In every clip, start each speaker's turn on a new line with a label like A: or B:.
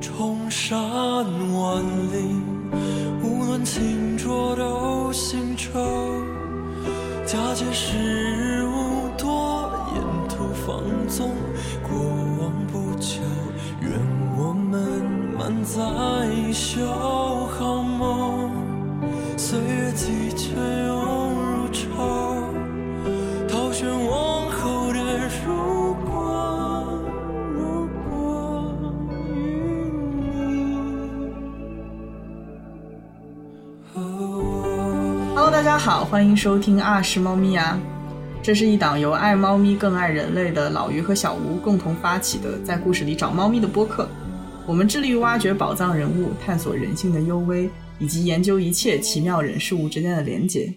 A: 冲山万里，无论情浊都心愁。假借时日无多，沿途放纵，过往不求。愿我们满载一宿好梦，岁月几圈涌入潮，淘漩往后的如果，如果与你和我。
B: Hello，大家好，欢迎收听《啊是猫咪啊》，这是一档由爱猫咪更爱人类的老于和小吴共同发起的，在故事里找猫咪的播客。我们致力于挖掘宝藏人物，探索人性的幽微，以及研究一切奇妙人事物之间的连结。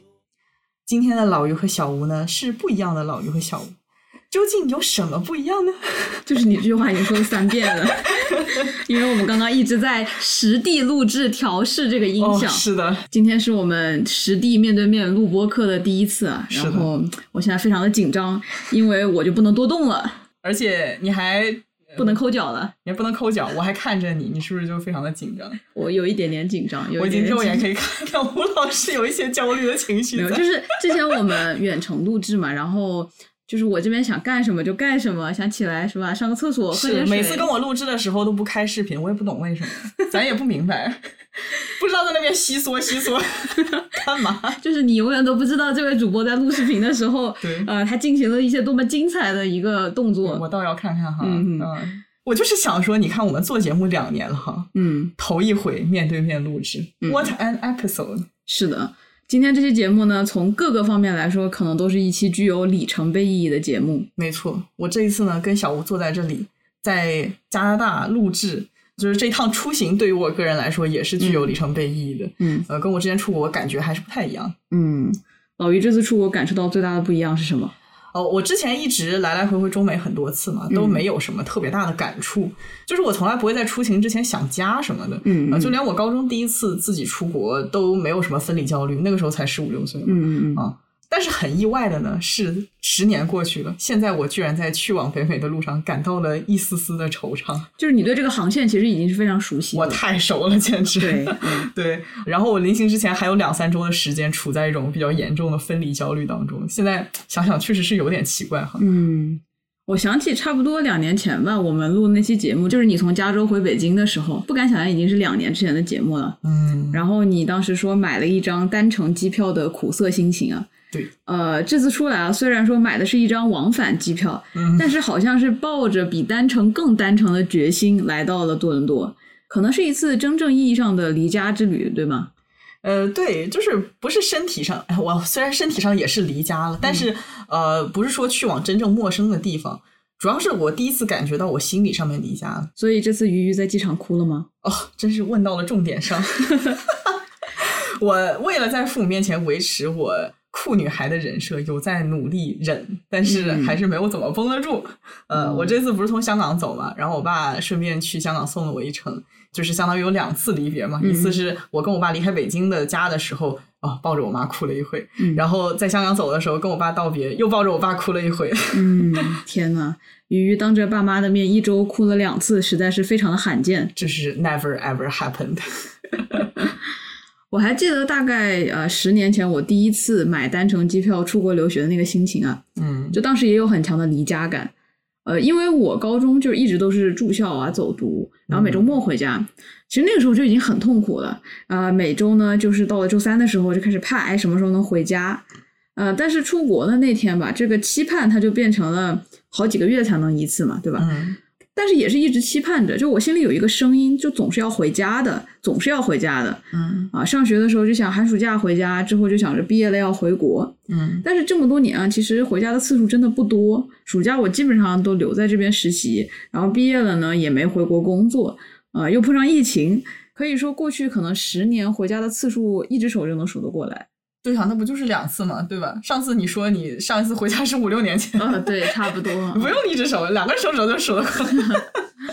B: 今天的老于和小吴呢，是不一样的老于和小吴，究竟有什么不一样呢？
C: 就是你这句话已经说了三遍 了，因为我们刚刚一直在实地录制调试这个音
B: 哦，
C: 响。
B: 是的，
C: 今天是我们实地面对面录播课的第一次啊，
B: 的
C: 然后我现在非常的紧张，因为我就不能多动 了，
B: 而且你还
C: 不能抠脚了，
B: 也不能抠脚，我还看着你，你是不是就非常的紧张？
C: 我有一点点紧张，有
B: 我
C: 一
B: 已经
C: 点点
B: 肉
C: 紧张
B: 眼可以看到吴老师有一些焦虑的情绪
C: 没有，
B: 在。
C: 就是之前我们远程录制嘛，然后就是我这边想干什么就干什么，想起来是吧，上个厕所，喝
B: 是
C: 点水，
B: 每次跟我录制的时候都不开视频，我也不懂为什么，咱也不明白， 不知道在那边悉嗦悉嗦 干嘛。
C: 就是你永远都不知道这位主播在录视频的时候
B: 对，
C: 呃，他进行了一些多么精彩的一个动
B: 我
C: 作。
B: 倒要看看哈，
C: 嗯嗯
B: 我就是想说，你看我们做节目两年了哈，
C: 嗯，
B: 头一回面对面录制、
C: 嗯
B: w h a t an episode！
C: 是的。今天这期节目呢，从各个方面来说，可能都是一期具有里程碑意义的节目。
B: 没错，我这一次呢跟小吴坐在这里，在加拿大录制，就是这趟出行对于我个人来说也是具有里程碑意义的。
C: 嗯
B: 呃，跟我之前出国感觉还是不太一样。
C: 嗯，老于这次出国感受到最大的不一样是什么？
B: 哦，我之前一直来来回回中美很多次嘛，都
C: 嗯
B: 没有什么特别大的感触，就是我从来不会在出行之前想家什么的，
C: 嗯
B: 呃
C: 嗯
B: 就连我高中第一次自己出国都没有什么分离焦虑，那个时候才十五六岁嘛。
C: 嗯嗯
B: 啊但是很意外的呢，是十年过去了，现在我居然在去往北美的路上感到了一丝丝的惆怅，
C: 就是你对这个航线其实已经是非常熟悉
B: 我
C: 了。
B: 太熟了，简直。
C: 对，嗯
B: 对，然后我临行之前还有两三周的时间处在一种比较严重的分离焦虑当中，现在想想确实是有点奇怪哈。
C: 嗯，我想起差不多两年前吧，我们录那期节目，就是你从加州回北京的时候，不敢想象已经是两年之前的节目了。
B: 嗯，
C: 然后你当时说买了一张单程机票的苦涩心情啊。
B: 对，
C: 呃，这次出来啊，虽然说买的是一张往返机票，
B: 嗯
C: 但是好像是抱着比单程更单程的决心来到了多伦多，可能是一次真正意义上的离家之旅，对吗？
B: 呃，对，就是不是身体上， 哎我虽然身体上也是离家了，但是、呃，不是说去往真正陌生的地方，主要是我第一次感觉到我心理上面离家了。
C: 所以这次鱼鱼在机场哭了吗？
B: 哦，真是问到了重点上。 我为了在父母面前维持我酷女孩的人设，有在努力忍，但是
C: 嗯
B: 还是没有怎么绷得住。呃，
C: 哦
B: 我这次不是从香港走嘛，然后我爸顺便去香港送了我一程，就是相当于有两次离别嘛。一
C: 嗯
B: 次是我跟我爸离开北京的家的时候，啊、抱着我妈哭了一回；
C: 嗯
B: 然后在香港走的时候，跟我爸道别，又抱着我爸哭了一回。
C: 嗯， 天呐，鱼鱼当着爸妈的面一周哭了两次，实在是非常的罕见。
B: 这是 never ever happened。
C: 我还记得大概呃十年前我第一次买单程机票出国留学的那个心情啊，
B: 嗯
C: 就当时也有很强的离家感。呃，因为我高中就是一直都是住校啊，走读，然后每周末回家。其实那个时候就已经很痛苦了啊、每周呢，就是到了周三的时候就开始盼，哎，什么时候能回家？呃，但是出国的那天吧，这个期盼它就变成了好几个月才能一次嘛，对吧？
B: 嗯
C: 但是也是一直期盼着，就我心里有一个声音，就总是要回家的，总是要回家的
B: 嗯
C: 啊！上学的时候就想寒暑假回家，之后就想着毕业了要回国。
B: 嗯
C: 但是这么多年啊，其实回家的次数真的不多。暑假我基本上都留在这边实习，然后毕业了呢也没回国工作，啊，又碰上疫情，可以说过去可能十年回家的次数一只手就能数得过来。
B: 对啊呀、那不就是两次嘛，对吧？上次你说你上一次回家是五六年前，
C: 啊，对，差 不多。
B: 不用一只手，两个手指头就数得过来。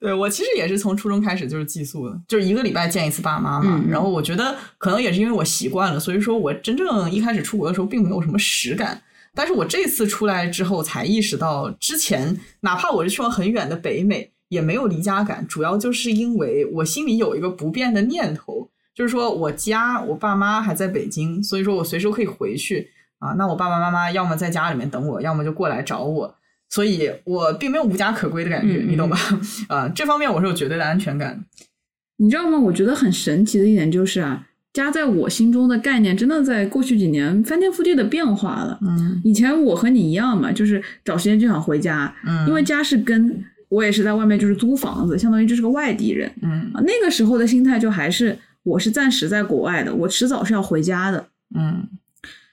B: 对我其实也是从初中开始就是寄宿的，就是一个礼拜见一次爸妈嘛。
C: 嗯嗯
B: 然后我觉得可能也是因为我习惯了，所以说我真正一开始出国的时候并没有什么实感。但是我这次出来之后才意识到，之前哪怕我是去往很远的北美，也没有离家感，主要就是因为我心里有一个不变的念头，就是说我家我爸妈还在北京，所以说我随时可以回去啊。那我爸爸妈妈要么在家里面等我，要么就过来找我，所以我并没有无家可归的感觉，
C: 嗯嗯
B: 你懂吧？ 啊，这方面我是有绝对的安全感。
C: 你知道吗？我觉得很神奇的一点就是啊，家在我心中的概念真的在过去几年翻天覆地的变化了。
B: 嗯
C: 以前我和你一样嘛，就是找时间就想回家，
B: 嗯，
C: 因为家是根，我也是在外面就是租房子，相当于这是个外地人
B: 嗯
C: 啊。那个时候的心态就还是我是暂时在国外的，我迟早是要回家的。
B: 嗯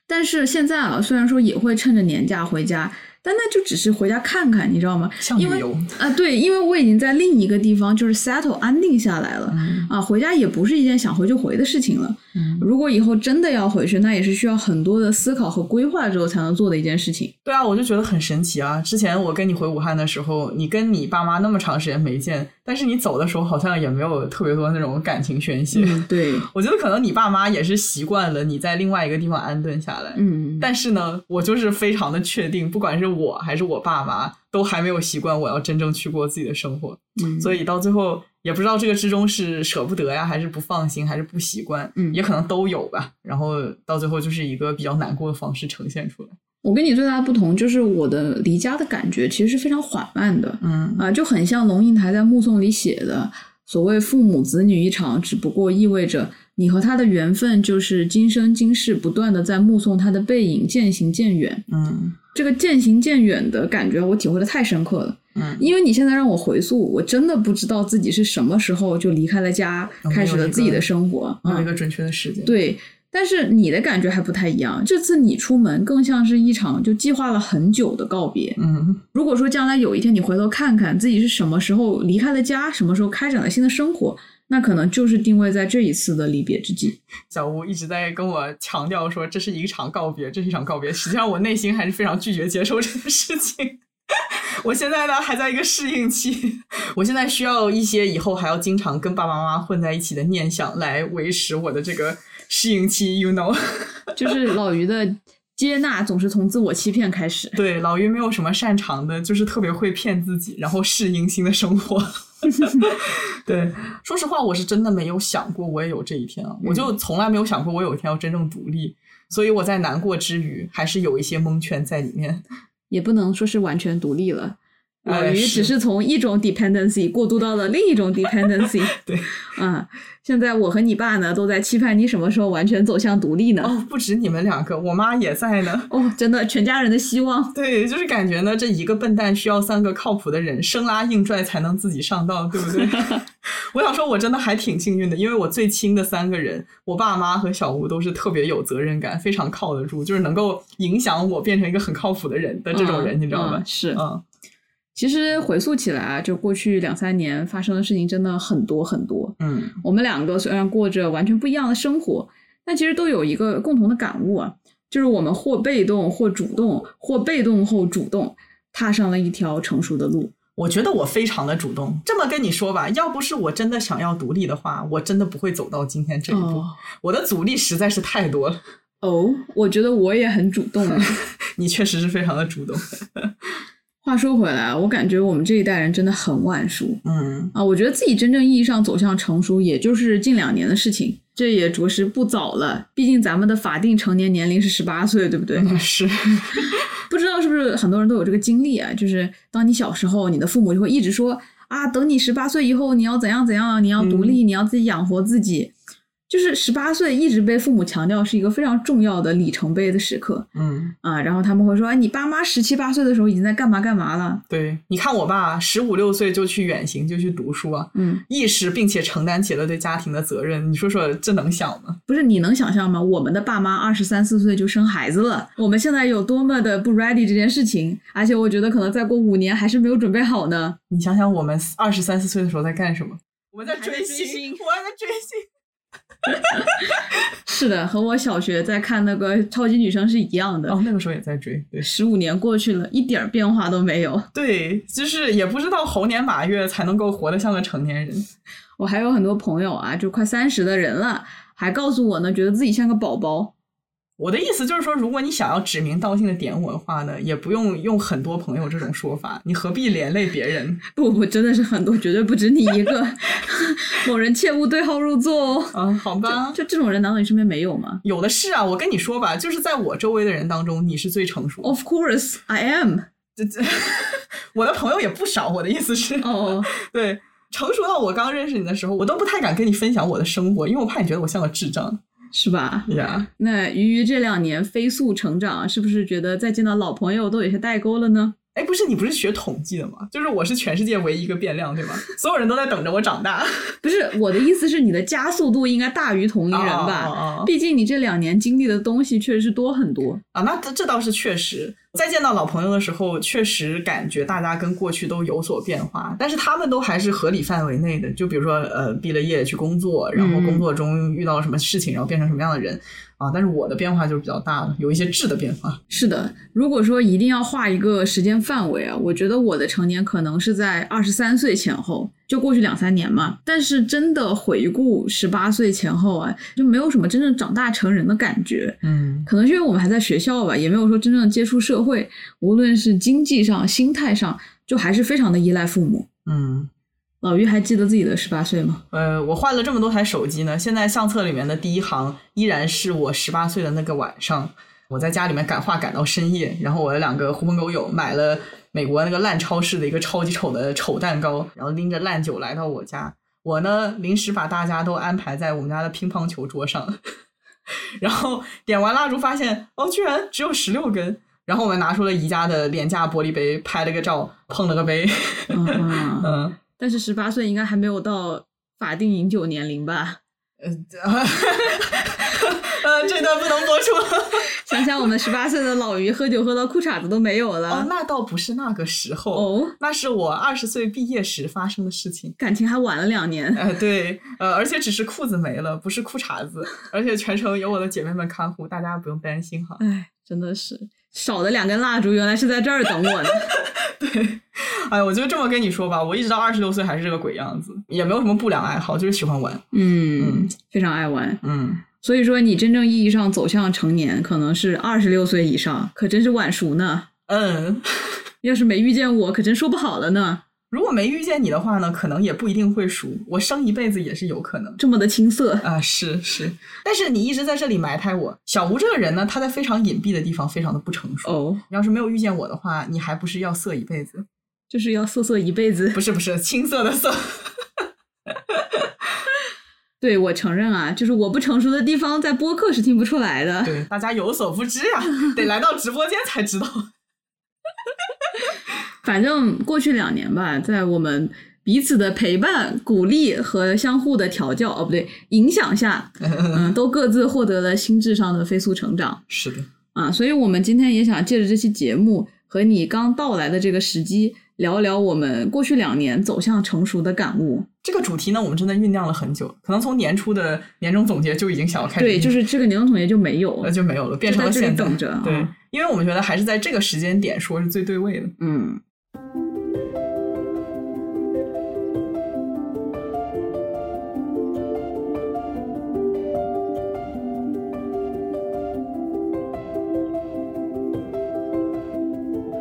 C: 但是现在啊，虽然说也会趁着年假回家，但那就只是回家看看，你知道吗？
B: 像
C: 因为
B: 旅游
C: 啊，对，因为我已经在另一个地方就是 settle 安定下来了。
B: 嗯
C: 啊，回家也不是一件想回就回的事情了。
B: 嗯。
C: 如果以后真的要回去，那也是需要很多的思考和规划之后才能做的一件事情。
B: 对啊，我就觉得很神奇啊！之前我跟你回武汉的时候，你跟你爸妈那么长时间没见，但是你走的时候好像也没有特别多那种感情宣泄。
C: 嗯，对，
B: 我觉得可能你爸妈也是习惯了你在另外一个地方安顿下来。
C: 嗯，
B: 但是呢，我就是非常的确定，不管是我还是我爸妈，都还没有习惯我要真正去过自己的生活，
C: 嗯
B: 所以到最后也不知道这个之中是舍不得呀，还是不放心，还是不习惯，
C: 嗯
B: 也可能都有吧。然后到最后就是一个比较难过的方式呈现出来。
C: 我跟你最大的不同就是我的离家的感觉其实是非常缓慢的，
B: 嗯
C: 啊，就很像龙应台在《目送》里写的，所谓父母子女一场，只不过意味着你和他的缘分就是今生今世不断的在目送他的背影渐行渐远。
B: 嗯
C: 这个渐行渐远的感觉，啊我体会的太深刻了。
B: 嗯，
C: 因为你现在让我回溯，我真的不知道自己是什么时候就离开了家，
B: 嗯
C: 开
B: 没
C: 始
B: 有
C: 了
B: 一个
C: 自己的生活。
B: 没有一
C: 嗯，
B: 个准确的时间。，
C: 对。但是你的感觉还不太一样，这次你出门更像是一场就计划了很久的告别。
B: 嗯
C: 如果说将来有一天你回头看看自己是什么时候离开了家，什么时候开展了新的生活，那可能就是定位在这一次的离别之际。
B: 小吴一直在跟我强调说这是一场告别，这是一场告别。实际上我内心还是非常拒绝接受这个事情。我现在呢还在一个适应期，我现在需要一些以后还要经常跟爸爸妈妈混在一起的念想来维持我的这个适应期，you know。
C: 就是老于的接纳总是从自我欺骗开始。
B: 对，老于没有什么擅长的，就是特别会骗自己，然后适应新的生活。对，说实话，我是真的没有想过我也有这一天啊，我就从来没有想过我有一天要真正独立，所以我在难过之余，还是有一些蒙圈在里面。
C: 也不能说是完全独立了。
B: 哎
C: 老于
B: 是
C: 只是从一种 dependency 过渡到了另一种 dependency。
B: 对，
C: 啊，现在我和你爸呢都在期盼你什么时候完全走向独立呢？
B: 哦，不止你们两个，我妈也在呢。
C: 哦，真的，全家人的希望。
B: 对，就是感觉呢，这一个笨蛋需要三个靠谱的人，生拉硬拽才能自己上道，对不对？ 我想说，我真的还挺幸运的，因为我最亲的三个人，我爸妈和小吴都是特别有责任感，非常靠得住，就是能够影响我变成一个很靠谱的人的这种人，
C: 嗯
B: 你知道吧
C: 嗯？是，
B: 嗯
C: 其实回溯起来啊，就过去两三年发生的事情真的很多很多。
B: 嗯
C: 我们两个虽然过着完全不一样的生活，但其实都有一个共同的感悟啊，就是我们或被动或主动，或被动后主动，踏上了一条成熟的路。
B: 我觉得我非常的主动。这么跟你说吧，要不是我真的想要独立的话，我真的不会走到今天这一步。
C: 哦
B: 我的阻力实在是太多了。
C: 哦，我觉得我也很主 动啊。
B: 你确实是非常的主动。
C: 话说回来，啊我感觉我们这一代人真的很晚熟
B: 嗯，
C: 啊！我觉得自己真正意义上走向成熟，也就是近两年的事情，这也着实不早了。毕竟咱们的法定成年年龄是十八岁，对不对？
B: 是。
C: 不知道是不是很多人都有这个经历啊？就是当你小时候，你的父母就会一直说啊，等你十八岁以后，你要怎样怎样，你要独立，你要自己养活自己。就是十八岁一直被父母强调是一个非常重要的里程碑的时刻
B: 嗯，
C: 啊，然后他们会说，哎，你爸妈十七八岁的时候已经在干嘛干嘛了，
B: 对，你看我爸十五六岁就去远行，就去读书啊，
C: 嗯，
B: 意识并且承担起了对家庭的责任，你说说这能想吗？
C: 不是你能想象吗？我们的爸妈二十三四岁就生孩子了，我们现在有多么的不 ready 这件事情，而且我觉得可能再过五年还是没有准备好呢。
B: 你想想我们二十三四岁的时候在干什么？我们在追
C: 还在追星
B: 我还在追星。
C: 是的，和我小学在看那个超级女生是一样的
B: 哦，，那个时候也在追，对
C: 十五、年过去了，一点儿变化都没有。
B: 对，就是也不知道猴年马月才能够活得像个成年人。
C: 我还有很多朋友啊，就快三十的人了，还告诉我呢，觉得自己像个宝宝。
B: 我的意思就是说，如果你想要指名道姓的点我的话呢，也不用用很多朋友这种说法，你何必连累别人？
C: 不不，真的是很多，绝对不止你一个。 某人切勿对号入座哦。
B: 啊，好吧，
C: 就这种人，难道你身边没有吗
B: 有的是啊。我跟你说吧，就是在我周围的人当中，你是最成熟的。
C: ？Of course, I am。
B: 这这，我的朋友也不少。我的意思是，
C: 哦，
B: 对，成熟到我刚认识你的时候，我都不太敢跟你分享我的生活，因为我怕你觉得我像个智障
C: 是吧？
B: 呀。
C: 那鱼鱼这两年飞速成长，是不是觉得再见到老朋友都有些代沟了呢？
B: 哎，不是你不是学统计的吗？就是我是全世界唯一一个变量，对吧？所有人都在等着我长大。
C: 不是，我的意思是你的加速度应该大于同龄人吧？
B: 哦哦哦哦
C: 毕竟你这两年经历的东西确实是多很多。
B: 啊，那这这倒是确实。再见到老朋友的时候，确实感觉大家跟过去都有所变化，但是他们都还是合理范围内的。就比如说，呃，毕了业去工作，然后
C: 嗯
B: 工作中遇到了什么事情，然后变成什么样的人啊。但是我的变化就是比较大了，有一些质的变化。
C: 是的，如果说一定要画一个时间范围啊，我觉得我的成年可能是在二十三岁前后，就过去两三年嘛。但是真的回顾十八岁前后啊，就没有什么真正长大成人的感觉。
B: 嗯
C: 可能是因为我们还在学校吧，也没有说真正接触社会，无论是经济上、心态上，就还是非常的依赖父母。
B: 嗯，
C: 老于还记得自己的十八岁吗？
B: 呃，我换了这么多台手机呢，现在相册里面的第一行依然是我十八岁的那个晚上，我在家里面赶话赶到深夜，然后我的两个狐朋狗友买了美国那个烂超市的一个超级丑的丑蛋糕，然后拎着烂酒来到我家，我呢临时把大家都安排在我们家的乒乓球桌上， 然后点完蜡烛发现哦，居然只有十六根。然后我们拿出了宜家的廉价玻璃杯，拍了个照，碰了个杯。
C: 嗯 嗯，
B: 嗯，
C: 但是十八岁应该还没有到法定饮酒年龄吧？
B: 呃，这段不能播出。
C: 想想我们十八岁的老于喝酒喝到裤衩子都没 有
B: 哦，
C: 了。
B: 那倒不是那个时候，
C: 哦，
B: 那是我二十岁毕业时发生的事情。
C: 感情还晚了两年。
B: 呃，对，呃，而且只是裤子没了，不是裤衩子，而且全程有我的姐妹们看护，大家不用担心哈。
C: 哎，真的是少的两根蜡烛，原来是在这儿等 我呢。嗯
B: 哎，我就这么跟你说吧，我一直到二十六岁还是这个鬼样子，也没有什么不良爱好，就是喜欢玩。
C: 嗯，非常爱玩。
B: 嗯，
C: 所以说，你真正意义上走向成年，可能是二十六岁以上，可真是晚熟呢。
B: 嗯，
C: 要是没遇见我，可真说不好了呢。
B: 如果没遇见你的话呢，可能也不一定会熟，我生一辈子也是有可能。
C: 这么的青涩，
B: 啊，是是，但是你一直在这里埋汰我。小吴这个人呢，他在非常隐蔽的地方非常的不成熟。
C: 哦，
B: 你要是没有遇见我的话，你还不是要色一辈子？
C: 就是要瑟瑟一辈子。
B: 不是不是，青涩的涩。
C: 对我承认啊，就是我不成熟的地方，在播客是听不出来 的。
B: 对，大家有所不知呀、啊得来到直播间才 知道。
C: 反正过去两年吧，在我们彼此的陪伴、鼓励和相互的调教，哦不对，影响 下，嗯，都各自获得了心智上的飞速成长。
B: 是的，
C: 啊，所以我们今天也想借着这期节目和你刚到来的这个时机，聊聊我们过去两年走向成熟的 感悟。
B: 这个主题呢，我们真的酝酿了很久，可能从年初的年终总结就已经想要开始酝
C: 对，
B: 酿，
C: 就是这个年龄总结就没有
B: 呃。就没有了，变
C: 就
B: 成
C: 在
B: 了
C: 这里
B: 现在。
C: 等着
B: 对
C: 啊，
B: 因为我们觉得还是在这个时间点说是最对位的。
C: 嗯，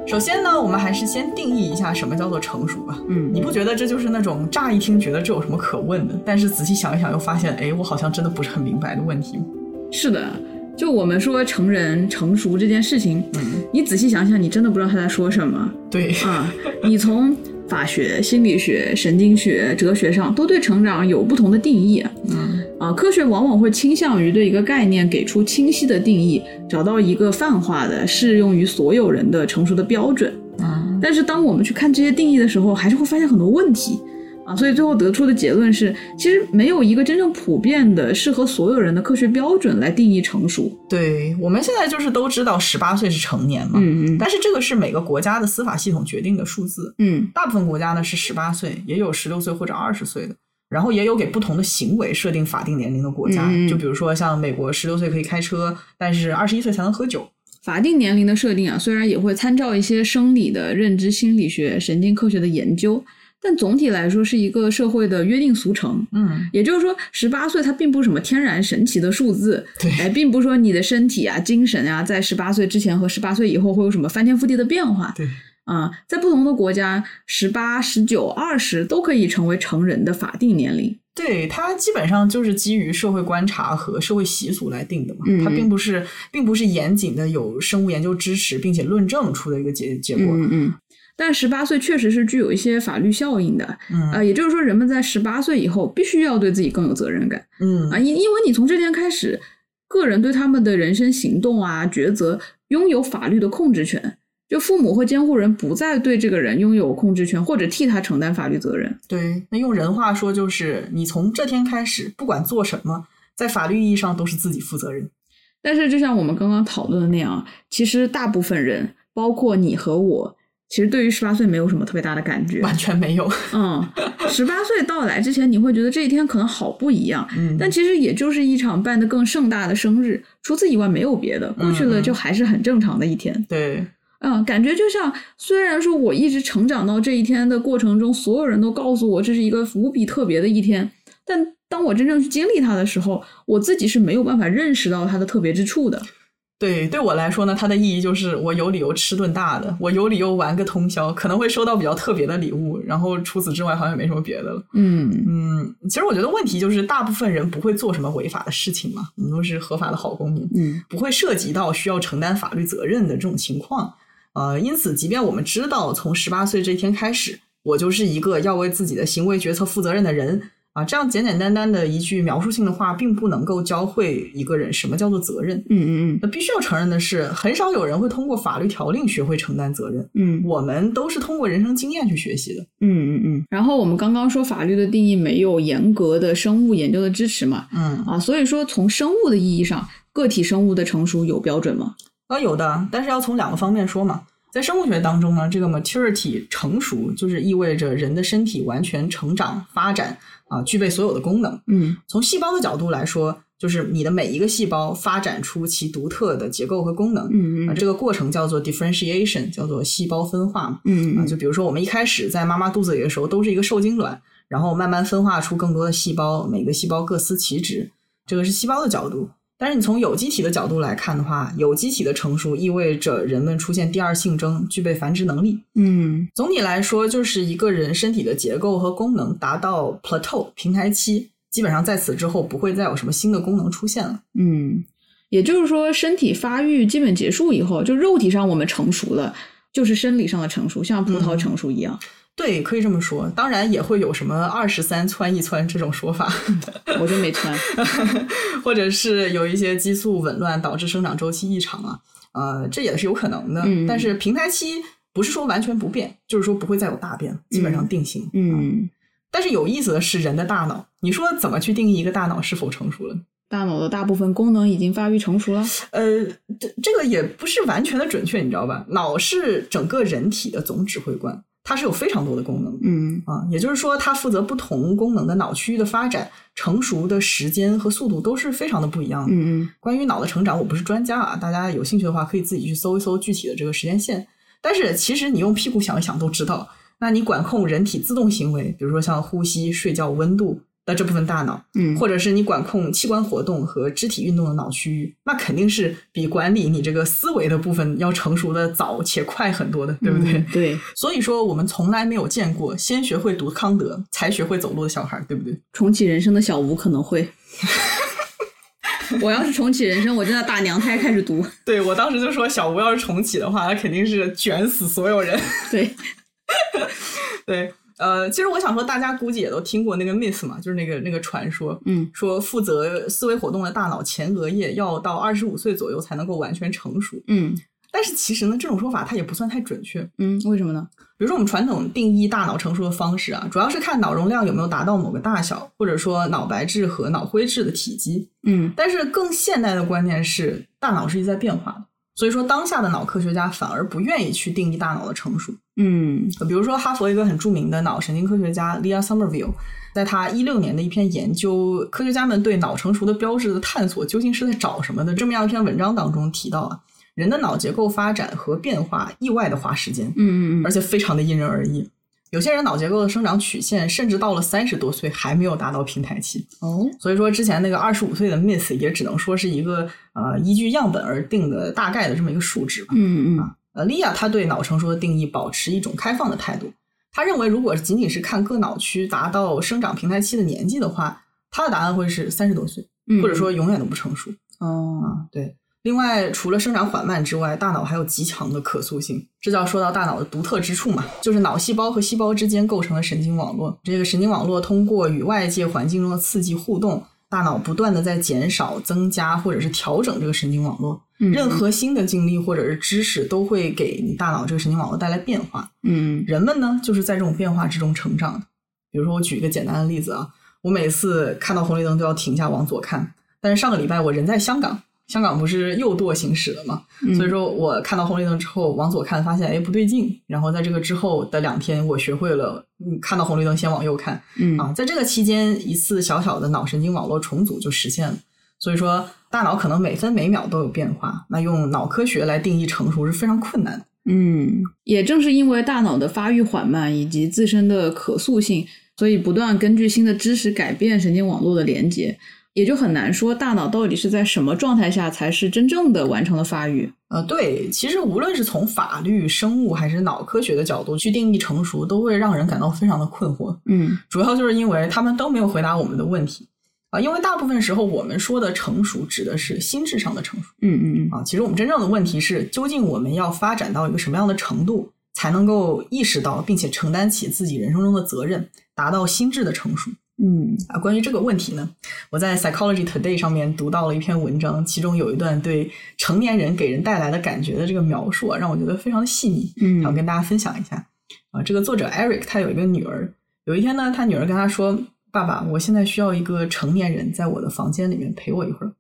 B: 首先呢，我们还是先定义一下什么叫做成熟吧。
C: 嗯
B: 你不觉得这就是那种乍一听觉得这有什么可问的，但是仔细想一想又发现，哎，我好像真的不是很明白的问题吗？
C: 是的，就我们说成人成熟这件事情，
B: 嗯，
C: 你仔细想想，你真的不知道他在说什么
B: 对，
C: 啊。你从法学、心理学、神经学、哲学上都对成长有不同的定义。
B: 嗯
C: 啊，科学往往会倾向于对一个概念给出清晰的定义，找到一个泛化的、适用于所有人的成熟的标准。
B: 嗯
C: 但是当我们去看这些定义的时候，还是会发现很多问题啊。所以最后得出的结论是，其实没有一个真正普遍的、适合所有人的科学标准来定义成熟。
B: 对，我们现在就是都知道十八岁是成年嘛，
C: 嗯嗯
B: 但是这个是每个国家的司法系统决定的数字，
C: 嗯，
B: 大部分国家呢是十八岁，也有十六岁或者二十岁的，然后也有给不同的行为设定法定年龄的国家，
C: 嗯嗯
B: 就比如说像美国十六岁可以开车，但是二十一岁才能喝酒。
C: 法定年龄的设定啊，虽然也会参照一些生理的认知心理学、神经科学的研究。但总体来说是一个社会的约定俗成。
B: 嗯，
C: 也就是说，十八岁它并不是什么天然神奇的数字，
B: 对
C: 哎，并不是说你的身体啊、精神啊，在十八岁之前和十八岁以后会有什么翻天覆地的变化
B: 对，
C: 啊、在不同的国家，十八、十九、二十都可以成为成人的法定年龄。
B: 对，它基本上就是基于社会观察和社会习俗来定的嘛，
C: 嗯
B: 它并不是并不是严谨的有生物研究支持并且论证出的一个结结果。
C: 嗯嗯。但十八岁确实是具有一些法律效应的，
B: 嗯
C: 呃，也就是说，人们在十八岁以后必须要对自己更有责任感
B: 嗯
C: 啊，因因为你从这天开始，个人对他们的人生行动啊、抉择拥有法律的控制权，就父母或监护人不再对这个人拥有控制权，或者替他承担法律责任。
B: 对，那用人话说就是，你从这天开始，不管做什么，在法律意义上都是自己负责任。
C: 但是，就像我们刚刚讨论的那样，其实大部分人，包括你和我，其实对于十八岁没有什么特别大的感觉。
B: 完全没有。
C: 嗯，十八岁到来之前，你会觉得这一天可能好不一样，
B: 嗯，
C: 但其实也就是一场办得更盛大的生日，除此以外没有别的，过去
B: 嗯
C: 了
B: 嗯
C: 就还是很正常的一天。
B: 对，
C: 嗯，感觉就像虽然说我一直成长到这一天的过程中，所有人都告诉我这是一个无比特别的一天，但当我真正去经历它的时候，我自己是没有办法认识到它的特别之处的。
B: 对，对我来说呢，它的意义就是我有理由吃顿大的，我有理由玩个通宵，可能会收到比较特别的礼物，然后除此之外好像也没什么别的了。
C: 嗯，
B: 嗯，其实我觉得问题就是大部分人不会做什么违法的事情嘛，我们都是合法的好公民，
C: 嗯，
B: 不会涉及到需要承担法律责任的这种情况。呃，因此，即便我们知道从十八岁这一天开始，我就是一个要为自己的行为决策负责任的人啊、这样简简单单的一句描述性的话，并不能够教会一个人什么叫做责任。
C: 嗯嗯
B: 那必须要承认的是，很少有人会通过法律条令学会承担责任。
C: 嗯
B: 我们都是通过人生经验去学习的。
C: 嗯嗯嗯。然后我们刚刚说法律的定义没有严格的生物研究的支持嘛，
B: 嗯，
C: 啊，所以说从生物的意义上，个体生物的成熟有标准吗？
B: 啊，有的，但是要从两个方面说嘛。在生物学当中呢，这个 maturity 成熟就是意味着人的身体完全成长、发展啊，具备所有的功能。
C: 嗯
B: 从细胞的角度来说，就是你的每一个细胞发展出其独特的结构和功能。
C: 嗯
B: 啊，这个过程叫做 differentiation，叫做细胞分化嘛。
C: 嗯
B: 啊，就比如说我们一开始在妈妈肚子里的时候都是一个受精卵，然后慢慢分化出更多的细胞，每个细胞各司其职，这个是细胞的角度。但是你从有机体的角度来看的话，有机体的成熟意味着人们出现第二性征，具备繁殖能力。
C: 嗯
B: 总体来说，就是一个人身体的结构和功能达到 plateau 平台期，基本上在此之后不会再有什么新的功能出现了。
C: 嗯，也就是说，身体发育基本结束以后，就肉体上我们成熟了，就是生理上的成熟，像葡
B: 嗯
C: 萄成熟一样。
B: 对，可以这么说。当然也会有什么二十三窜一窜这种说法。
C: 我就没 穿。
B: 或者是有一些激素紊乱导致生长周期异常啊，呃，这也是有可能的。
C: 嗯
B: 但是平台期不是说完全不变，就是说不会再有大变，基本上定型。啊
C: 嗯，
B: 但是有意思的是，人的大脑，你说怎么去定义一个大脑是否成熟了？
C: 大脑的大部分功能已经发育 成熟了。
B: 呃，这这个也不是完全的准确，你知道吧？脑是整个人体的总指挥官，它是有非常多的功能的。
C: 嗯
B: 啊，也就是说，它负责不同功能的脑区域的发展，成熟的时间和速度都是非常的不一样的。
C: 嗯嗯
B: 关于脑的成长，我不是专家啊，大家有兴趣的话可以自己去搜一搜具体的这个时间线。但是其实你用屁股想一想都知道，那你管控人体自动行为，比如说像呼吸、睡觉、温度的这部分大脑，
C: 嗯，
B: 或者是你管控器官活动和肢体运动的脑区域，那肯定是比管理你这个思维的部分要成熟的早且快很多的，对不对？
C: 嗯对，
B: 所以说，我们从来没有见过先学会读康德才学会走路的小孩儿，对不对？
C: 重启人生的小吴可 能会。我要是重启人生，我真的大娘胎开始读。
B: 对我当时就说，小吴要是重启的话，他肯定是卷死所有人。
C: 对，
B: 对，呃，其实我想说，大家估计也都听过那个 myth 嘛，就是那个那个传说，
C: 嗯
B: 说负责思维活动的大脑前额叶要到二十五岁左右才能够完全成熟。
C: 嗯
B: 但是其实呢，这种说法它也不算太准确。
C: 嗯，为什么呢？
B: 比如说我们传统定义大脑成熟的方式啊，主要是看脑容量有没有达到某个大小，或者说脑白质和脑灰质的体积。
C: 嗯
B: 但是更现代的观念是，大脑是一直在变化的。所以说，当下的脑科学家反而不愿意去定义大脑的成熟，
C: 嗯
B: 呃比如说，哈佛一个很著名的脑神经科学家 Leah Somerville，在他一六年的一篇研究科学家们对脑成熟的标志的探索究竟是在找什么的这么样一篇文章当中提到啊，人的脑结构发展和变化意外的花时间，
C: 嗯嗯
B: 而且非常的因人而异。有些人脑结构的生长曲线甚至到了三十多岁还没有达到平台期，
C: 哦，
B: 所以说之前那个二十五岁的 Miss 也只能说是一个呃依据样本而定的大概的这么一个数值吧。
C: 嗯嗯
B: 呃，利亚他对脑成熟的定义保持一种开放的态度。他认为，如果仅仅是看各脑区达到生长平台期的年纪的话，他的答案会是三十多岁，
C: 嗯，
B: 啊或者说永远都不成熟。
C: 哦，
B: 啊，对。另外，除了生长缓慢之外，大脑还有极强的可塑性。这就要说到大脑的独特之处嘛，就是脑细胞和细胞之间构成了神经网络。这个神经网络通过与外界环境中的刺激互动，大脑不断的在减少、增加或者是调整这个神经网络。
C: 嗯
B: 任何新的经历或者是知识都会给你大脑这个神经网络带来变化。
C: 嗯
B: 人们呢，就是在这种变化之中成长的。比如说，我举一个简单的例子啊，我每次看到红绿灯都要停下往左看，但是上个礼拜我人在香港，香港不是右舵行驶了嘛，
C: 嗯
B: 所以说我看到红绿灯之后往左看，发现哎不对劲，然后在这个之后的两天，我学会了嗯看到红绿灯先往右看，
C: 嗯
B: 啊，在这个期间，一次小小的脑神经网络重组就实现了。所以说，大脑可能每分每秒都有变化。那用脑科学来定义成熟是非常困难的。
C: 嗯，也正是因为大脑的发育缓慢以及自身的可塑性，所以不断根据新的知识改变神经网络的连接，也就很难说大脑到底是在什么状态下才是真正的完成了发育。
B: 呃，对，其实无论是从法律、生物还是脑科学的角度去定义成熟，都会让人感到非常的困惑。
C: 嗯
B: 主要就是因为他们都没有回答我们的问题啊，因为大部分时候我们说的成熟指的是心智上的成熟。
C: 嗯嗯嗯
B: 啊，其实我们真正的问题是，究竟我们要发展到一个什么样的程度，才能够意识到并且承担起自己人生中的责任，达到心智的成熟
C: 嗯
B: 啊？关于这个问题呢，我在 Psychology Today 上面读到了一篇文章，其中有一段对成年人给人带来的感觉的这个描述啊，让我觉得非常的细腻，
C: 嗯
B: 想跟大家分享一下啊。这个作者 Eric 他有一个女儿，有一天呢，他女儿跟他说：“爸爸，我现在需要一个成年人在我的房间里面陪我一会儿。”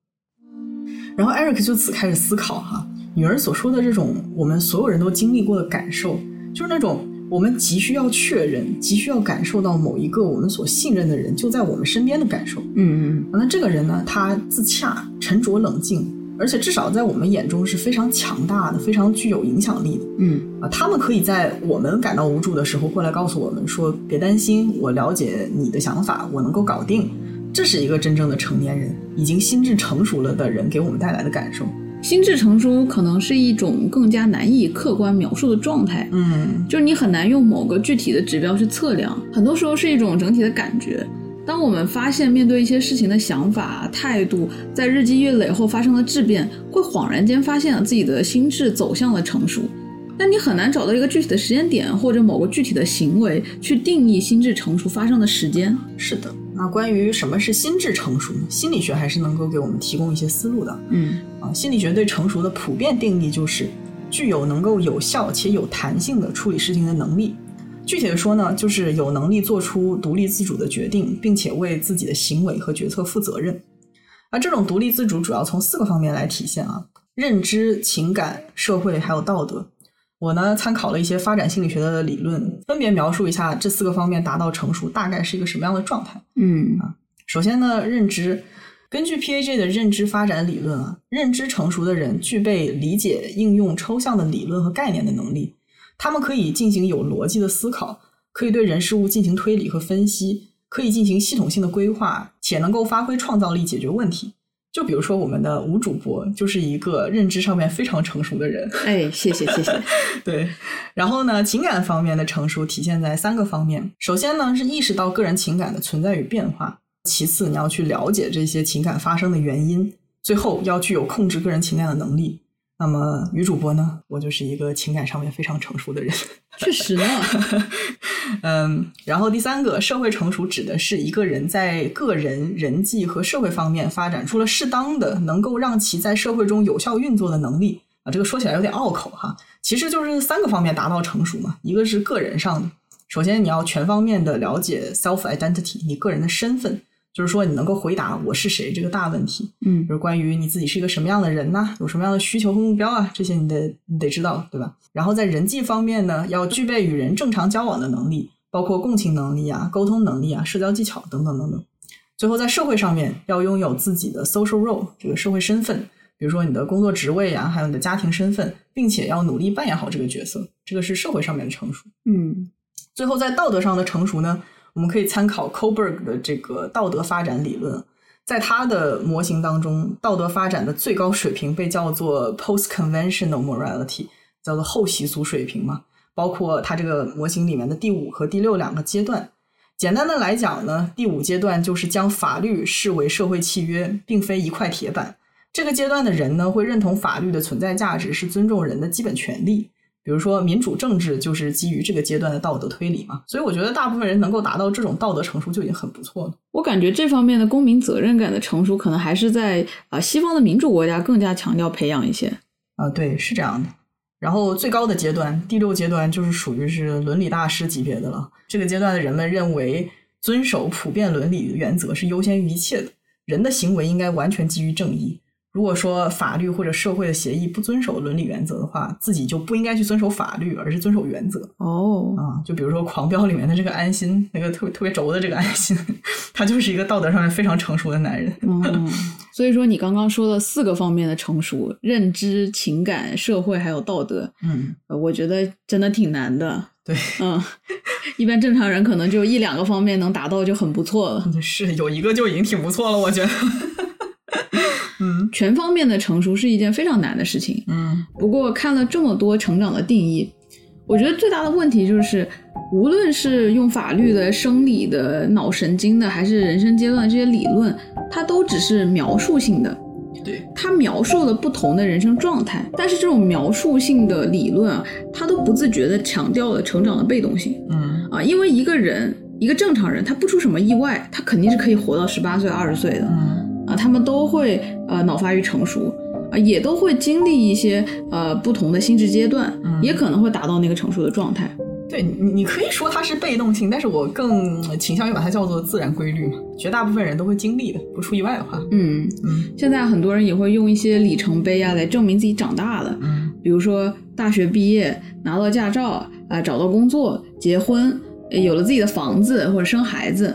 B: 然后 Eric 就此开始思考哈、女儿所说的这种我们所有人都经历过的感受，就是那种我们急需要确认、急需要感受到某一个我们所信任的人就在我们身边的感受。
C: 嗯
B: 那这个人呢，他自洽、沉着冷静，而且至少在我们眼中是非常强大的、非常具有影响力的。
C: 嗯
B: 啊，他们可以在我们感到无助的时候过来告诉我们说：“别担心，我了解你的想法，我能够搞定。”这是一个真正的成年人，已经心智成熟了的人给我们带来的感受。
C: 嗯，心智成熟可能是一种更加难以客观描述的状态。
B: 嗯，
C: 就是你很难用某个具体的指标去测量，很多时候是一种整体的感觉。当我们发现面对一些事情的想法、啊态度在日积月累后发生了质变，会恍然间发现自己的心智走向了成熟。但你很难找到一个具体的时间点或者某个具体的行为去定义心智成熟发生的时间。
B: 是的。那关于什么是心智成熟呢，心理学还是能够给我们提供一些思路的
C: 嗯
B: 啊。心理学对成熟的普遍定义就是具有能够有效且有弹性的处理事情的能力。具体的说呢，就是有能力做出独立自主的决定，并且为自己的行为和决策负责任。而这种独立自主主要从四个方面来体现啊：认知、情感、社会还有道德。我呢参考了一些发展心理学的理论，分别描述一下这四个方面达到成熟大概是一个什么样的状态。
C: 嗯
B: 首先呢，认知，根据 PAJ 的认知发展理论啊，认知成熟的人具备理解、应用抽象的理论和概念的能力，他们可以进行有逻辑的思考，可以对人事物进行推理和分析，可以进行系统性的规划，且能够发挥创造力解决问题。就比如说我们的吴主播就是一个认知上面非常成熟的人，
C: 哎，谢谢谢谢。
B: 对，然后呢，情感方面的成熟体现在三个方面。首先呢，是意识到个人情感的存在与变化；其次，你要去了解这些情感发生的原因；最后，要具有控制个人情感的能力。那么，女主播呢，我就是一个情感上面非常成熟的人。
C: 确实啊呢，
B: 嗯，然后第三个，社会成熟指的是一个人在个人、人际和社会方面发展出了适当的，能够让其在社会中有效运作的能力啊。这个说起来有点拗口哈，其实就是三个方面达到成熟嘛。一个是个人上的，首先你要全方面的了解 self identity，你个人的身份，就是说你能够回答我是谁这个大问题。
C: 嗯
B: 就是关于你自己是一个什么样的人呐、有什么样的需求和目标啊，这些你得你得知道，对吧？然后在人际方面呢，要具备与人正常交往的能力，包括共情能力啊、沟通能力啊、社交技巧等等等等。最后在社会上面，要拥有自己的 social role 这个社会身份，比如说你的工作职位啊，还有你的家庭身份，并且要努力扮演好这个角色，这个是社会上面的成熟。
C: 嗯
B: 最后在道德上的成熟呢，我们可以参考 Koberg 的这个道德发展理论。在他的模型当中，道德发展的最高水平被叫做 post-conventional morality，叫做后习俗水平嘛。包括它这个模型里面的第五和第六两个阶段。简单的来讲呢，第五阶段就是将法律视为社会契约，并非一块铁板。这个阶段的人呢，会认同法律的存在价值是尊重人的基本权利。比如说，民主政治就是基于这个阶段的道德推理嘛。所以我觉得大部分人能够达到这种道德成熟就已经很不错了。
C: 我感觉这方面的公民责任感的成熟，可能还是在啊、呃西方的民主国家更加强调培养一些。
B: 啊，对，是这样的。然后最高的阶段，第六阶段就是属于是伦理大师级别的了。这个阶段的人们认为，遵守普遍伦理原则是优先于一切的，人的行为应该完全基于正义。如果说法律或者社会的协议不遵守伦理原则的话，自己就不应该去遵守法律，而是遵守原则。
C: 哦，
B: 啊，就比如说《狂飙》里面的这个安心，那个特别特别轴的这个安心， 他就是一个道德上面非常成熟的男人。
C: 嗯， 所以说你刚刚说的四个方面的成熟，认知、情感、社会还有道德，
B: 嗯，
C: 呃我觉得真的挺难的。
B: 对，
C: 嗯，一般正常人可能就一两个方面能达到就很不错了。
B: 是有一个就已经挺不错了，我觉得。嗯
C: 全方面的成熟是一件非常难的事情。
B: 嗯
C: 不过看了这么多成长的定义，我觉得最大的问题就是，无论是用法律的、生理的、脑神经的，还是人生阶段的这些理论，它都只是描述性的。
B: 对，
C: 它描述了不同的人生状态，但是这种描述性的理论啊，它都不自觉地强调了成长的被动性
B: 嗯
C: 啊，因为一个人，一个正常人，他不出什么意外，他肯定是可以活到十八岁、二十岁的。
B: 嗯
C: 啊，他们都会呃脑发育成熟啊，也都会经历一些呃不同的心智阶段，
B: 嗯
C: 也可能会达到那个成熟的状态。
B: 对你，你可以说它是被动性，但是我更倾向于把它叫做自然规律嘛，绝大部分人都会经历的，不出意外的话。
C: 嗯，
B: 嗯
C: 现在很多人也会用一些里程碑啊来证明自己长大了，
B: 嗯
C: 比如说大学毕业拿到驾照啊、找到工作、结婚，呃有了自己的房子或者生孩子。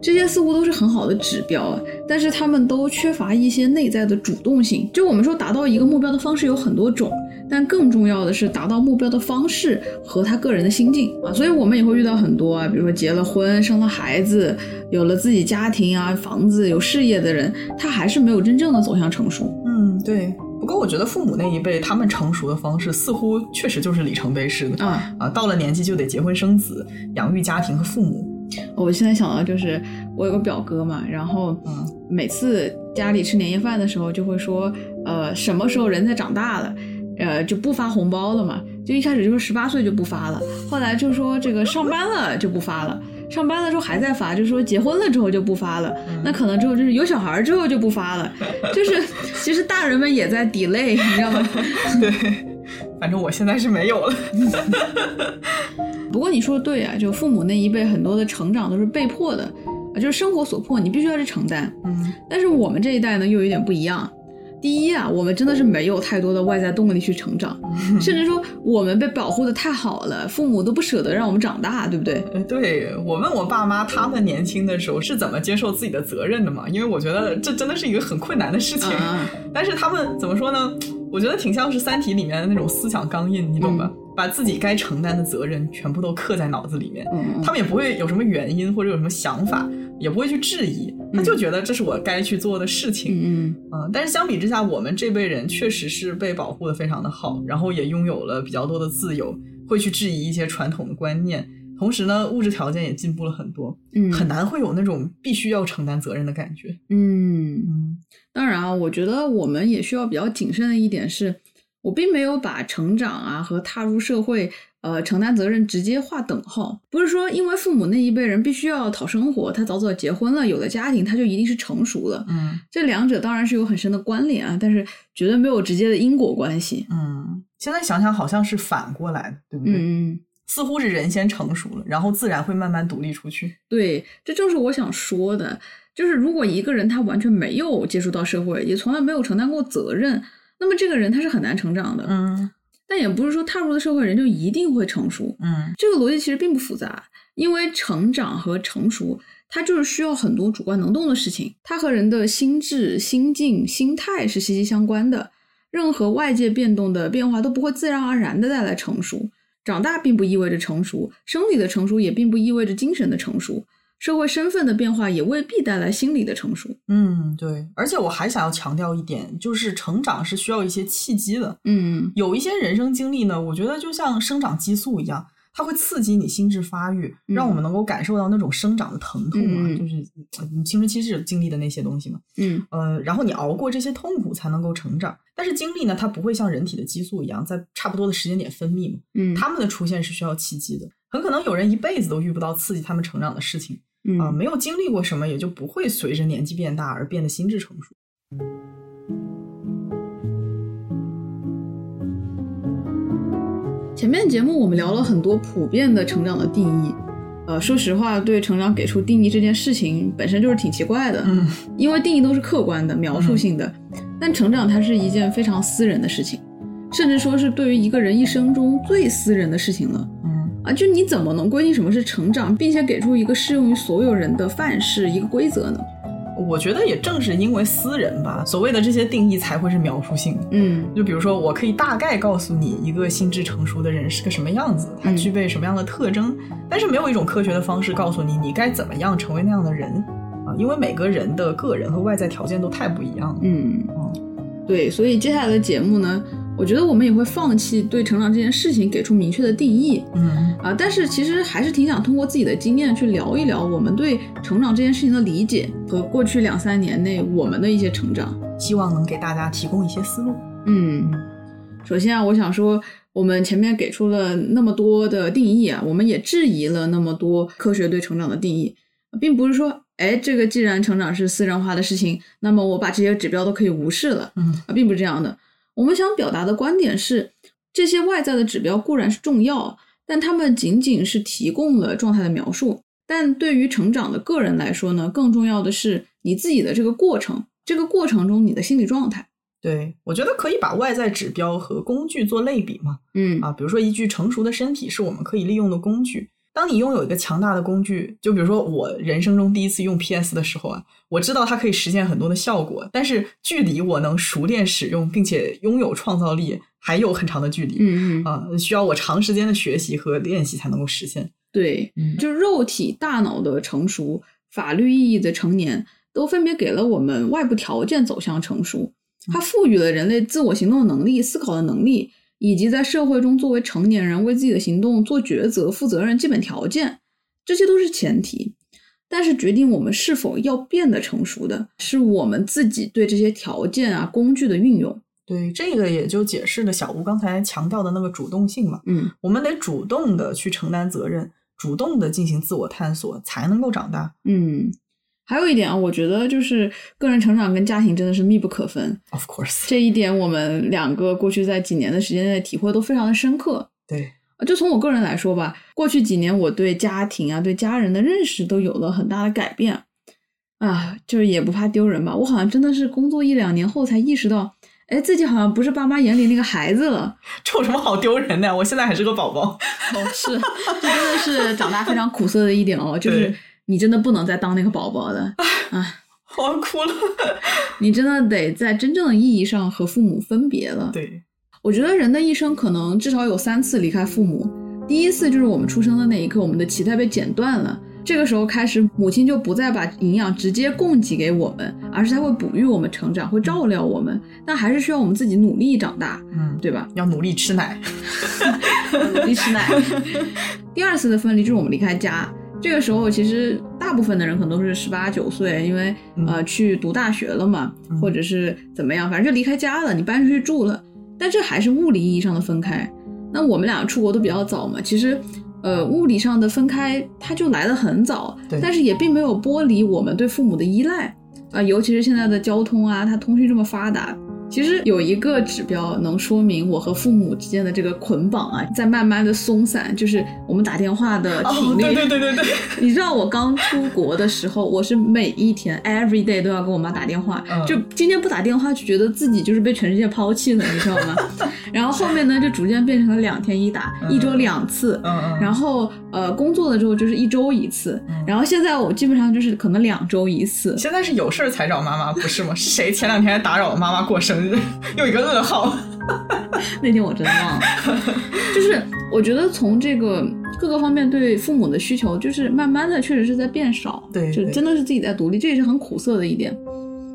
C: 这些似乎都是很好的指标啊，但是他们都缺乏一些内在的主动性。就我们说，达到一个目标的方式有很多种，但更重要的是达到目标的方式和他个人的心境啊。所以我们也会遇到很多啊，比如说结了婚、生了孩子、有了自己家庭啊、房子、有事业的人，他还是没有真正的走向成熟。
B: 嗯，对。不过我觉得父母那一辈他们成熟的方式，似乎确实就是里程碑式的
C: 啊，
B: 啊，到了年纪就得结婚生子，养育家庭和父母。
C: 我现在想到就是我有个表哥嘛，然后
B: 嗯
C: 每次家里吃年夜饭的时候就会说，呃，什么时候人才长大了，呃，就不发红包了嘛。就一开始就说十八岁就不发了，后来就说这个上班了就不发了，上班了之后还在发，就说结婚了之后就不发了，那可能之后就是有小孩儿之后就不发了，就是 其实大人们也在 delay，你知道吗？
B: 对，反正我现在是没有了。
C: 不过你说的对啊，就父母那一辈很多的成长都是被迫的，啊，就是生活所迫，你必须要去承担。
B: 嗯
C: 但是我们这一代呢，又有点不一样。第一啊，我们真的是没有太多的外在动力去成长，
B: 嗯
C: 甚至说我们被保护的太好了，父母都不舍得让我们长大，对不对？
B: 呃， 对我问我爸妈，他们年轻的时候是怎么接受自己的责任的嘛？因为我觉得这真的是一个很困难的事情。
C: 啊，
B: 但是他们怎么说呢？我觉得挺像是《三体》里面的那种思想钢印，你懂吧？把自己该承担的责任全部都刻在脑子里面，
C: 嗯嗯
B: 他们也不会有什么原因或者有什么想法，也不会去质疑，他就觉得这是我该去做的事情。
C: 嗯
B: 嗯，但是相比之下，我们这辈人确实是被保护的非常的好，然后也拥有了比较多的自由，会去质疑一些传统的观念。同时呢，物质条件也进步了很多，
C: 嗯，
B: 很难会有那种必须要承担责任的感觉。
C: 嗯。
B: 嗯
C: 当然啊，我觉得我们也需要比较谨慎的一点是，我并没有把成长啊和踏入社会。呃，承担责任直接划等号，不是说因为父母那一辈人必须要讨生活，他早早结婚了，有了家庭，他就一定是成熟了。
B: 嗯
C: 这两者当然是有很深的关联啊，但是绝对没有直接的因果关系。
B: 嗯，现在想想好像是反过来的，对不对？
C: 嗯嗯，
B: 似乎是人先成熟了，然后自然会慢慢独立出去。
C: 对，这正是我想说的，就是如果一个人他完全没有接触到社会，也从来没有承担过责任，那么这个人他是很难成长的。
B: 嗯
C: 但也不是说踏入了社会人就一定会成熟，
B: 嗯
C: 这个逻辑其实并不复杂，因为成长和成熟，它就是需要很多主观能动的事情，它和人的心智、心境、心态是息息相关的。任何外界变动的变化都不会自然而然的带来成熟，长大并不意味着成熟，生理的成熟也并不意味着精神的成熟，社会身份的变化也未必带来心理的成熟。
B: 嗯，对。而且我还想要强调一点，就是成长是需要一些契机的。
C: 嗯
B: 有一些人生经历呢，我觉得就像生长激素一样，它会刺激你心智发育，
C: 嗯
B: 让我们能够感受到那种生长的疼痛啊，
C: 嗯嗯
B: 就是呃你青春期是经历的那些东西嘛。
C: 嗯
B: 呃，然后你熬过这些痛苦才能够成长。但是经历呢，它不会像人体的激素一样，在差不多的时间点分泌嘛。
C: 嗯，
B: 他们的出现是需要契机的，很可能有人一辈子都遇不到刺激他们成长的事情
C: 嗯
B: 啊、没有经历过什么，也就不会随着年纪变大而变得心智成熟。
C: 前面节目我们聊了很多普遍的成长的定义，呃，说实话，对成长给出定义这件事情本身就是挺奇怪的，
B: 嗯
C: 因为定义都是客观的、描述性的，但成长它是一件非常私人的事情，甚至说是对于一个人一生中最私人的事情了。
B: 嗯
C: 啊，就你怎么能规定什么是成长，并且给出一个适用于所有人的范式、一个规则呢？
B: 我觉得也正是因为私人吧，所谓的这些定义才会是描述性的。
C: 嗯
B: 就比如说，我可以大概告诉你一个心智成熟的人是个什么样子，他
C: 嗯
B: 具备什么样的特征，但是没有一种科学的方式告诉你你该怎么样成为那样的人啊，因为每个人的个人和外在条件都太不一样了。
C: 嗯
B: 哦，
C: 对，所以接下来的节目呢，我觉得我们也会放弃对成长这件事情给出明确的定义，
B: 嗯
C: 啊，但是其实还是挺想通过自己的经验去聊一聊我们对成长这件事情的理解和过去两三年内我们的一些成长。
B: 希望能给大家提供一些思路。
C: 嗯，首先啊，我想说，我们前面给出了那么多的定义啊，我们也质疑了那么多科学对成长的定义，并不是说，哎，这个既然成长是私人化的事情，那么我把这些指标都可以无视了。
B: 嗯
C: 啊，并不是这样的。我们想表达的观点是，这些外在的指标固然是重要，但它们仅仅是提供了状态的描述。但对于成长的个人来说呢，更重要的是你自己的这个过程，这个过程中你的心理状态。
B: 对，我觉得可以把外在指标和工具做类比嘛，
C: 嗯
B: 啊，比如说一具成熟的身体是我们可以利用的工具。当你拥有一个强大的工具，就比如说我人生中第一次用 PS 的时候啊，我知道它可以实现很多的效果，但是距离我能熟练使用并且拥有创造力还有很长的距离、
C: 嗯嗯，
B: 啊，需要我长时间的学习和练习才能够实现。
C: 对，
B: 嗯
C: 就肉体、大脑的成熟、法律意义的成年，都分别给了我们外部条件走向成熟。它赋予了人类自我行动的能力、思考的能力，以及在社会中作为成年人为自己的行动做抉择、负责任基本条件，这些都是前提。但是，决定我们是否要变得成熟的，是我们自己对这些条件啊、工具的运用。
B: 对，这个也就解释了小吴刚才强调的那个主动性嘛，
C: 嗯
B: 我们得主动的去承担责任，主动的进行自我探索，才能够长大。
C: 嗯，还有一点啊，我觉得就是个人成长跟家庭真的是密不可分。
B: Of course，
C: 这一点我们两个过去在几年的时间内体会都非常的深刻。
B: 对，
C: 呃就从我个人来说吧，过去几年我对家庭啊、对家人的认识都有了很大的改变啊，就是也不怕丢人吧。我好像真的是工作一两年后才意识到，哎，自己好像不是爸妈眼里那个孩子了。
B: 这有什么好丢人 的？我现在还是个宝宝。
C: 哦， 是，这真的是长大非常苦涩的一点哦，就是
B: 对
C: 你真的不能再当那个宝宝 了，
B: 我要哭了。
C: 你真的得在真正的意义上和父母分别了。
B: 对，
C: 我觉得人的一生可能至少有三次离开父母。第一次就是我们出生的那一刻，我们的脐带被剪断了。这个时候开始，母亲就不再把营养直接供给给我们，而是她会哺育我们成长，会照料我们，但还是需要我们自己努力长大，
B: 嗯，
C: 对吧？
B: 要努力吃奶。
C: 努力吃奶。第二次的分离就是我们离开家，这个时候其实大部分的人可能都是十八九岁，因为、
B: 嗯
C: 呃去读大学了嘛，
B: 嗯
C: 或者是怎么样，反正就离开家了，你搬出去住了，但这还是物理意义上的分开。那我们俩出国都比较早嘛，其实。呃，物理上的分开，它就来得很早
B: 对，
C: 但是也并没有剥离我们对父母的依赖啊、尤其是现在的交通啊，它通讯这么发达，其实有一个指标能说明我和父母之间的这个捆绑啊，在慢慢的松散，就是我们打电话的频率。
B: 哦对对对对对。
C: 你知道我刚出国的时候，我是每一天 every day 都要跟我妈打电话，
B: 嗯
C: 就今天不打电话就觉得自己就是被全世界抛弃了，你知道吗？ 然后后面呢，就逐渐变成了两天一打，
B: 嗯
C: 一周两次。
B: 嗯 嗯。
C: 然后，呃，工作了之后就是一周一次，然后现在我基本上就是可能两周一次
B: 你，现在是有事儿 才找妈妈，不是吗？是谁前两天还打扰我妈妈过生日，又一个噩耗。
C: 那天我真忘了。就是我觉得从这个各个方面对父母的需求，就是慢慢的确实是在变少，
B: 对
C: 就
B: 对
C: 真的是自己在独立，这也是很苦涩的一点。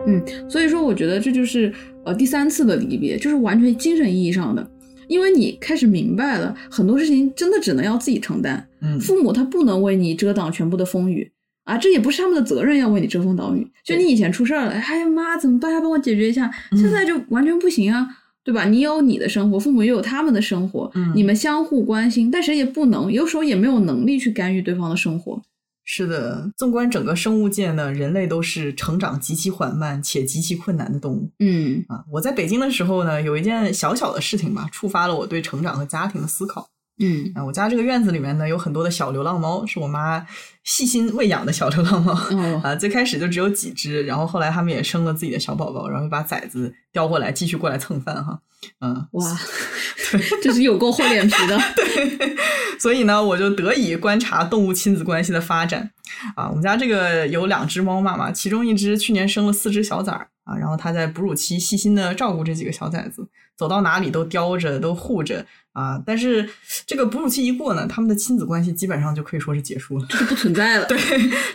C: 嗯，所以说我觉得这就是呃第三次的离别，就是完全精神意义上的，因为你开始明白了很多事情真的只能要自己承担，
B: 嗯，
C: 父母他不能为你遮挡全部的风雨啊，这也不是他们的责任要为你遮风挡雨。就你以前出事儿了，哎呀妈，怎么办？还帮我解决一下。
B: 嗯
C: 现在就完全不行啊，对吧？你有你的生活，父母也有他们的生活，
B: 嗯
C: 你们相互关心，但谁也不能，有时候也没有能力去干预对方的生活。
B: 是的。纵观整个生物界呢，人类都是成长极其缓慢且极其困难的动物
C: 嗯
B: 啊。我在北京的时候呢，有一件小小的事情吧，触发了我对成长和家庭的思考。
C: 嗯
B: 啊，我家这个院子里面呢，有很多的小流浪猫，是我妈细心喂养的小流浪猫。
C: 哦
B: 啊，最开始就只有几只，然后后来它们也生了自己的小宝宝，然后就把崽子叼过来继续过来蹭饭哈，嗯，
C: 哇，这是有够厚脸皮的。
B: 所以呢，我就得以观察动物亲子关系的发展啊。我们家这个有两只猫妈妈，其中一只去年生了四只小崽儿啊，然后它在哺乳期细心的照顾这几个小崽子，走到哪里都叼着，都护着啊。但是这个哺乳期一过呢，它们的亲子关系基本上就可以说是结束了，
C: 就不存在了。对，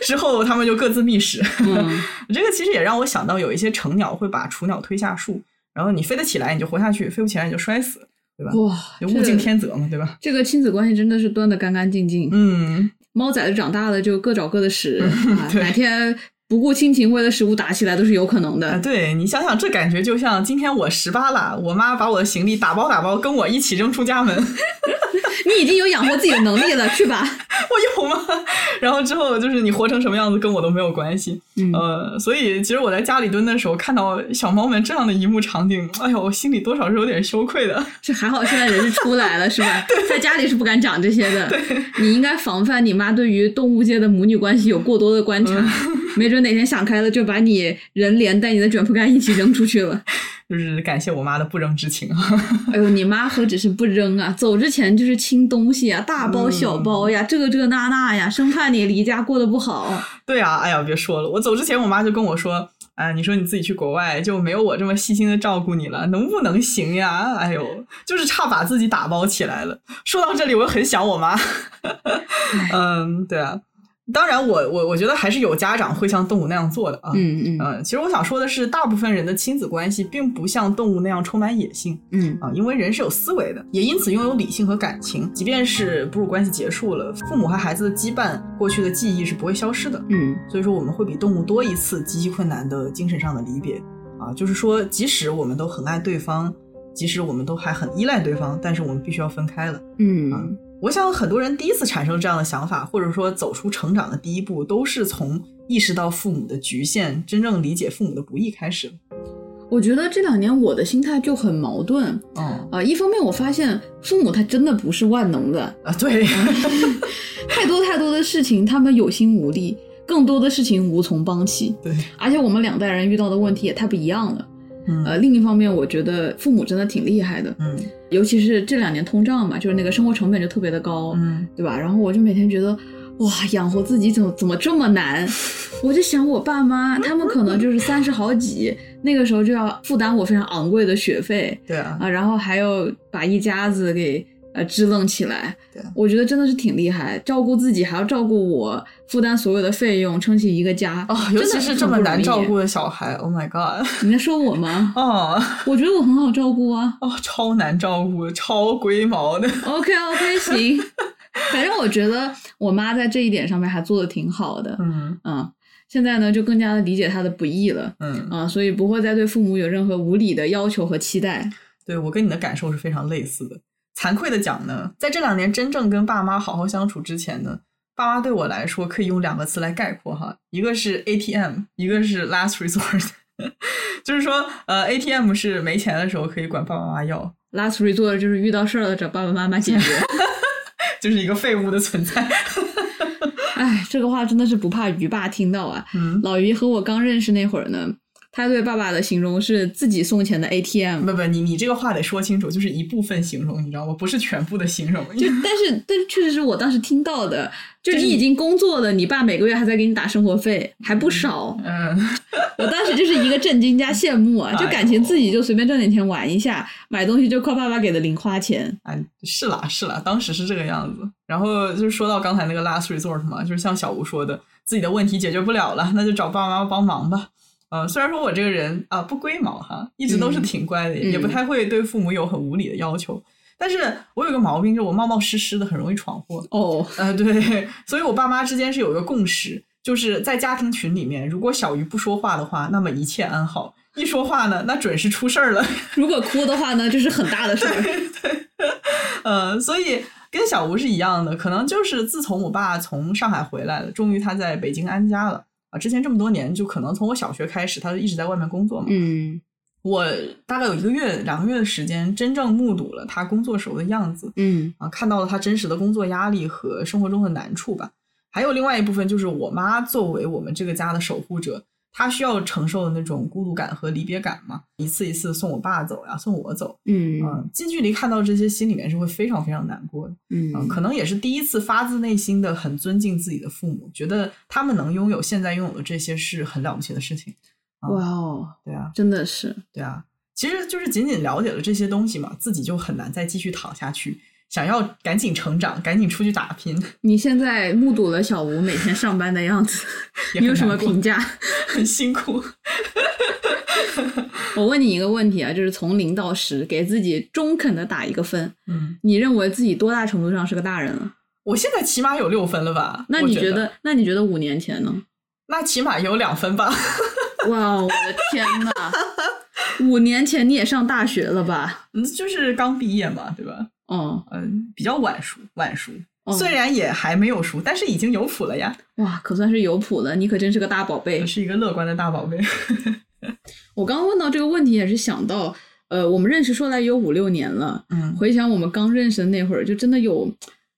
B: 之后它们就各自觅食。
C: 嗯，
B: 这个其实也让我想到，有一些成鸟会把雏鸟推下树，然后你飞得起来你就活下去，飞不起来你就摔死，对吧？
C: 哇，
B: 就物竞
C: 这
B: 天择嘛，对吧？
C: 这个亲子关系真的是端的干干净净。
B: 嗯，
C: 猫崽子长大了就各找各 的食，啊、
B: 对
C: 哪天不顾亲情为了食物打起来都是有可能的。
B: 啊，对你想想，这感觉就像今天我十八了，我妈把我的行李打包打包，跟我一起扔出家门， 我
C: 你已经有养活自己的能力了，去吧。
B: 有吗？ 然后之后就是你活成什么样子，跟我都没有关系。
C: 嗯
B: 呃，所以其实我在家里蹲的时候，看到小猫们这样的一幕场景，哎呦，我心里多少是有点羞愧的。
C: 这还好，现在人是出来了，是吧？在家里是不敢长这些的。你应该防范你妈对于动物界的母女关系有过多的观
B: 嗯
C: 察，没准哪天想开了就把你人连带你的卷铺盖一起扔出去 了。
B: 就是感谢我妈的不扔之情啊。
C: 哎呦，你妈何止是不扔啊，走之前就是清东西啊，大包小包呀，这个这个那那呀，生怕你离家过得不好。
B: 对嗯啊，哎呀，别说了，我走之前我妈就跟我说，哎，你说你自己去国外就没有我这么细心的照顾你了，能不能行呀？哎呦，就是差把自己打包起来了。说到这里，我又很想我妈。 嗯，对啊，当然我我我觉得还是有家长会像动物那样做的啊。
C: 嗯嗯
B: 嗯，其实我想说的是，大部分人的亲子关系并不像动物那样充满野性，
C: 嗯
B: 啊，因为人是有思维的，也因此拥有理性和感情。即便是哺乳关系结束了，父母和孩子的羁绊、过去的记忆是不会消失的。
C: 嗯
B: 所以说，我们会比动物多一次极其困难的精神上的离别啊，就是说，即使我们都很爱对方，即使我们都还很依赖对方，但是我们必须要分开了。
C: 嗯
B: 我想很多人第一次产生这样的想法，或者说走出成长的第一步，都是从意识到父母的局限，真正理解父母的不易开始。
C: 我觉得这两年我的心态就很矛盾
B: 哦、
C: 啊、一方面我发现父母他真的不是万能的，
B: 啊， 对，
C: 太多太多的事情他们有心无力，更多的事情无从帮起，
B: 对，
C: 而且我们两代人遇到的问题也太不一样了。
B: 嗯
C: 呃，另一方面，我觉得父母真的挺厉害的，
B: 嗯
C: 尤其是这两年通胀嘛，就是那个生活成本就特别的高，
B: 嗯
C: 对吧？然后我就每天觉得，哇，养活自己怎么怎么这么难？ 我就想我爸妈，他们可能就是三十好几，那个时候就要负担我非常昂贵的学费
B: 对啊，
C: 啊，然后还要把一家子给呃支棱起来
B: 对。啊
C: 我觉得真的是挺厉害，照顾自己还要照顾我，负担所有的费用，撑起一个家。
B: 哦，尤其是这么难照顾的小孩，Oh my god！
C: 你在说我吗？
B: 哦
C: 我觉得我很好照顾啊。
B: 哦，超难照顾，超龟毛的。
C: OK OK，行。 反正我觉得我妈在这一点上面还做的挺好的，
B: 嗯
C: 嗯，现在呢就更加的理解她的不易了，
B: 嗯，
C: 啊，所以不会再对父母有任何无理的要求和期待。
B: 对我跟你的感受是非常类似的。惭愧的讲呢，在这两年真正跟爸妈好好相处之前呢，爸妈对我来说可以用两个词来概括哈，一个是 ATM，一个是 last resort。就是说，呃，ATM 是没钱的时候可以管爸爸妈妈要，
C: Last resort 就是遇到事儿了找爸爸妈妈解决。
B: 就是一个废物的存在。
C: 哎，这个话真的是不怕于爸听到啊。
B: 嗯
C: 老于和我刚认识那会儿呢，他对爸爸的形容是自己送钱的 ATM，
B: 不不，你你这个话得说清楚，就是一部分形容，你知道吗？不是全部的形容。
C: 就但是但是确实是我当时听到的，就你已经工作了，你爸每个月还在给你打生活费，还不少。
B: 嗯，
C: 我当时就是一个震惊加羡慕啊，
B: 哎呦
C: 就感情自己就随便挣点钱玩一下，买东西就靠爸爸给的零花钱。
B: 哎，是啦是啦，当时是这个样子。然后就是说到刚才那个 last resort 嘛，就是像小吴说的，自己的问题解决不了了，那就找爸爸妈妈帮忙吧。呃，虽然说我这个人啊不龟毛哈，一直都是
C: 嗯
B: 挺乖的，
C: 嗯
B: 也不太会对父母有很无理的要求。但是我有个毛病，就是我冒冒失失的，很容易闯祸。
C: 哦，
B: 呃，对， 所以我爸妈之间是有一个共识，就是在家庭群里面，如果小鱼不说话的话，那么一切安好；一说话呢，那准是出事儿了。
C: 如果哭的话呢，就是很大的 事儿。
B: 呃，所以跟小吴是一样的，可能就是自从我爸从上海回来了，终于他在北京安家了啊。之前这么多年，就可能从我小学开始，他就一直在外面工作嘛。
C: 嗯
B: 我大概有一个月、两个月的时间，真正目睹了他工作时候的样子。
C: 嗯
B: 啊，看到了他真实的工作压力和生活中的难处吧。还有另外一部分就是我妈作为我们这个家的守护者，她需要承受的那种孤独感和离别感嘛，一次一次送我爸走呀，送我走，
C: 嗯
B: 嗯、近距离看到这些，心里面是会非常非常难过的。嗯、
C: 嗯
B: 可能也是第一次发自内心的很尊敬自己的父母，觉得他们能拥有现在拥有的这些是很了不起的事情。
C: 哇哦，
B: 对啊，
C: 真的是
B: 对啊，其实就是仅仅了解了这些东西嘛，自己就很难再继续躺下去，想要赶紧成长，赶紧出去打拼，
C: 你现在目睹了小吴每天上班的样子，
B: 也很
C: 你有什么
B: 难过
C: 评价？
B: 很辛苦。
C: 我问你一个问题啊，就是从零到十，给自己中肯的打一个分，
B: 嗯，
C: 你认为自己多大程度上是个大人了？
B: 我现在起码有六分了吧？
C: 那
B: 我
C: 你
B: 觉
C: 觉？得？那你觉得五年前呢？
B: 那起码有两分吧？
C: 哇哦，我的天呐！五年前你也上大学了吧？
B: 嗯，就是刚毕业嘛，对吧？
C: 哦，
B: 嗯，比较晚熟，晚熟。
C: 哦
B: 虽然也还没有熟，但是已经有谱了呀，
C: 哇，可算是有谱了，你可真是个大宝贝
B: 也。是一个乐观的大宝贝。
C: 我刚刚问到这个问题，也是想到，呃，我们认识说来也有五六年了，
B: 嗯，
C: 回想我们刚认识的那会儿，就真的有，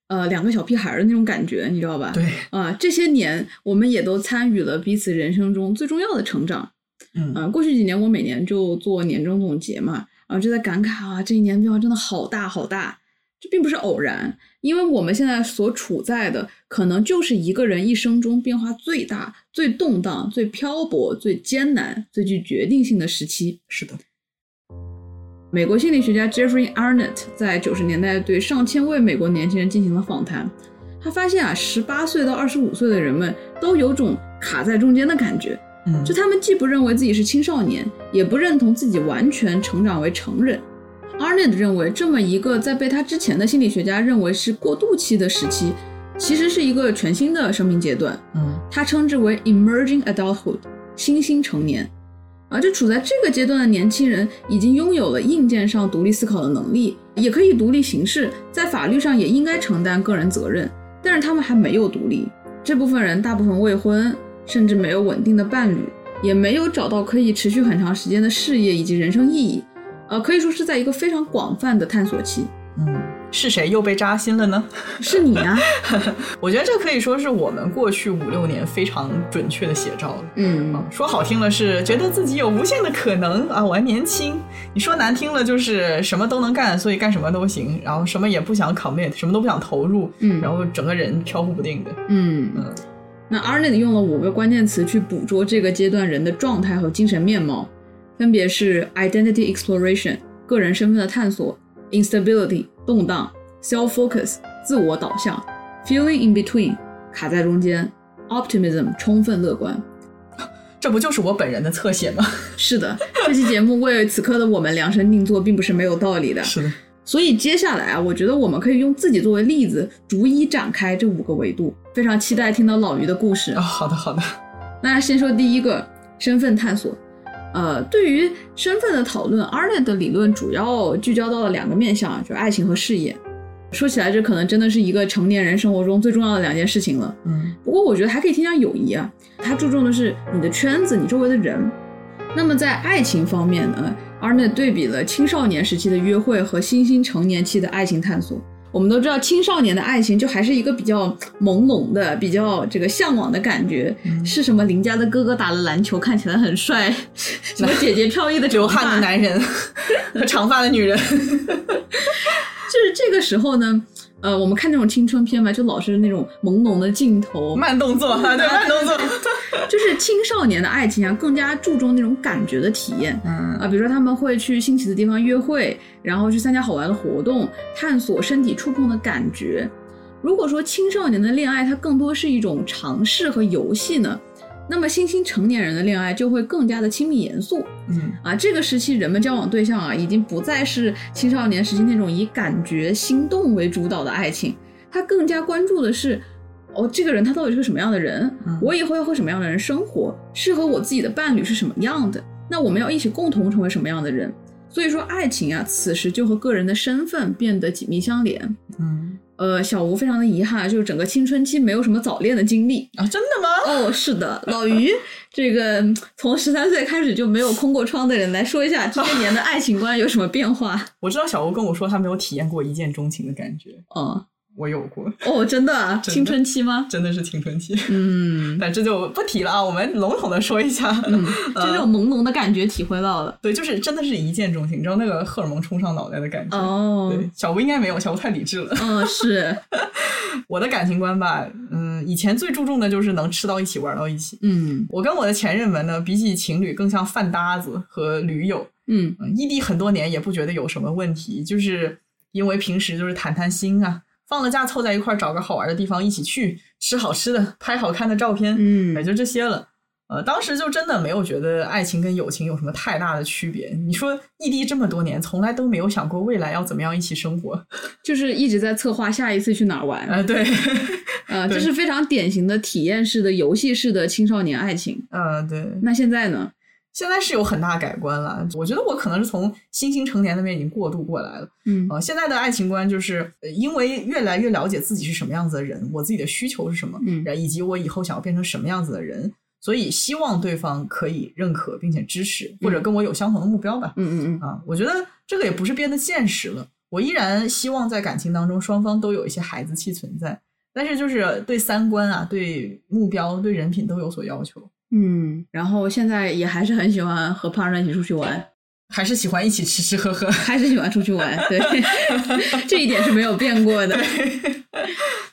C: 呃，两个小屁孩儿的那种感觉，你知道吧？
B: 对，
C: 啊，这些年我们也都参与了彼此人生中最重要的成长。
B: 嗯，
C: 嗯，过去几年我每年就做年终总结嘛，然后就在感慨啊，这一年变化真的好大好大。这并不是偶然，因为我们现在所处在的，可能就是一个人一生中变化最大、最动荡、最漂泊、最艰难、最具决定性的时期。
B: 是的，
C: 美国心理学家 Jeffrey Arnett 在九十年代对上千位美国年轻人进行了访谈，他发现啊，十八岁到二十五岁的人们都有种卡在中间的感觉，
B: 嗯，
C: 就他们既不认为自己是青少年，也不认同自己完全成长为成人。Arnett 认为，这么一个在被他之前的心理学家认为是过渡期的时期，其实是一个全新的生命阶段。
B: 嗯
C: 他称之为 emerging adulthood，新兴成年。啊，就处在这个阶段的年轻人，已经拥有了硬件上独立思考的能力，也可以独立行事，在法律上也应该承担个人责任，但是他们还没有独立。这部分人大部分未婚，甚至没有稳定的伴侣，也没有找到可以持续很长时间的事业以及人生意义。呃，可以说是在一个非常广泛的探索期。
B: 嗯，是谁又被扎心了呢？
C: 是你啊，
B: 我觉得这可以说是我们过去五六年非常准确的写照了。
C: 嗯
B: 啊，说好听了是觉得自己有无限的可能啊，我还年轻；你说难听了就是什么都能干，所以干什么都行，然后什么也不想 commit，什么都不想投入，
C: 嗯
B: 然后整个人飘忽不定的。
C: 嗯
B: 嗯
C: 那 Arnett 用了五个关键词去捕捉这个阶段人的状态和精神面貌，分别是 identity exploration 个人身份的探索，instability 动荡，self focus 自我导向，feeling in between 卡在中间，optimism 充分乐观。
B: 这不就是我本人的侧写吗？
C: 是的，这期节目为此刻的我们量身定做，并不是没有道理的。
B: 的，
C: 所以接下来啊，我觉得我们可以用自己作为例子，逐一展开这五个维度。非常期待听到老于的故事
B: 啊、。好的好的，
C: 那先说第一个身份探索，呃，对于身份的讨论，Arnett 的理论主要聚焦到了两个面向啊，就是爱情和事业。说起来，这可能真的是一个成年人生活中最重要的两件事情了。
B: 嗯
C: 不过我觉得还可以添加友谊啊，它注重的是你的圈子，你周围的人。那么在爱情方面呢，Arnett 对比了青少年时期的约会和新兴成年期的爱情探索，我们都知道青少年的爱情就还是一个比较朦胧的、比较这个向往的感觉，
B: 嗯
C: 是什么邻家的哥哥打了篮球看起来 很帅，什么姐姐飘逸的
B: 流汗的男
C: 男。
B: 人和 长发的女人，
C: 就是这个时候呢，呃，我们看那种青春片嘛，就老是那种朦胧的镜头，
B: 慢动作 啊，对，慢动作。
C: 就是青少年的爱情啊，更加注重那种感觉的体验。
B: 嗯
C: 啊，比如说他们会去新奇的地方约会，然后去参加好玩的活动，探索身体触碰的感觉。如果说青少年的恋爱它更多是一种尝试和游戏呢，那么新兴成年人的恋爱就会更加的亲密严肃
B: 嗯，
C: 啊。这个时期人们交往对象啊，已经不再是青少年时期那种以感觉心动为主导的爱情，他更加关注的是。哦，这个人他到底是个什么样的人？
B: 嗯
C: 我以后要和什么样的人生活？适合我自己的伴侣是什么样的？那我们要一起共同成为什么样的人？所以说，爱情啊，此时就和个人的身份变得紧密相连。
B: 嗯
C: 呃，小吴非常的遗憾，就是整个青春期没有什么早恋的经历。
B: 啊，真的吗？
C: 哦，是的，老于这个嗯从十三岁开始就没有空过窗的人来说一下这些年的爱情观有什么变化？
B: 我知道小吴跟我说他没有体验过一见钟情的感觉，
C: 哦
B: 我有过，
C: 哦，真的啊，
B: 真的
C: 青春期吗？
B: 真的是青春期。
C: 嗯
B: 但这就不提了啊，我们笼统的说一下。 呃
C: 嗯，就这种朦胧的感觉体会到了。
B: 对，就是真的是一见钟情，你知道那个荷尔蒙冲上脑袋的感觉。
C: 哦，
B: 对，小吴应该没有，小吴太理智了。
C: 嗯，是，
B: 我的感情观吧，嗯，以前最注重的就是能吃到一起，玩到一起。
C: 嗯
B: 我跟我的前任们呢，比起情侣更像饭搭子和驴友。
C: 嗯
B: 嗯异地很多年也不觉得有什么问题，就是因为平时就是谈谈心啊，放了假凑在一块儿找个好玩的地方一起去吃好吃的，拍好看的照片，也
C: 嗯
B: 就这些了。呃，当时就真的没有觉得爱情跟友情有什么太大的区别。你说异地这么多年，从来都没有想过未来要怎么样一起生活。
C: 就是一直在策划下一次去哪儿玩。
B: 呃，对，
C: 呃，这
B: 对
C: 是非常典型的体验式的游戏式的青少年爱情。
B: 呃，对，
C: 那现在呢？
B: 现在是有很大改观了。我觉得我可能是从新兴成年那边已经过渡过来了。
C: 嗯
B: 呃，现在的爱情观就是，呃因为越来越了解自己是什么样子的人，我自己的需求是什么，
C: 嗯
B: 然以及我以后想要变成什么样子的人，所以希望对方可以认可并且支持，或者跟我有相同的目标吧。
C: 嗯嗯
B: 啊，我觉得这个也不是变得现实了，我依然希望在感情当中双方都有一些孩子气存在，但是就是对三观啊、对目标、对人品都有所要求，
C: 嗯，然后现在也还是很喜欢和胖人一起出去玩，
B: 还是喜欢一起吃吃喝 喝。
C: 还是喜欢出去玩，对， 这一点是没有变过的。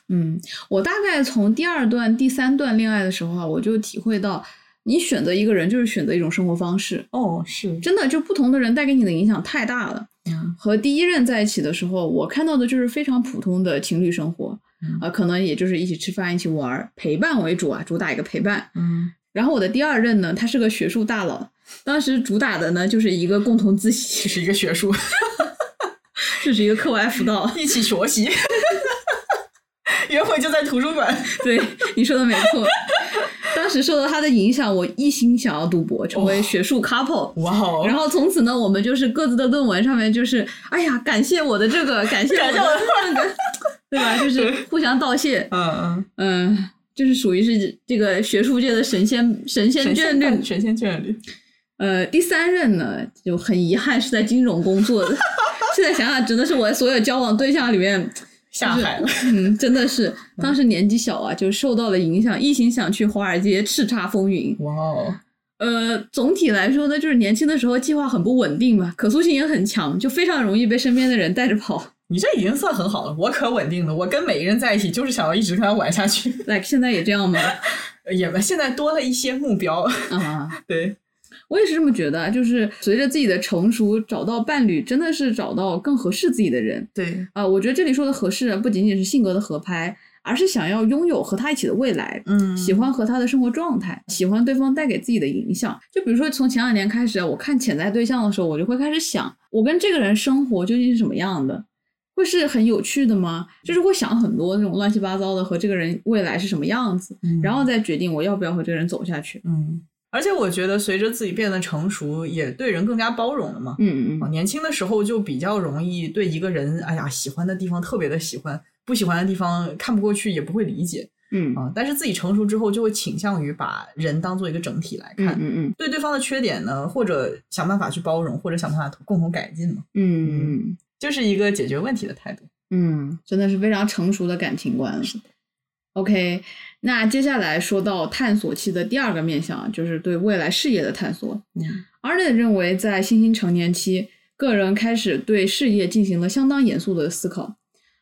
C: 嗯，我大概从第二段、第三段恋爱的时候啊，我就体会到，你选择一个人就是选择一种生活方式，
B: 哦，是，
C: 真的就不同的人带给你的影响太大了。
B: 嗯
C: 和第一任在一起的时候，我看到的就是非常普通的情侣生活，
B: 嗯
C: 啊、可能也就是一起吃饭、一起玩儿，陪伴为主啊，主打一个陪伴。
B: 嗯，
C: 然后我的第二任呢，他是个学术大佬，当时主打的呢就是一个共同自 习，
B: 是一个学术，
C: 就是一个课外辅导。
B: 一起学习。约会就在图书馆，
C: 对，你说的没错。当时受到他的影响，我一心想要读博，成为学术 couple。
B: 哇哦
C: 然后从此呢，我们就是各自的论文上面就是，哎呀，感谢我的这个，感谢我
B: 感谢
C: 的那个， 对吧？就是互相道谢，
B: 嗯嗯，
C: 嗯，就是属于是这个学术界的神仙神仙眷侣。
B: 神仙眷侣，
C: 呃，第三任呢，就很遗憾是在金融工作的。 现在想想，真的是我所有交往对象里 面，
B: 下海了，
C: 嗯，真的是当时年纪小啊，就受到了影响，一心想去华尔街叱咤风云。
B: 哇哦，
C: 呃，总体来说呢，就是年轻的时候计划很不稳定嘛，可塑性也很强，就非常容易被身边的人带着跑。
B: 你这已经算很好了，我可稳定了，我跟每个人在一起就是想要一直跟他玩下去，
C: like 现在也这样吗？
B: 也现在多了一些目标，
C: 啊，
B: 对，
C: 我也是这么觉得，啊就是随着自己的成熟，找到伴侣真的是找到更合适自己的人
B: 对，
C: 啊、我觉得这里说的合适啊，不仅仅是性格的合拍，而是想要拥有和他一起的未来。
B: 嗯
C: 喜欢和他的生活状态，喜欢对方带给自己的影响。就比如说，从前两年开始，啊我看潜在对象的时候，我就会开始想，我跟这个人生活究竟是什么样的？会是很有趣的吗？就是会想很多那种乱七八糟的，和这个人未来是什么样子，
B: 嗯
C: 然后再决定我要不要和这个人走下去。
B: 嗯，而且我觉得随着自己变得成熟，也对人更加包容了嘛，
C: 嗯嗯
B: 啊，
C: 嗯，
B: 年轻的时候就比较容易对一个人，哎呀，喜欢的地方特别的喜欢，不喜欢的地方看不过去，也不会理解
C: 嗯
B: 啊。但是自己成熟之后，就会倾向于把人当做一个整体来看，
C: 嗯嗯
B: 对对方的缺点呢，或者想办法去包容，或者想办法共同改进嘛，
C: 嗯嗯，
B: 就是一个解决问题的态度。
C: 嗯，真的是非常成熟的感情观了。OK，那接下来说到探索期的第二个面向，啊就是对未来事业的探索。而且认为，在新兴成年期，个人开始对事业进行了相当严肃的思考。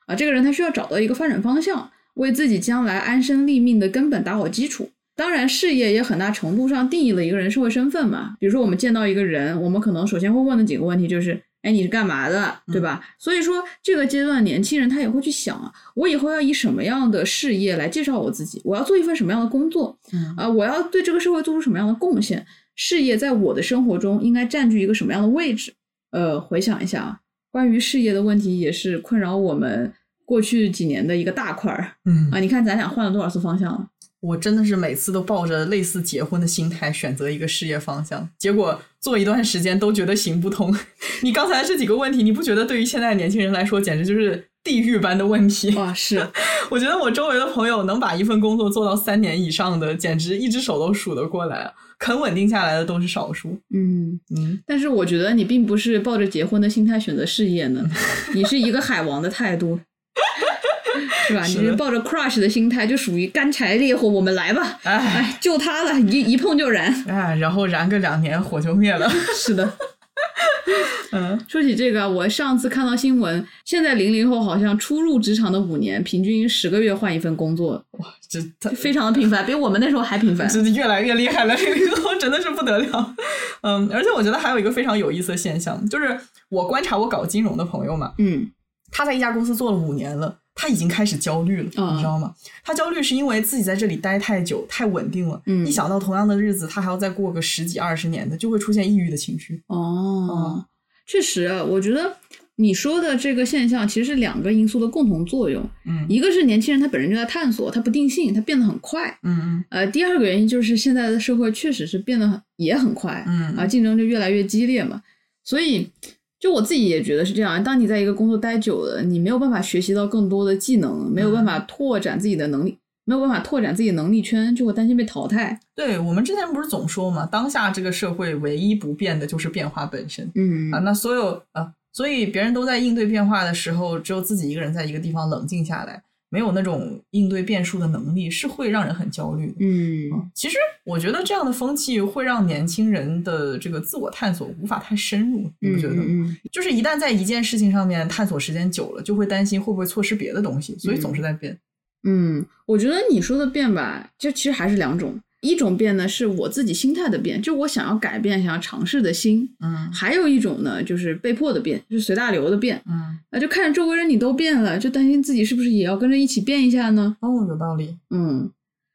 C: 啊，这个人他需要找到一个发展方向，为自己将来安身立命的根本打好基础。当然，事业也很大程度上定义了一个人社会身份嘛。比如说，我们见到一个人，我们可能首先会问的几个问题就是：哎，你是干嘛的，对吧？所以说，这个阶段年轻人他也会去想啊，我以后要以什么样的事业来介绍我自己？我要做一份什么样的工作？
B: 嗯
C: 啊，我要对这个社会做出什么样的贡献？事业在我的生活中应该占据一个什么样的位置？呃，回想一下啊，关于事业的问题也是困扰我们过去几年的一个大块儿
B: 嗯
C: 啊。你看咱俩换了多少次方向了？
B: 我真的是每次都抱着类似结婚的心态选择一个事业方向，结果做一段时间都觉得行不通。 你刚才这几个问题，你不觉得对于现在的年轻人来说，简直就是地狱般的问题？
C: 哇，是
B: 我觉得我周围的朋友能把一份工作做到三年以上的，简直一只手都数得过来啊！肯稳定下来的都是少数。
C: 嗯，
B: 嗯，
C: 但是我觉得你并不是抱着结婚的心态选择事业呢，你是一个海王的态度，是吧？
B: 是
C: 你是
B: 的
C: 抱着 crush 的心态，就属于干柴烈火，我们来吧，
B: 哎
C: 哎，就他了，一一碰就燃。
B: 哎，然后燃个两年，火就灭了。
C: 是的。
B: 嗯，
C: 说起这个，啊我上次看到新闻，现在零零后好像初入职场的五年，平均十个月换一份工作，
B: 这他
C: 非常的频繁，比我们那时候还频繁。
B: 真的越来越厉害了， 零零后真的是不得了。嗯，而且我觉得还有一个非常有意思的现象，就是我观察我搞金融的朋友嘛，
C: 嗯
B: 他在一家公司做了五年了。他已经开始焦虑了，
C: 嗯
B: 你知道吗？他焦虑是因为自己在这里待太久、太稳定了。
C: 嗯
B: 一想到同样的日子，他还要再过个十几二十年的，就会出现抑郁的情绪。嗯
C: 哦，确实，我觉得你说的这个现象其实是两个因素的共同作用，
B: 嗯
C: 一个是年轻人他本身就在探索，他不定性，他变得很快。
B: 嗯
C: 呃，第二个原因就是现在的社会确实是变得很也很快，
B: 嗯
C: 啊，竞争就越来越激烈嘛。所以，就我自己也觉得是这样。当你在一个工作待久了，你没有办法学习到更多的技能，没有办法拓展自己的能力，没有办法拓展自己的能力圈，就会担心被淘汰。
B: 对我们之前不是总说嘛，当下这个社会唯一不变的就是变化本身
C: 嗯
B: 啊。那所有啊，所以别人都在应对变化的时候，只有自己一个人在一个地方冷静下来，没有那种应对变数的能力，是会让人很焦虑的。
C: 嗯
B: 啊其实我觉得这样的风气会让年轻人的这个自我探索无法太深入，你不觉得吗？
C: 嗯嗯
B: 就是一旦在一件事情上面探索时间久了，就会担心会不会错失别的东西，所以总是在变。
C: 嗯，我觉得你说的变吧，就其实还是两种。一种变呢是我自己心态的变，就我想要改变、想要尝试的心；
B: 嗯
C: 还有一种呢就是被迫的变，就是随大流的变。
B: 嗯，
C: 啊，就看着周围人你都变了，就担心自己是不是也要跟着一起变一下呢？
B: 哦，有道理。
C: 嗯，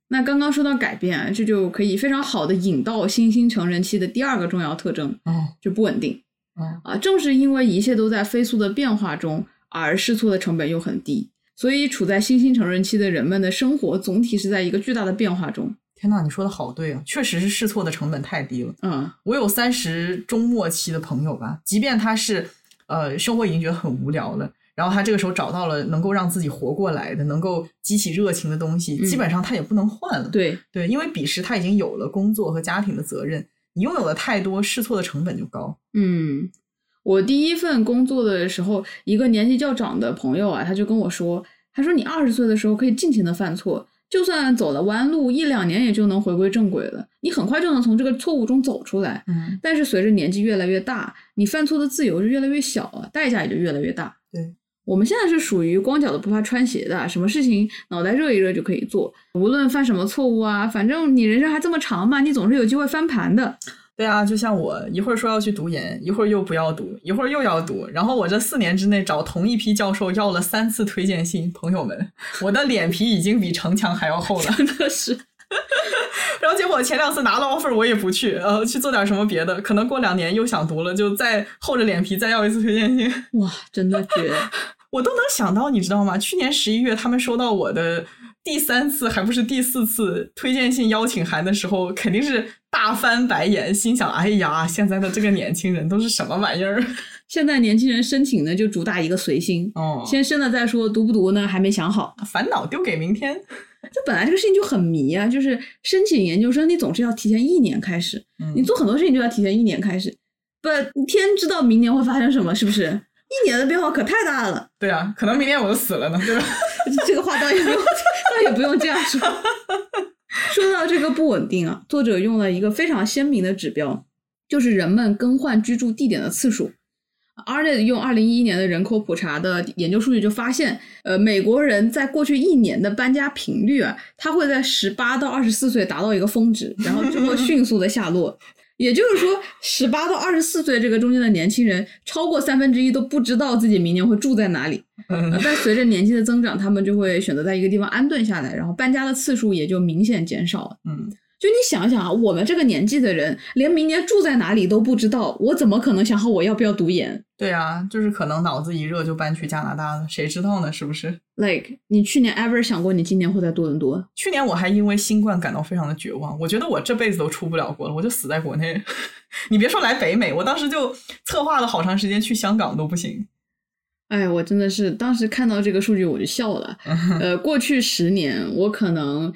C: 那刚刚说到改变啊，这就可以非常好的引到新兴成人期的第二个重要特征，
B: 哦
C: 就不稳定
B: 哦，
C: 啊。正是因为一切都在飞速的变化中，而试错的成本又很低，所以处在新兴成人期的人们的生活总体是在一个巨大的变化中。
B: 天呐，你说的好对啊，确实是试错的成本太低了。
C: 嗯
B: 我有三十中末期的朋友吧，即便他是呃生活已经觉得很无聊了，然后他这个时候找到了能够让自己活过来的、能够激起热情的东西，
C: 嗯
B: 基本上他也不能换了。
C: 对，
B: 对，因为彼时他已经有了工作和家庭的责任，你拥有的太多，试错的成本就高。
C: 嗯，我第一份工作的时候，一个年纪较长的朋友啊，他就跟我说，他说你二十岁的时候可以尽情的犯错，就算走了弯路，一两年也就能回归正轨了，你很快就能从这个错误中走出来。
B: 嗯，
C: 但是随着年纪越来越大，你犯错的自由就越来越小啊，代价也就越来越大。
B: 对，
C: 我们现在是属于光脚的不怕穿鞋的啊，什么事情脑袋热一热就可以做，无论犯什么错误啊，反正你人生还这么长嘛，你总是有机会翻盘的。
B: 对啊，就像我一会儿说要去读研，一会儿又不要读，一会儿又要读，然后我这四年之内找同一批教授要了三次推荐信，朋友们，我的脸皮已经比城墙还要厚了。
C: 真的是，
B: 然后结果前两次拿了 offer 我也不去，呃，去做点什么别的，可能过两年又想读了，就再厚着脸皮再要一次推荐信，
C: 哇，真的绝。
B: 我都能想到，你知道吗？去年十一月他们收到我的第三次还不是第四次推荐信邀请函的时候，肯定是大翻白眼，心想：哎呀，现在的这个年轻人都是什么玩意儿？
C: 现在年轻人申请呢，就主打一个随心，
B: 哦
C: 先申了再说，读不读呢还没想好。
B: 烦恼丢给明天。
C: 这本来这个事情就很迷啊，就是申请研究生，你总是要提前一年开始，
B: 嗯
C: 你做很多事情就要提前一年开始。不，天知道明年会发生什么，是不是？
D: 一年的变化可太大了。
B: 对啊，可能明年我就死了呢，对吧？
D: 这个话倒也没有，
C: 那也不用这样说。说到这个不稳定啊，作者用了一个非常鲜明的指标，就是人们更换居住地点的次数。Arnet 用二零一一年的人口普查的研究数据就发现，呃，美国人在过去一年的搬家频率啊，它会在十八到二十四岁达到一个峰值，然后就会迅速的下落。 也就是说，十八到二十四岁这个中间的年轻人，超过三分之一都不知道自己明年会住在哪里。
B: 嗯
C: 呃但随着年纪的增长，他们就会选择在一个地方安顿下来，然后搬家的次数也就明显减少了。
B: 嗯，
C: 就你想想啊，我们这个年纪的人，连明年住在哪里都不知道，我怎么可能想好我要不要读研
B: 对啊，就是可能脑子一热就搬去加拿大了，谁知道呢？是不是？
C: ？Like，你去年 ever 想过你今年会在多伦多？
B: 去年我还因为新冠感到非常的绝望，我觉得我这辈子都出不了国了，我就死在国内。 你别说来北美，我当时就策划了好长时间去香港都不行。
C: 哎，我真的是当时看到这个数据我就笑 了。
B: 嗯
C: 呃，过去十年我可能，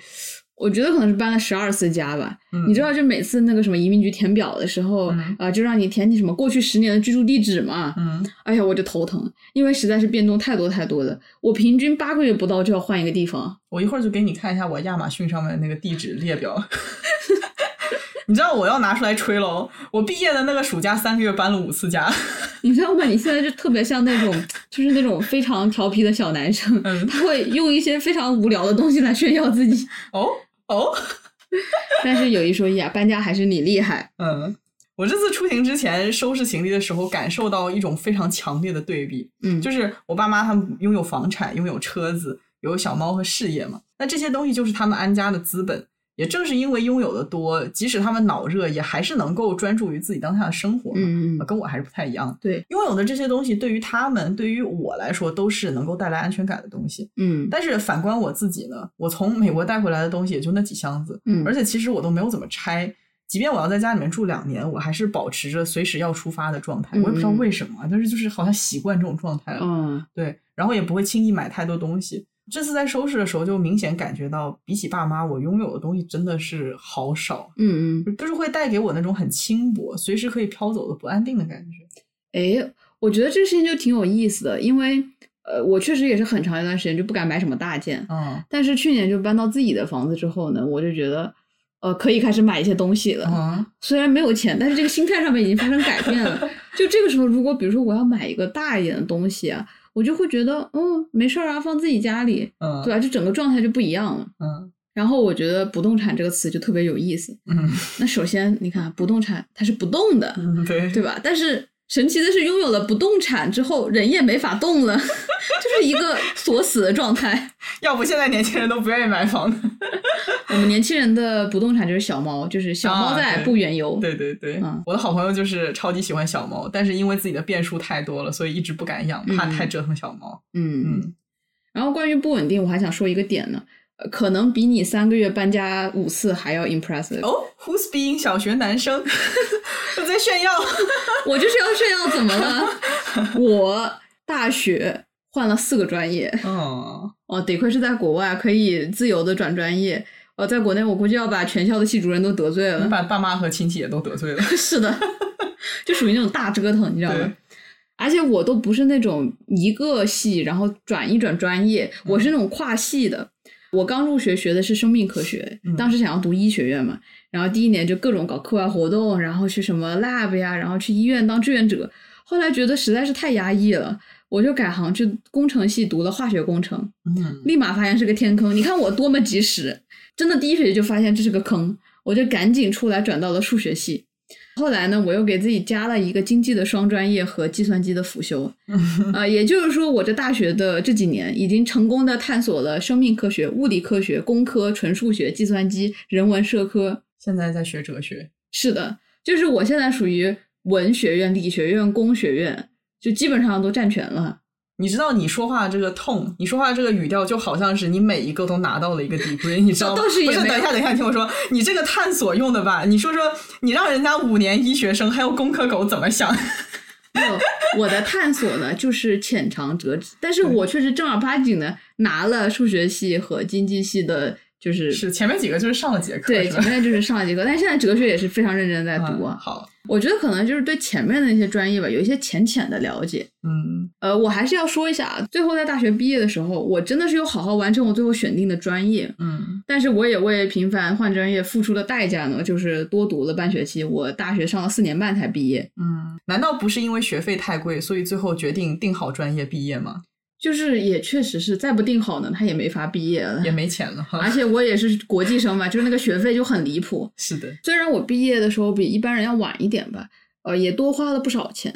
C: 我觉得可能是搬了十二次家吧。
B: 嗯
C: 你知道，就每次那个什么移民局填表的时候，啊、
B: 嗯
C: 就让你填你什么过去十年的居住地址嘛。
B: 嗯
C: 哎呀，我就头疼，因为实在是变动太多太多了。我平均八个月不到就要换一个地方。
B: 我一会儿就给你看一下我亚马逊上面那个地址列表。 你知道我要拿出来吹喽！我毕业的那个暑假三个月搬了五次家，
C: 你知道吗？你现在就特别像那种，就是那种非常调皮的小男生，
B: 嗯
C: 他会用一些非常无聊的东西来炫耀自己。
B: 哦哦，
C: 但是有一说一啊，搬家还是你厉害。
B: 嗯，我这次出行之前收拾行李的时候，感受到一种非常强烈的对比，
C: 嗯，
B: 就是我爸妈他们拥有房产、拥有车子、有小猫和事业嘛，那这些东西就是他们安家的资本。也正是因为拥有的多，即使他们脑热，也还是能够专注于自己当下的生活嘛。
C: 嗯嗯
B: 呃跟我还是不太一样。
C: 对，
B: 拥有的这些东西对于他们，对于我来说都是能够带来安全感的东西。
C: 嗯
B: 但是反观我自己呢，我从美国带回来的东西也就那几箱子，
C: 嗯
B: 而且其实我都没有怎么拆。即便我要在家里面住两年，我还是保持着随时要出发的状态。我也不知道
C: 嗯嗯
B: 为什么，啊但是就是好像习惯这种状态了。
C: 嗯
B: 对，然后也不会轻易买太多东西。这次在收拾的时候，就明显感觉到，比起爸妈，我拥有的东西真的是好少，
C: 嗯嗯，
B: 就是会带给我那种很轻薄、随时可以飘走的不安定的感觉。
C: 哎，我觉得这个事情就挺有意思的，因为呃，我确实也是很长一段时间就不敢买什么大件，
B: 嗯
C: 但是去年就搬到自己的房子之后呢，我就觉得呃，可以开始买一些东西了。
B: 嗯
C: 虽然没有钱，但是这个心态上面已经发生改 变了。就这个时候，如果比如说我要买一个大一点的东西啊，我就会觉得，嗯，没事儿啊，放自己家里，
B: 嗯
C: 对啊吧？就整个状态就不一样了。
B: 嗯
C: 然后我觉得“不动产”这个词就特别有意思。
B: 嗯
C: 那首先，你看，啊不动产它是不动的，
B: 嗯，对
C: 对吧？但是神奇的是，拥有了不动产之后，人也没法动了， 就是一个锁死的状态。
B: 要不现在年轻人都不愿意买房子。
C: 我们年轻人的不动产就是小猫，就是小猫
B: 啊
C: 在
B: 对
C: 不远游。
B: 对对对，
C: 嗯
B: 我的好朋友就是超级喜欢小猫，但是因为自己的变数太多了，所以一直不敢养，怕
C: 嗯
B: 太折腾小猫。
C: 嗯，
B: 嗯
C: 然后关于不稳定，我还想说一个点呢，呃可能比你三个月搬家五次还要 impressive。
B: 哦、w h o s being 小学男生， 我在 炫耀。
C: 我就是要炫耀，怎么了？我大学换了四个专业，
B: 嗯。
C: 哦，得亏是在国外可以自由的转专业。呃，在国内我估计要把全校的系主任都得罪了
B: 你。把爸妈和亲戚也都得罪了。
C: 是的，就属于那种大折腾，你知道
B: 对
C: 吗？而且我都不是那种一个系然后转一转专业，我是那种跨系的。我刚入学学的是生命科学，
B: 嗯
C: 当时想要读医学院嘛，然后第一年就各种搞课外活动，然后去什么 lab 呀，然后去医院当志愿者。后来觉得实在是太压抑了，我就改行去工程系读了化学工程。
B: 嗯，
C: 立马发现是个天坑。你看我多么及时，真的第一学期就发现这是个坑，我就赶紧出来转到了数学系。后来呢，我又给自己加了一个经济的双专业和计算机的辅修，啊、也就是说，我这大学的这几年已经成功的探索了生命科学、物理科学、工科、纯数学、计算机、人文社科。
B: 现在在学哲学。
C: 是的，就是我现在属于文学院、理学院、工学院，就基本上都占全了。
B: 你知道你说话这个 tone，你说话这个语调，就好像是你每一个都拿到了一个 degree，你知道吗？
C: 哦倒是也
B: 不是，
C: 没有
B: 等一下，等一下，你听我说，你这个探索用的吧？你说说，你让人家五年医学生还有工科狗怎么想？
C: 没有，我的探索呢就是浅尝辄止，但是我确实正儿八经的拿了数学系和经济系的就是
B: 是前面几个就是上了节课，
C: 对，
B: 是
C: 前
B: 吧？
C: 面就是上一节课，但现在哲学也是非常认真在读
B: 嗯
C: 啊。
B: 好，
C: 我觉得可能就是对前面的那些专业吧，有一些浅浅的了解。
B: 嗯
C: 呃，我还是要说一下啊，最后在大学毕业的时候，我真的是有好好完成我最后选定的专业，
B: 嗯
C: 但是我也为频繁换专业付出的代价呢，就是多读了半学期。我大学上了四年半才毕业，
B: 嗯，难道不是因为学费太贵，所以最后决定定好专业毕业 吗？
C: 就是也确实是再不定好呢，他也没法毕业了。
B: 也没钱了，
C: 而且我也是国际生嘛，就是那个学费就很离谱。
B: 是的，
C: 虽然我毕业的时候比一般人要晚一点吧，呃，也多花了不少钱，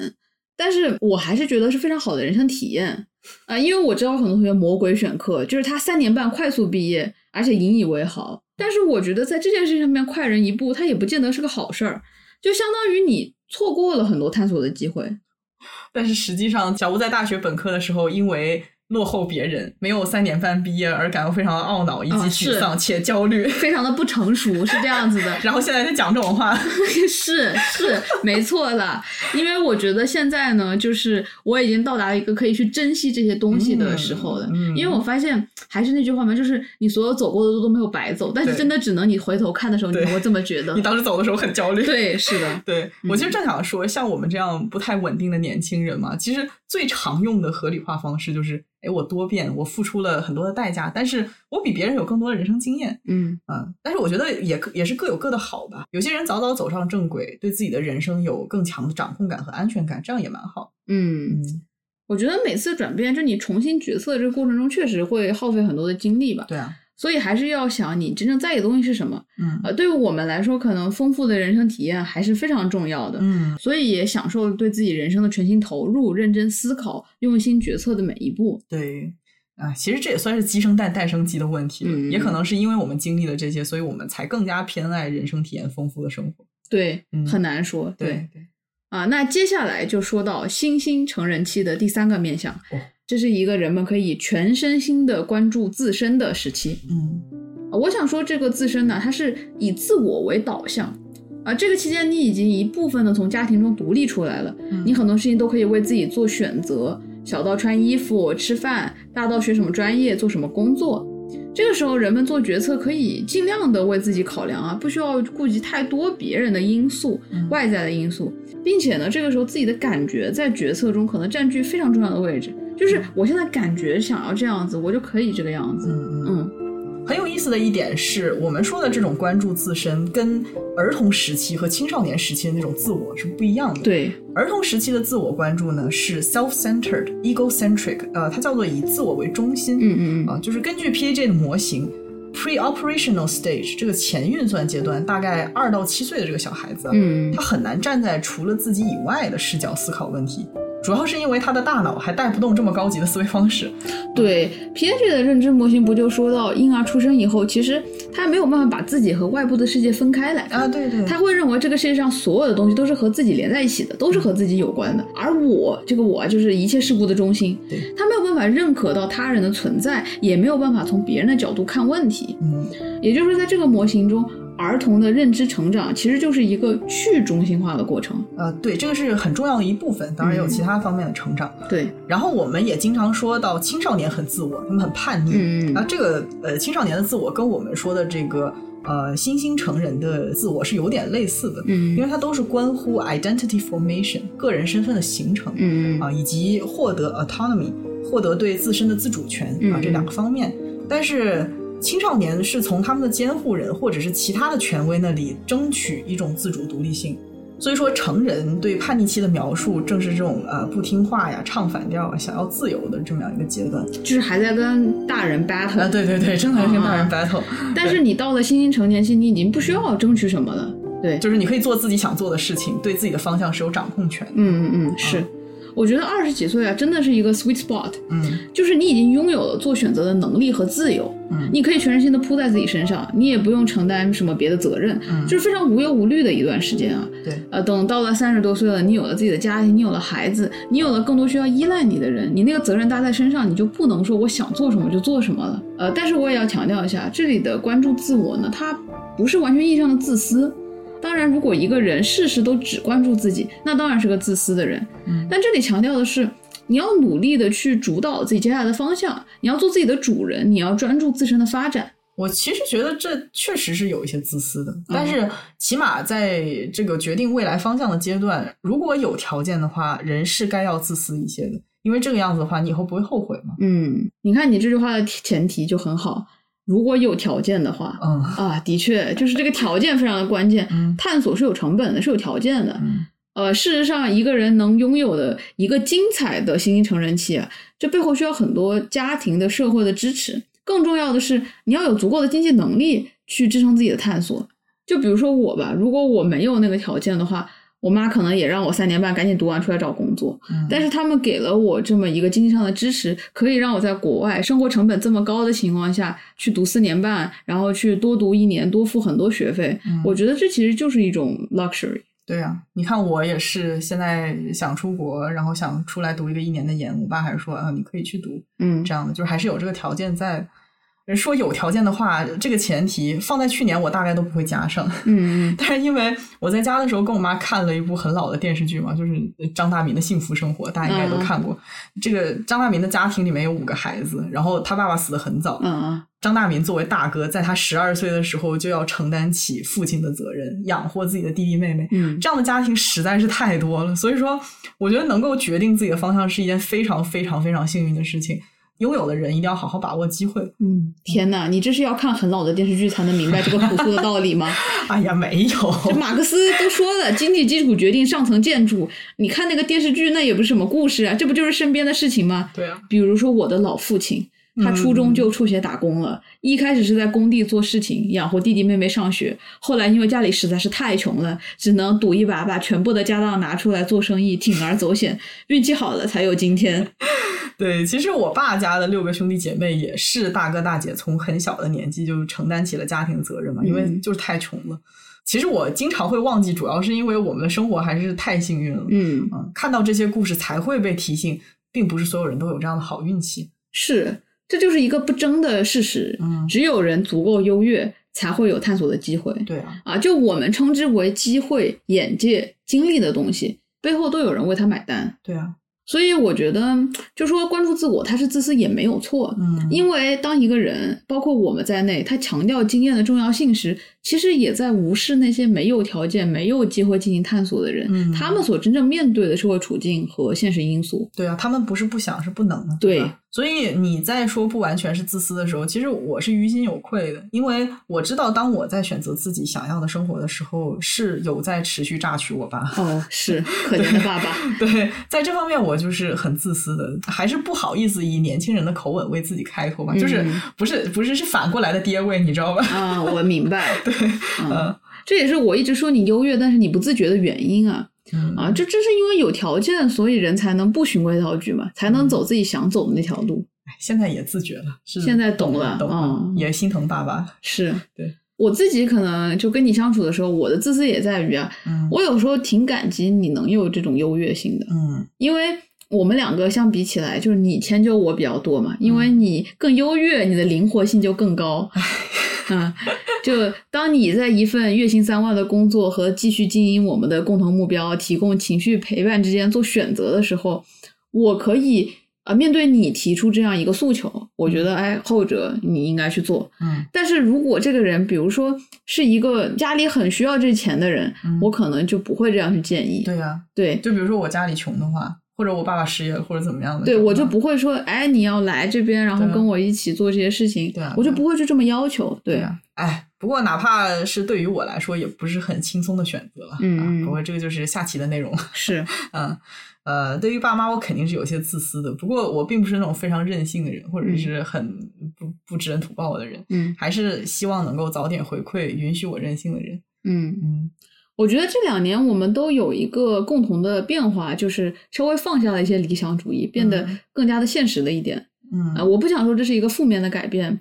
C: 但是我还是觉得是非常好的人生体验啊、因为我知道很多同学魔鬼选课，就是他三年半快速毕业，而且引以为豪。但是我觉得在这件事情上面快人一步，他也不见得是个好事儿，就相当于你错过了很多探索的机会。
B: 但是实际上，小吴在大学本科的时候，因为落后别人，没有三年半毕业而感到非常懊恼以及
C: 啊
B: 沮
C: 是
B: 丧且焦 虑。
C: 非常的不成熟，是这样子的。
B: 然后现在在讲这种 话，
C: 是是，没错了。因为我觉得现在呢，就是我已经到达一个可以去珍惜这些东西的时候了。
B: 嗯嗯
C: 因为我发现还是那句话嘛，就是你所有走过的路都没有白走，但是
B: 对
C: 真的只能你回头看的时候，你
B: 对
C: 才会这么觉得
B: 你。当时走的时候很焦虑。
C: 对，嗯是的，
B: 对，我其实正想说，像我们这样不太稳定的年轻人嘛，其实最常用的合理化方式就是，哎，我多变，我付出了很多的代价，但是我比别人有更多的人生经验，
C: 嗯，
B: 嗯，但是我觉得也各也是各有各的好吧。有些人早早走上正轨，对自己的人生有更强的掌控感和安全感，这样也蛮好。
C: 嗯，
B: 嗯，
C: 我觉得每次转变，就你重新决策的这个过程中，确实会耗费很多的精力吧。
B: 对啊，
C: 所以还是要想你真正在意的东西是什么。
B: 嗯
C: 呃，对于我们来说，可能丰富的人生体验还是非常重要的。
B: 嗯
C: 所以也享受了对自己人生的全心投入、认真思考、用心决策的每一步。
B: 对。啊，其实这也算是鸡生蛋，蛋生鸡的问题了。
C: 嗯
B: 也可能是因为我们经历了这些，所以我们才更加偏爱人生体验丰富的生活。
C: 对，
B: 嗯
C: 很难说。
B: 对对，
C: 啊，那接下来就说到新兴成人期的第三个面向，
B: 哦
C: 这是一个人们可以全身心的关注自身的时期。
B: 嗯。
C: 啊我想说，这个自身呢，它是以自我为导向。啊，这个期间你已经一部分的从家庭中独立出来了，
B: 嗯
C: 你很多事情都可以为自己做选择，小到穿衣服、吃饭，大到学什么专业、做什么工作。这个时候，人们做决策可以尽量的为自己考量啊，不需要顾及太多别人的因素、
B: 嗯
C: 外在的因素，并且呢，这个时候自己的感觉在决策中可能占据非常重要的位置。就是我现在感觉想要这样子，我就可以这个样子。
B: 嗯嗯，
C: 嗯，
B: 很有意思的一点是我们说的这种关注自身，跟儿童时期和青少年时期的那种自我是不一样的。，
C: 对，
B: 儿童时期的自我关注呢是 self-centered、egocentric，呃，它叫做以自我为中心。
C: 嗯嗯嗯
B: 啊，就是根据 PAJ 的模型，pre-operational stage 这个前运算阶段，大概二到七岁的这个小孩子啊，
C: 嗯
B: 他很难站在除了自己以外的视角思考问题，主要是因为他的大脑还带不动这么高级的思维方式。，
C: 对，Piaget 的认知模型不就说到婴儿出生以后，其实他没有办法把自己和外部的世界分开来，
B: 啊，对对，
C: 他会认为这个世界上所有的东西都是和自己连在一起的，都是和自己有关的，而我这个我啊就是一切事物的中心
B: 对，
C: 他没有办法认可到他人的存在，也没有办法从别人的角度看问题。
B: 嗯
C: 也就是说，在这个模型中，儿童的认知成长其实就是一个去中心化的过程。
B: 呃，对，这个是很重要的一部分，当然
C: 嗯
B: 也有其他方面的成长。
C: 对，
B: 然后我们也经常说到青少年很自我，他们很叛逆。
C: 嗯嗯
B: 那这个呃青少年的自我跟我们说的这个呃新兴成人的自我是有点类似的，因
C: 嗯
B: 为它都是关乎 identity formation 个人身份的形成啊、
C: 嗯嗯
B: 以及获得 autonomy 获得对自身的自主权啊、
C: 嗯
B: 这两个方面。但是青少年是从他们的监护人或者是其他的权威那里争取一种自主独立性。所以说，成人对叛逆期的描述正是这种呃不听话呀、唱反调啊、想要自由的这么样一个阶段
C: 就是还在跟大人 battle
B: 啊。对对对，真的是跟大人
C: 啊
B: battle，、
C: 但是你到了新兴成年期，你已经不需要争取什么了。对，
B: 就是你可以做自己想做的事情，对自己的方向是有掌控权的。
C: 嗯嗯嗯，是。我觉得二十几岁啊，真的是一个 sweet spot，
B: 嗯
C: 就是你已经拥有了做选择的能力和自由，
B: 嗯
C: 你可以全身心的扑在自己身上，你也不用承担什么别的责任，
B: 嗯
C: 就是非常无忧无虑的一段时间啊。
B: 对，
C: 呃，等到了三十多岁了，你有了自己的家庭，你有了孩子，你有了更多需要依赖你的人，你那个责任搭在身上，你就不能说我想做什么就做什么了。呃，但是我也要强调一下，这里的关注自我呢，它不是完全意义上的自私。当然，如果一个人事事都只关注自己，那当然是个自私的人。
B: 嗯
C: 但这里强调的是，你要努力的去主导自己接下来的方向，你要做自己的主人，你要专注自身的发展。
B: 我其实觉得这确实是有一些自私的，但是起码在这个决定未来方向的阶段，如果有条件的话，人是该要自私一些的，因为这个样子的话，你以后不会后悔嘛。
C: 嗯，你看你这句话的前提就很好，如果有条件的话，
B: 嗯
C: 啊，的确，就是这个条件非常的关键。
B: 嗯
C: 探索是有成本的，是有条件的。
B: 嗯
C: 呃，事实上，一个人能拥有的一个精彩的新兴成人期、啊，这背后需要很多家庭的、社会的支持。更重要的是，你要有足够的经济能力去支撑自己的探索。就比如说我吧，如果我没有那个条件的话，我妈可能也让我三年半赶紧读完出来找工作。
B: 嗯
C: 但是他们给了我这么一个经济上的支持，可以让我在国外生活成本这么高的情况下去读四年半，然后去多读一年，多付很多学费。
B: 嗯
C: 我觉得这其实就是一种 luxury。
B: 对呀、你看我也是现在想出国，然后想出来读一个一年的研，我爸还是说啊，你可以去读
C: 嗯
B: 这样的，就是还是有这个条件在。说有条件的话，这个前提放在去年我大概都不会加上，
C: 嗯嗯
B: 但是因为我在家的时候跟我妈看了一部很老的电视剧嘛，就是张大民的《幸福生活》，大家应该都看过。这个张大民的家庭里面有五个孩子，然后他爸爸死的很早，
C: 嗯嗯
B: 张大民作为大哥，在他十二岁的时候就要承担起父亲的责任，养活自己的弟弟妹妹。
C: 嗯
B: 这样的家庭实在是太多了，所以说，我觉得能够决定自己的方向是一件非常非常非常幸运的事情。拥有的人一定要好好把握机会。
C: 嗯，天哪，你这是要看很老的电视剧才能明白这个朴素的道理吗？
B: 哎呀，没有，
C: 这马克思都说了，经济基础决定上层建筑。你看那个电视剧，那也不是什么故事啊，这不就是身边的事情吗？
B: 对啊，
C: 比如说我的老父亲，他初中就辍学打工了，一开始是在工地做事情养活弟弟妹妹上学，后来因为家里实在是太穷了，只能赌一把，把全部的家当拿出来做生意，铤而走险，运气好了才有今天。
B: 对，其实我爸家的六个兄弟姐妹也是大哥大姐，从很小的年纪就承担起了家庭责任嘛，因为
C: 嗯
B: 就是太穷了。其实我经常会忘记，主要是因为我们的生活还是太幸运了。
C: 嗯，
B: 嗯，看到这些故事才会被提醒，并不是所有人都有这样的好运气。
C: 是，这就是一个不争的事实。
B: 嗯
C: 只有人足够优越，才会有探索的机会。
B: 对啊，
C: 啊，就我们称之为机会、眼界、经历的东西，背后都有人为他买单。
B: 对啊，
C: 所以我觉得，就说关注自我，他是自私也没有错。
B: 嗯，
C: 因为当一个人，包括我们在内，他强调经验的重要性时，其实也在无视那些没有条件、没有机会进行探索的人，
B: 嗯
C: 他们所真正面对的社会处境和现实因素。
B: 对啊，他们不是不想，是不能的。
C: 对
B: 吧所以你在说不完全是自私的时候，其实我是于心有愧的，因为我知道，当我在选择自己想要的生活的时候，是有在持续榨取我爸。
C: 哦，是可怜的爸爸。
B: 对，在这方面我就是很自私的，还是不好意思以年轻人的口吻为自己开脱吧，就是
C: 嗯
B: 不是不是是反过来的爹味，你知道吧？
C: 啊，我明白。对，嗯
B: 嗯，
C: 这也是我一直说你优越，但是你不自觉的原因啊。
B: 嗯
C: 啊，这正是因为有条件，所以人才能不循规蹈矩嘛，才能
B: 嗯
C: 走自己想走的那条路。
B: 现在也自觉了，是
C: 现在懂了
B: 了，嗯懂
C: 嗯
B: 也心疼爸爸。
C: 是，
B: 对。
C: 我自己可能就跟你相处的时候，我的自私也在于啊，
B: 嗯
C: 我有时候挺感激你能有这种优越性的，
B: 嗯
C: 因为我们两个相比起来，就是你迁就我比较多嘛，因为你更优越，你的灵活性就更高。嗯，就当你在一份月薪三万的工作和继续经营我们的共同目标、提供情绪陪伴之间做选择的时候，我可以呃面对你提出这样一个诉求，我觉得哎，后者你应该去做。
B: 嗯
C: 但是如果这个人，比如说是一个家里很需要这钱的人，
B: 嗯
C: 我可能就不会这样去建议。
B: 对呀、
C: 对，
B: 就比如说我家里穷的话，或者我爸爸失业了，或者怎么样的，
C: 对
B: 这种
C: 我就
B: 的
C: 不会说，哎，你要来这边，然后
B: 对啊
C: 跟我一起做这些事情，
B: 对啊
C: 我就
B: 对啊
C: 不会去这么要求。对，
B: 啊，哎，不过哪怕是对于我来说，也不是很轻松的选择了。
C: 嗯
B: 啊
C: 嗯
B: 不过这个就是下期的内容了。
C: 是，
B: 嗯，呃，对于爸妈，我肯定是有些自私的。不过我并不是那种非常任性的人，或者
C: 嗯
B: 是很不不知恩图报的人，
C: 嗯
B: 还是希望能够早点回馈允许我任性的人。
C: 嗯，
B: 嗯
C: 我觉得这两年我们都有一个共同的变化，就是稍微放下了一些理想主义，变得
B: 嗯
C: 更加的现实了一点。
B: 嗯
C: 啊、我不想说这是一个负面的改变，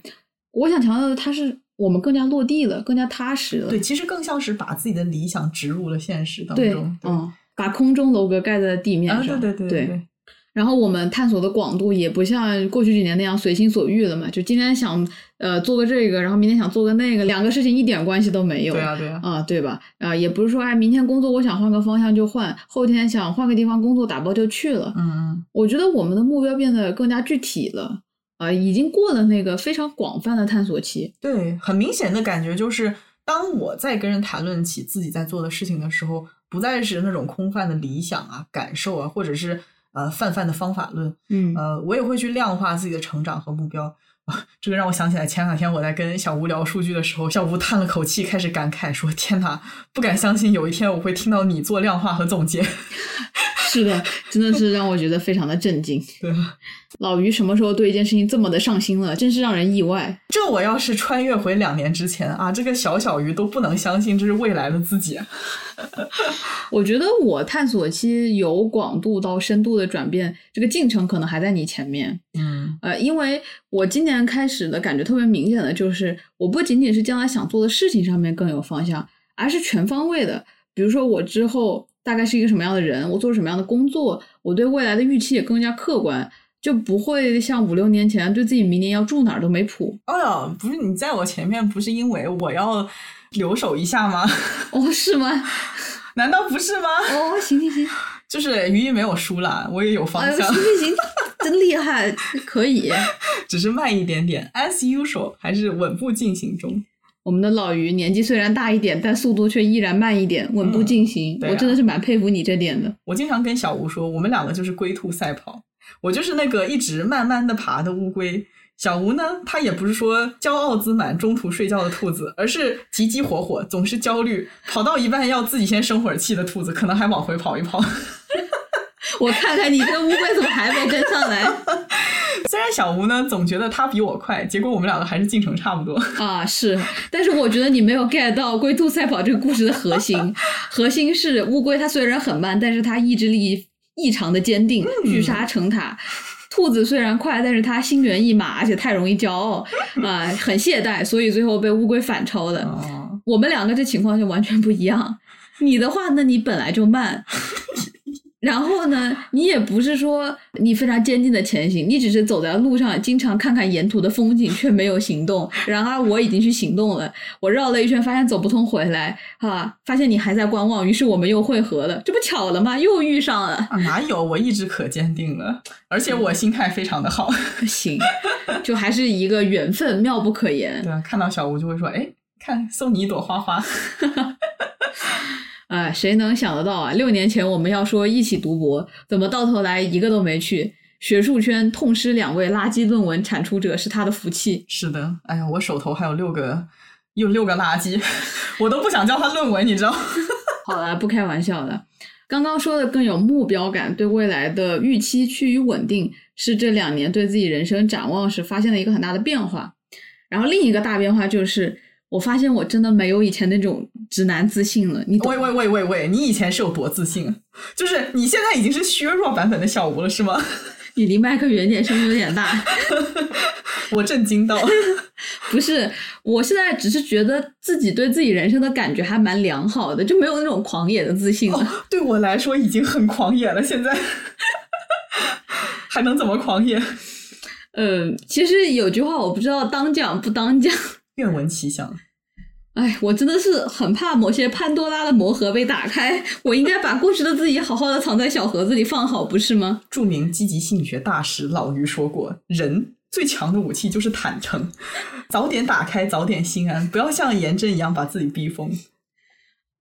C: 我想强调的，它是我们更加落地了，更加踏实了。
B: 对，其实更像是把自己的理想植入了现实当
C: 对，
B: 中。对
C: 嗯，把空中楼阁盖在地面
B: 啊，
C: 上。
B: 对对对
C: 对
B: 对，
C: 然后我们探索的广度也不像过去几年那样随心所欲了嘛，就今天想呃做个这个，然后明天想做个那个，两个事情一点关系都没有。
B: 对啊对啊，
C: 啊、对吧？啊、也不是说哎，明天工作我想换个方向就换，后天想换个地方工作打包就去了。
B: 嗯嗯
C: 我觉得我们的目标变得更加具体了，呃，已经过了那个非常广泛的探索期。
B: 对，很明显的感觉就是，当我在跟人谈论起自己在做的事情的时候，不再是那种空泛的理想啊、感受啊，或者是呃泛泛的方法论，
C: 嗯
B: 呃，我也会去量化自己的成长和目标。啊，这个让我想起来前两天我在跟小吴聊数据的时候，小吴叹了口气，开始感慨说：“天哪，不敢相信有一天我会听到你做量化和总结。
C: 是的，真的是让我觉得非常的震惊。
B: 对啊吧？
C: 老于什么时候对一件事情这么的上心了，真是让人意外。
B: 这我要是穿越回两年之前啊，这个小小鱼都不能相信这是未来的自己。啊
C: 我觉得我探索期由广度到深度的转变，这个进程可能还在你前面。
B: 嗯
C: 呃，因为我今年开始的感觉特别明显的就是，我不仅仅是将来想做的事情上面更有方向，而是全方位的。比如说，我之后大概是一个什么样的人，我做什么样的工作，我对未来的预期也更加客观，就不会像五六年前对自己明年要住哪儿都没谱。
B: 哦哟，不是你在我前面，不是因为我要留守一下吗？
C: 哦，是吗？
B: 难道不是吗？
C: 哦，行行行，
B: 就是于一没有输啦，我也有方
C: 哎呦，
B: 向
C: 行，行行，真厉害，可以。
B: 只是慢一点点，as usual，还是稳步进行中。
C: 我们的老于年纪虽然大一点，但速度却依然慢一点，稳步
B: 嗯
C: 进行。
B: 对
C: 我
B: 啊
C: 真的是蛮佩服你这 点的。
B: 我经常跟小吴说，我们两个就是龟兔赛跑，我就是那个一直慢慢的爬的乌龟。小吴呢，他也不是说骄傲自满、中途睡觉的兔子，而是急急火火、总是焦虑，跑到一半要自己先生会儿气的兔子，可能还往回跑一跑。
C: 我看看你这乌龟怎么还没跟上来
B: 虽然小吴呢总觉得他比我快，结果我们两个还是进程差不多。
C: 啊？是，但是我觉得你没有 get 到《龟兔赛跑》这个故事的核心。核心是乌龟，它虽然很慢，但是它意志力异常的坚定，
B: 嗯
C: 聚沙成塔。兔子虽然快，但是它心猿意马，而且太容易骄傲啊、很懈怠，所以最后被乌龟反超的。
B: 哦，
C: 我们两个这情况就完全不一样。你的话呢，你本来就慢，然后呢，你也不是说你非常坚定的前行，你只是走在路上，经常看看沿途的风景，却没有行动。然而我已经去行动了，我绕了一圈，发现走不通，回来啊，发现你还在观望，于是我们又会合了，这不巧了吗？又遇上了，
B: 啊哪有？我意志可坚定了，而且我心态非常的好。
C: 行，就还是一个缘分，妙不可言。
B: 对啊，看到小吴就会说：“哎，看送你一朵花花。
C: 啊，谁能想得到啊？六年前我们要说一起读博，怎么到头来一个都没去？学术圈痛失两位垃圾论文产出者是他的福”气。
B: 是的，哎呀，我手头还有六个，有六个垃圾， 我都不想叫他论文，你知道？
C: 好了，不开玩笑了。刚刚说的更有目标感，对未来的预期趋于稳定，是这两年对自己人生展望时发现了一个很大的变化。然后另一个大变化就是，我发现我真的没有以前那种直男自信了。你 懂
B: 喂
C: 吗
B: 喂喂喂喂，你以前是有多自信啊？就是你现在已经是削弱版本的小吴了，是吗？
C: 你离麦克远点，声音有点大。
B: 我震惊 到，
C: 不是，我现在只是觉得自己对自己人生的感觉还蛮良好的，就没有那种狂野的自信了。
B: 对我来说已经很狂野了，现在 还能怎么狂野？
C: 嗯、其实有句话我不知道当讲不当讲，
B: 愿闻其详。
C: 哎，我真的是很怕某些潘多拉的魔盒被打开，我应该把过去的自己好好的藏在小盒子里放好，不是吗？
B: 著名积极心理学大师老于说过，人最强的武器就是坦诚。早点打开，早点心安，不要像炎症一样把自己逼疯。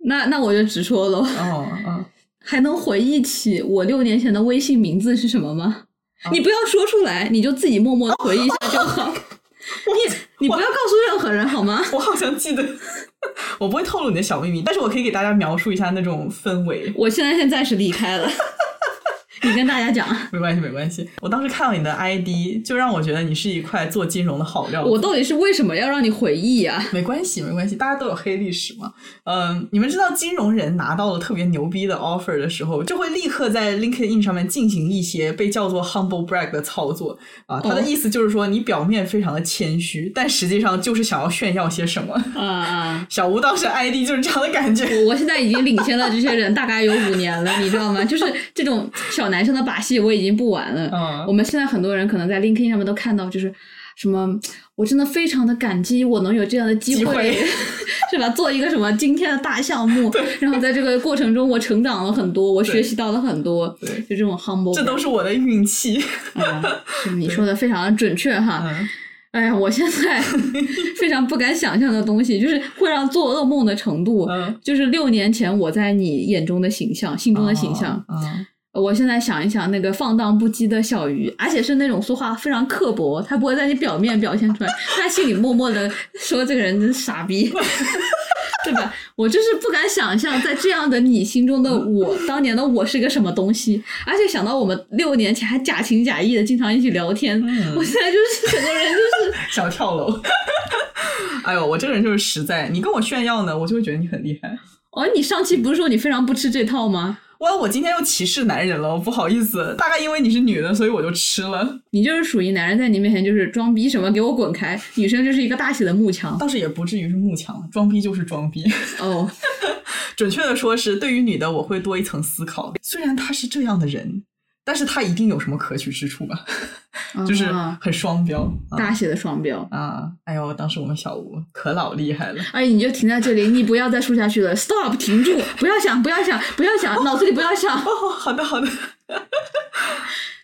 C: 那那我就直说喽，
B: 哦，哦，
C: 还能回忆起我六年前的微信名字是什么吗？你不要说出来，你就自己默默地回忆一下就好。你你不要告诉任何人好吗？
B: 我好像记得， 我不会透露你的小秘密，但是我可以给大家描述一下那种氛围。
C: 我现在先暂时离 开了，你跟大家讲，啊
B: 没关系，没关系。我当时看到你的 ID，就让我觉得你是一块做金融的好料子。
C: 我到底是为什么要让你回忆啊？
B: 没关系，没关系，大家都有黑历史嘛。嗯，你们知道金融人拿到了特别牛逼的 offer 的时候，就会立刻在 LinkedIn 上面进行一些被叫做 humble brag 的操作啊。他的意思就是说，你表面非常的谦虚，但实际上就是想要炫耀些什么。
C: 啊啊！
B: 小吴当时 ID 就是这样的感 觉。
C: 我我现在已经领先了这些人大概有五年了，你知道吗？就是这种小男生的把戏我已经不玩了。
B: 嗯
C: 我们现在很多人可能在 LinkedIn 上面都看到，就是什么我真的非常的感激，我能有这样的机
B: 机
C: 会
B: 会，
C: 是吧？做一个什么惊天的大项目，然后在这个过程中，我成长了很多，我学习到了很多，
B: 对
C: 就这种 humble，
B: 这都是我的运气。
C: 啊，是你说的非常的准确哈。
B: 嗯，
C: 哎呀，我现在 非常不敢想象的东西，就是会让做噩梦的程度，
B: 嗯
C: 就是六年前我在你眼中的形象、心中的形象。呃
B: 啊，啊
C: 我现在想一想，那个放荡不羁的小鱼，而且是那种说话非常刻薄，他不会在你表面表现出来，他心里默默的说这个人真是傻逼， 对吧？我就是不敢想象，在这样的你心中的我，当年的我是个什么东西。而且想到我们六年前还假情假意的经常一起聊天，
B: 嗯
C: 我现在就是整个人就是
B: 想跳楼。 哎呦，我这个人就是实在，你跟我炫耀呢，我就会觉得你很厉害。
C: 哦，你上期不是说你非常不吃这套吗？
B: 哇，我今天又歧视男人了，我不好意思。大概因为你是女的，所以我就吃了。
C: 你就是属于男人在你面前就是装逼什么给我滚开，女生就是一个大写的幕墙
B: 倒是也不至于是慕强，装逼就是装逼。
C: 哦。
B: 准确的说是，对于女的，我会多一层思考。虽然她是这样的人，但是她一定有什么可取之处吧？就是
C: 啊
B: 很双标
C: 大写的双标。
B: 啊啊！哎呦，当时我们小吴可老厉害了。
C: 哎，你就停在这里，你不要再说下去了，stop，停住，不要想，不要想，不要想，脑子里不要想，
B: 哦，好的好的，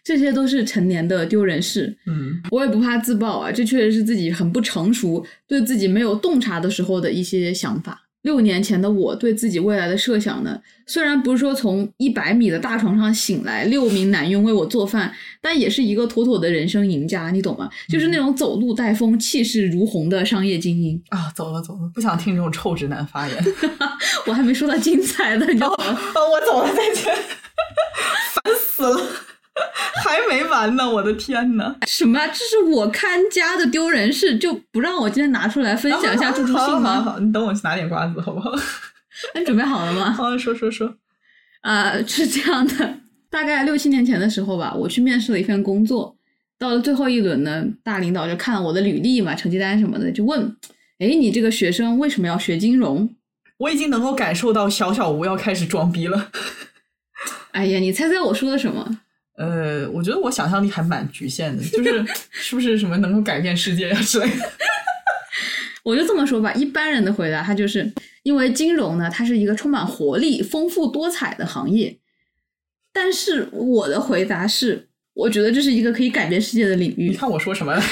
C: 这些都是成年的丢人事。
B: 嗯
C: 我也不怕自爆啊，这确实是自己很不成熟，对自己没有洞察的时候的一些想法。六年前的我对自己未来的设想呢，虽然不是说从一百米的大床上醒来，六名男佣为我做饭，但也是一个妥妥的人生赢家，你懂吗？就是那种走路带风、气势如虹的商业精英。
B: 啊，走了走了，不想听这种臭直男发言。
C: 我还没说到精彩的，你知道吗？
B: 哦，我走了，再见， 烦死了，还没完呢，我的天呐！
C: 什么？啊这是我看家的丢人事，就不让我今天拿出来分享一下助助
B: 好
C: 兴
B: 哦好好
C: 吗？
B: 好，你等我去拿点瓜子好不 好？
C: 你准备好了吗？
B: 好，说说说，
C: 啊、是这样的，大概六七年前的时候吧，我去面试了一份工作，到了最后一轮呢，大领导就看我的履历嘛、成绩单什么的，就问：“哎，你这个学生为什么要学金融
B: 我已经能够感受到小小吴要开始装逼了。？”
C: 哎呀，你猜猜我说的什么？
B: 呃，我觉得我想象力还蛮局限的，就是 是不是什么能够改变世界啊呀之类的？
C: 我就这么说吧，一般人的回答他就是因为金融呢，它是一个充满活力、丰富多彩的行业。但是我的回答是，我觉得这是一个可以改变世界的领
B: 你
C: 域。
B: 看我说什么来 着？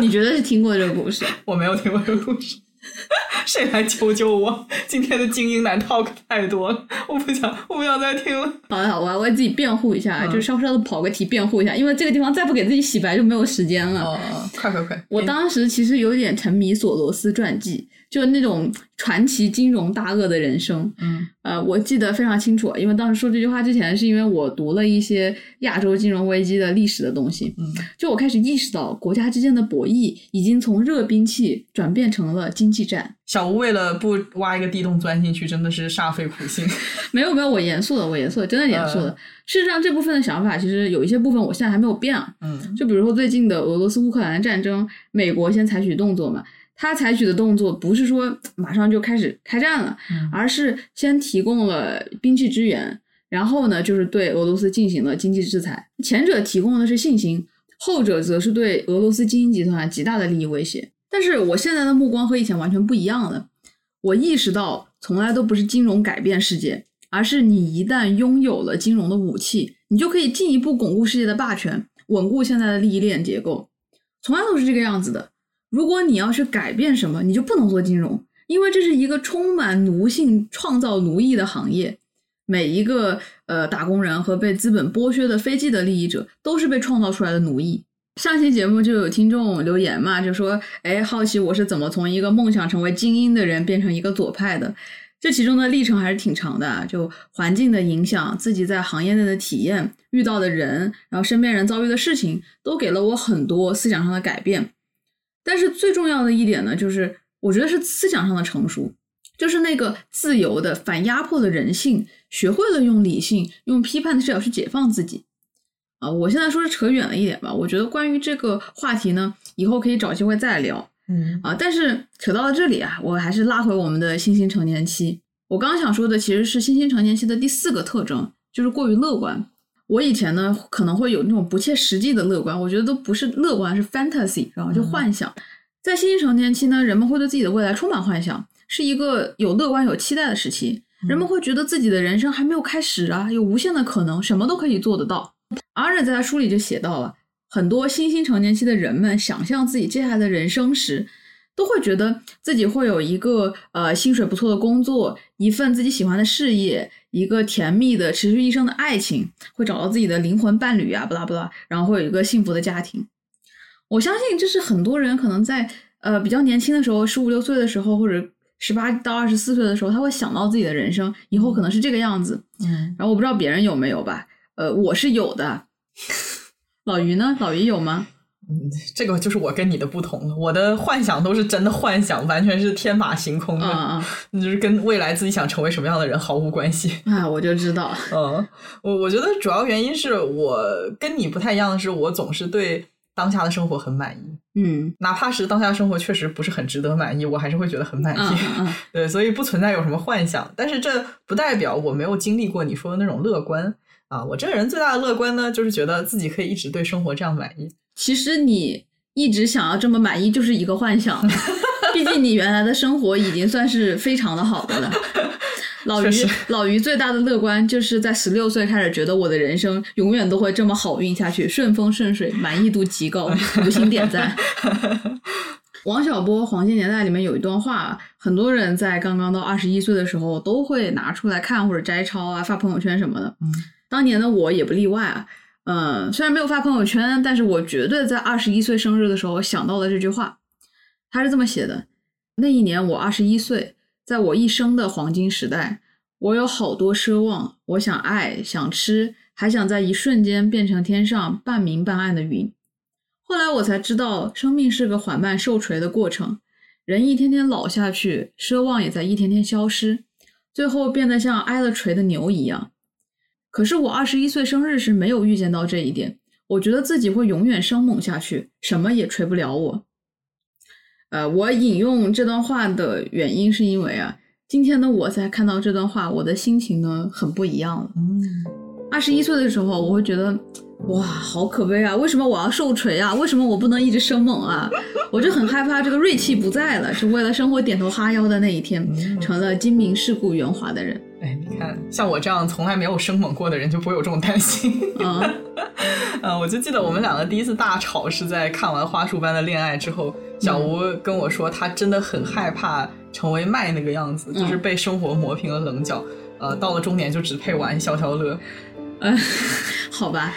C: 你觉得是听过这个故事？
B: 我没有听过这个故事， 谁来救救我？今天的精英男 talk 太多了，我不想，我不想再听了。
C: 好的，好吧，我要为自己辩护一下，
B: 嗯
C: 就稍稍的跑个题辩护一下，因为这个地方再不给自己洗白就没有时间了。
B: 哦，快快快！
C: 我
B: 给你
C: 当时其实有点沉迷索罗斯传记，就那种传奇金融大鳄的人生。
B: 嗯，
C: 呃，我记得非常清楚，因为当时说这句话之前，是因为我读了一些亚洲金融危机的历史的东西。
B: 嗯，
C: 就我开始意识到，国家之间的博弈已经从热兵器转变成了经济战。
B: 小吴为了不挖一个地洞钻进去，真的是煞费苦心。
C: 没有没有，我严肃的，我严肃的，真的严肃
B: 嗯
C: 的。事实上，这部分的想法其实有一些部分我现在还没有变啊。
B: 嗯
C: 就比如说最近的俄罗斯乌克兰战争，美国先采取动作嘛，他采取的动作不是说马上就开始开战了，
B: 嗯
C: 而是先提供了兵器支援，然后呢就是对俄罗斯进行了经济制裁。前者提供的是信心，后者则是对俄罗斯精英集团啊极大的利益威胁。但是我现在的目光和以前完全不一样了，我意识到从来都不是金融改变世界，而是你一旦拥有了金融的武器，你就可以进一步巩固世界的霸权，稳固现在的利益链结构。从来都是这个样子的。如果你要去改变什么，你就不能做金融，因为这是一个充满奴性、创造奴役的行业。每一个呃打工人和被资本剥削的非既得利益者，都是被创造出来的奴役。上期节目就有听众留言嘛，就说：“哎，好奇我是怎么从一个梦想成为精英的人变成一个左派的？”这其中的历程还是挺长的啊，就环境的影响、自己在行业内的体验、遇到的人，然后身边人遭遇的事情，都给了我很多思想上的改变。但是最重要的一点呢，就是我觉得是思想上的成熟，就是那个自由的、反压迫的人性，学会了用理性、用批判的视角去解放自己。啊，我现在说是扯远了一点吧，我觉得关于这个话题呢，以后可以找机会再聊。
B: 嗯
C: 啊，但是扯到了这里啊，我还是拉回我们的新兴成年期。我刚想说的其实是新兴成年期的第四个特征，就是过于乐观。我以前呢可能会有那种不切实际的乐观，我觉得都不是乐观，是 fantasy，知道吗？就幻想。在新一成年期呢，人们会对自己的未来充满幻想，是一个有乐观、有期待的时期。人们会觉得自己的人生还没有开始啊，有无限的可能，什么都可以做得到。阿忍在他书里就写到了，很多新兴成年期的人们想象自己接下来的人生时，都会觉得自己会有一个呃薪水不错的工作，一份自己喜欢的事业，一个甜蜜的持续一生的爱情，会找到自己的灵魂伴侣啊，不啦不啦，然后会有一个幸福的家庭。我相信这是很多人可能在呃比较年轻的时候，十五六岁的时候，或者十八到二十四岁的时候，他会想到自己的人生以后可能是这个样子。
B: 嗯，
C: 然后我不知道别人有没有吧，呃，我是有的。 老于呢？老于有吗？
B: 这个就是我跟你的不同了。我的幻想都是真的幻想，完全是天马行空
C: 啊
B: 的，
C: 啊
B: 就是跟未来自己想成为什么样的人毫无关系。
C: 啊！我就知道，
B: 嗯，我我觉得主要原因是我跟你不太一样的是，我总是对当下的生活很满意，
C: 嗯
B: 哪怕是当下生活确实不是很值得满意，我还是会觉得很满
C: 嗯
B: 意。
C: 嗯嗯
B: 对，所以不存在有什么幻想，但是这不代表我没有经历过你说的那种乐观啊。我这个人最大的乐观呢，就是觉得自己可以一直对生活这样满意。
C: 其实你一直想要这么满意，就是一个幻想。啊毕竟你原来的生活已经算是非常的好的了。老于
B: 确实，
C: 老于最大的乐观就是在十六岁开始觉得我的人生永远都会这么好运下去，顺风顺水，满意度极高，五星点赞。 王小波《黄金年代》里面有一段话，很多人在刚刚到二十一岁的时候都会拿出来看或者摘抄啊，发朋友圈什么的。
B: 嗯，
C: 当年的我也不例外啊。嗯，虽然没有发朋友圈，但是我绝对在二十一岁生日的时候想到了这句话。他是这么写的：那一年我二十一岁，在我一生的黄金时代，我有好多奢望，我想爱，想吃，还想在一瞬间变成天上半明半暗的云。后来我才知道，生命是个缓慢受锤的过程，人一天天老下去，奢望也在一天天消失，最后变得像挨了锤的牛一样。可是我二十一岁生日时没有预见到这一点，我觉得自己会永远生猛下去，什么也锤不了我。呃，我引用这段话的原因是因为啊，今天的我在看到这段话，我的心情呢很不一样了。
B: 嗯，
C: 二十一岁的时候，我会觉得，哇，好可悲啊！为什么我要受锤啊？为什么我不能一直生猛啊？我就很害怕这个锐气不在了，就为了生活点头哈腰的那一天，成了精明世故圆滑的人。
B: 哎，你看，像我这样从来没有生猛过的人，就不会有这种担心。
C: 啊、
B: 啊，我就记得我们两个第一次大吵是在看完《花束般的恋爱》之后，小吴跟我说，他真的很害怕成为麦那个样子，就是被生活磨平了棱角，呃，到了中年就只配玩消消乐。
C: 呃， 好吧，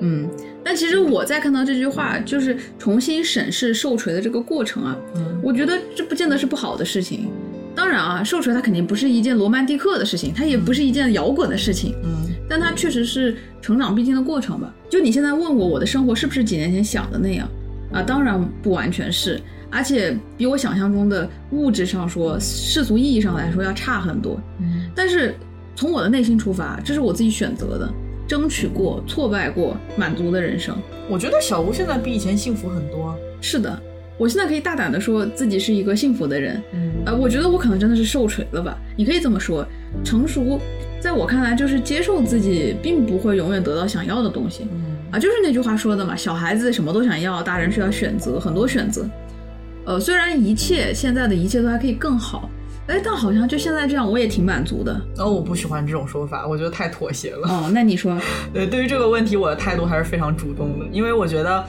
C: 嗯，但其实我在看到这句话，就是重新审视受锤的这个过程啊，
B: 嗯
C: 我觉得这不见得是不好的事情。当然啊，受锤它肯定不是一件罗曼蒂克的事情，它也不是一件摇滚的事情，
B: 嗯
C: 但它确实是成长必经的过程吧。就你现在问我，我的生活是不是几年前想的那样啊？当然不完全是，而且比我想象中的物质上说，世俗意义上来说要差很多。
B: 嗯
C: 但是从我的内心出发，这是我自己选择的，争取过、挫败过、满足的人生。
B: 我觉得小吴现在比以前幸福很多。
C: 是的，我现在可以大胆的说自己是一个幸福的人。
B: 嗯
C: 呃，我觉得我可能真的是受锤了吧，你可以这么说。成熟，在我看来就是接受自己并不会永远得到想要的东西
B: 嗯
C: 啊，就是那句话说的嘛，小孩子什么都想要，大人需要选择，很多选择。呃，虽然一切现在的一切都还可以更好，哎，但好像就现在这样我也挺满足的。
B: 哦，我不喜欢这种说法，我觉得太妥协了。
C: 哦，那你说，
B: 对，对于这个问题，我的态度还是非常主动的，因为我觉得，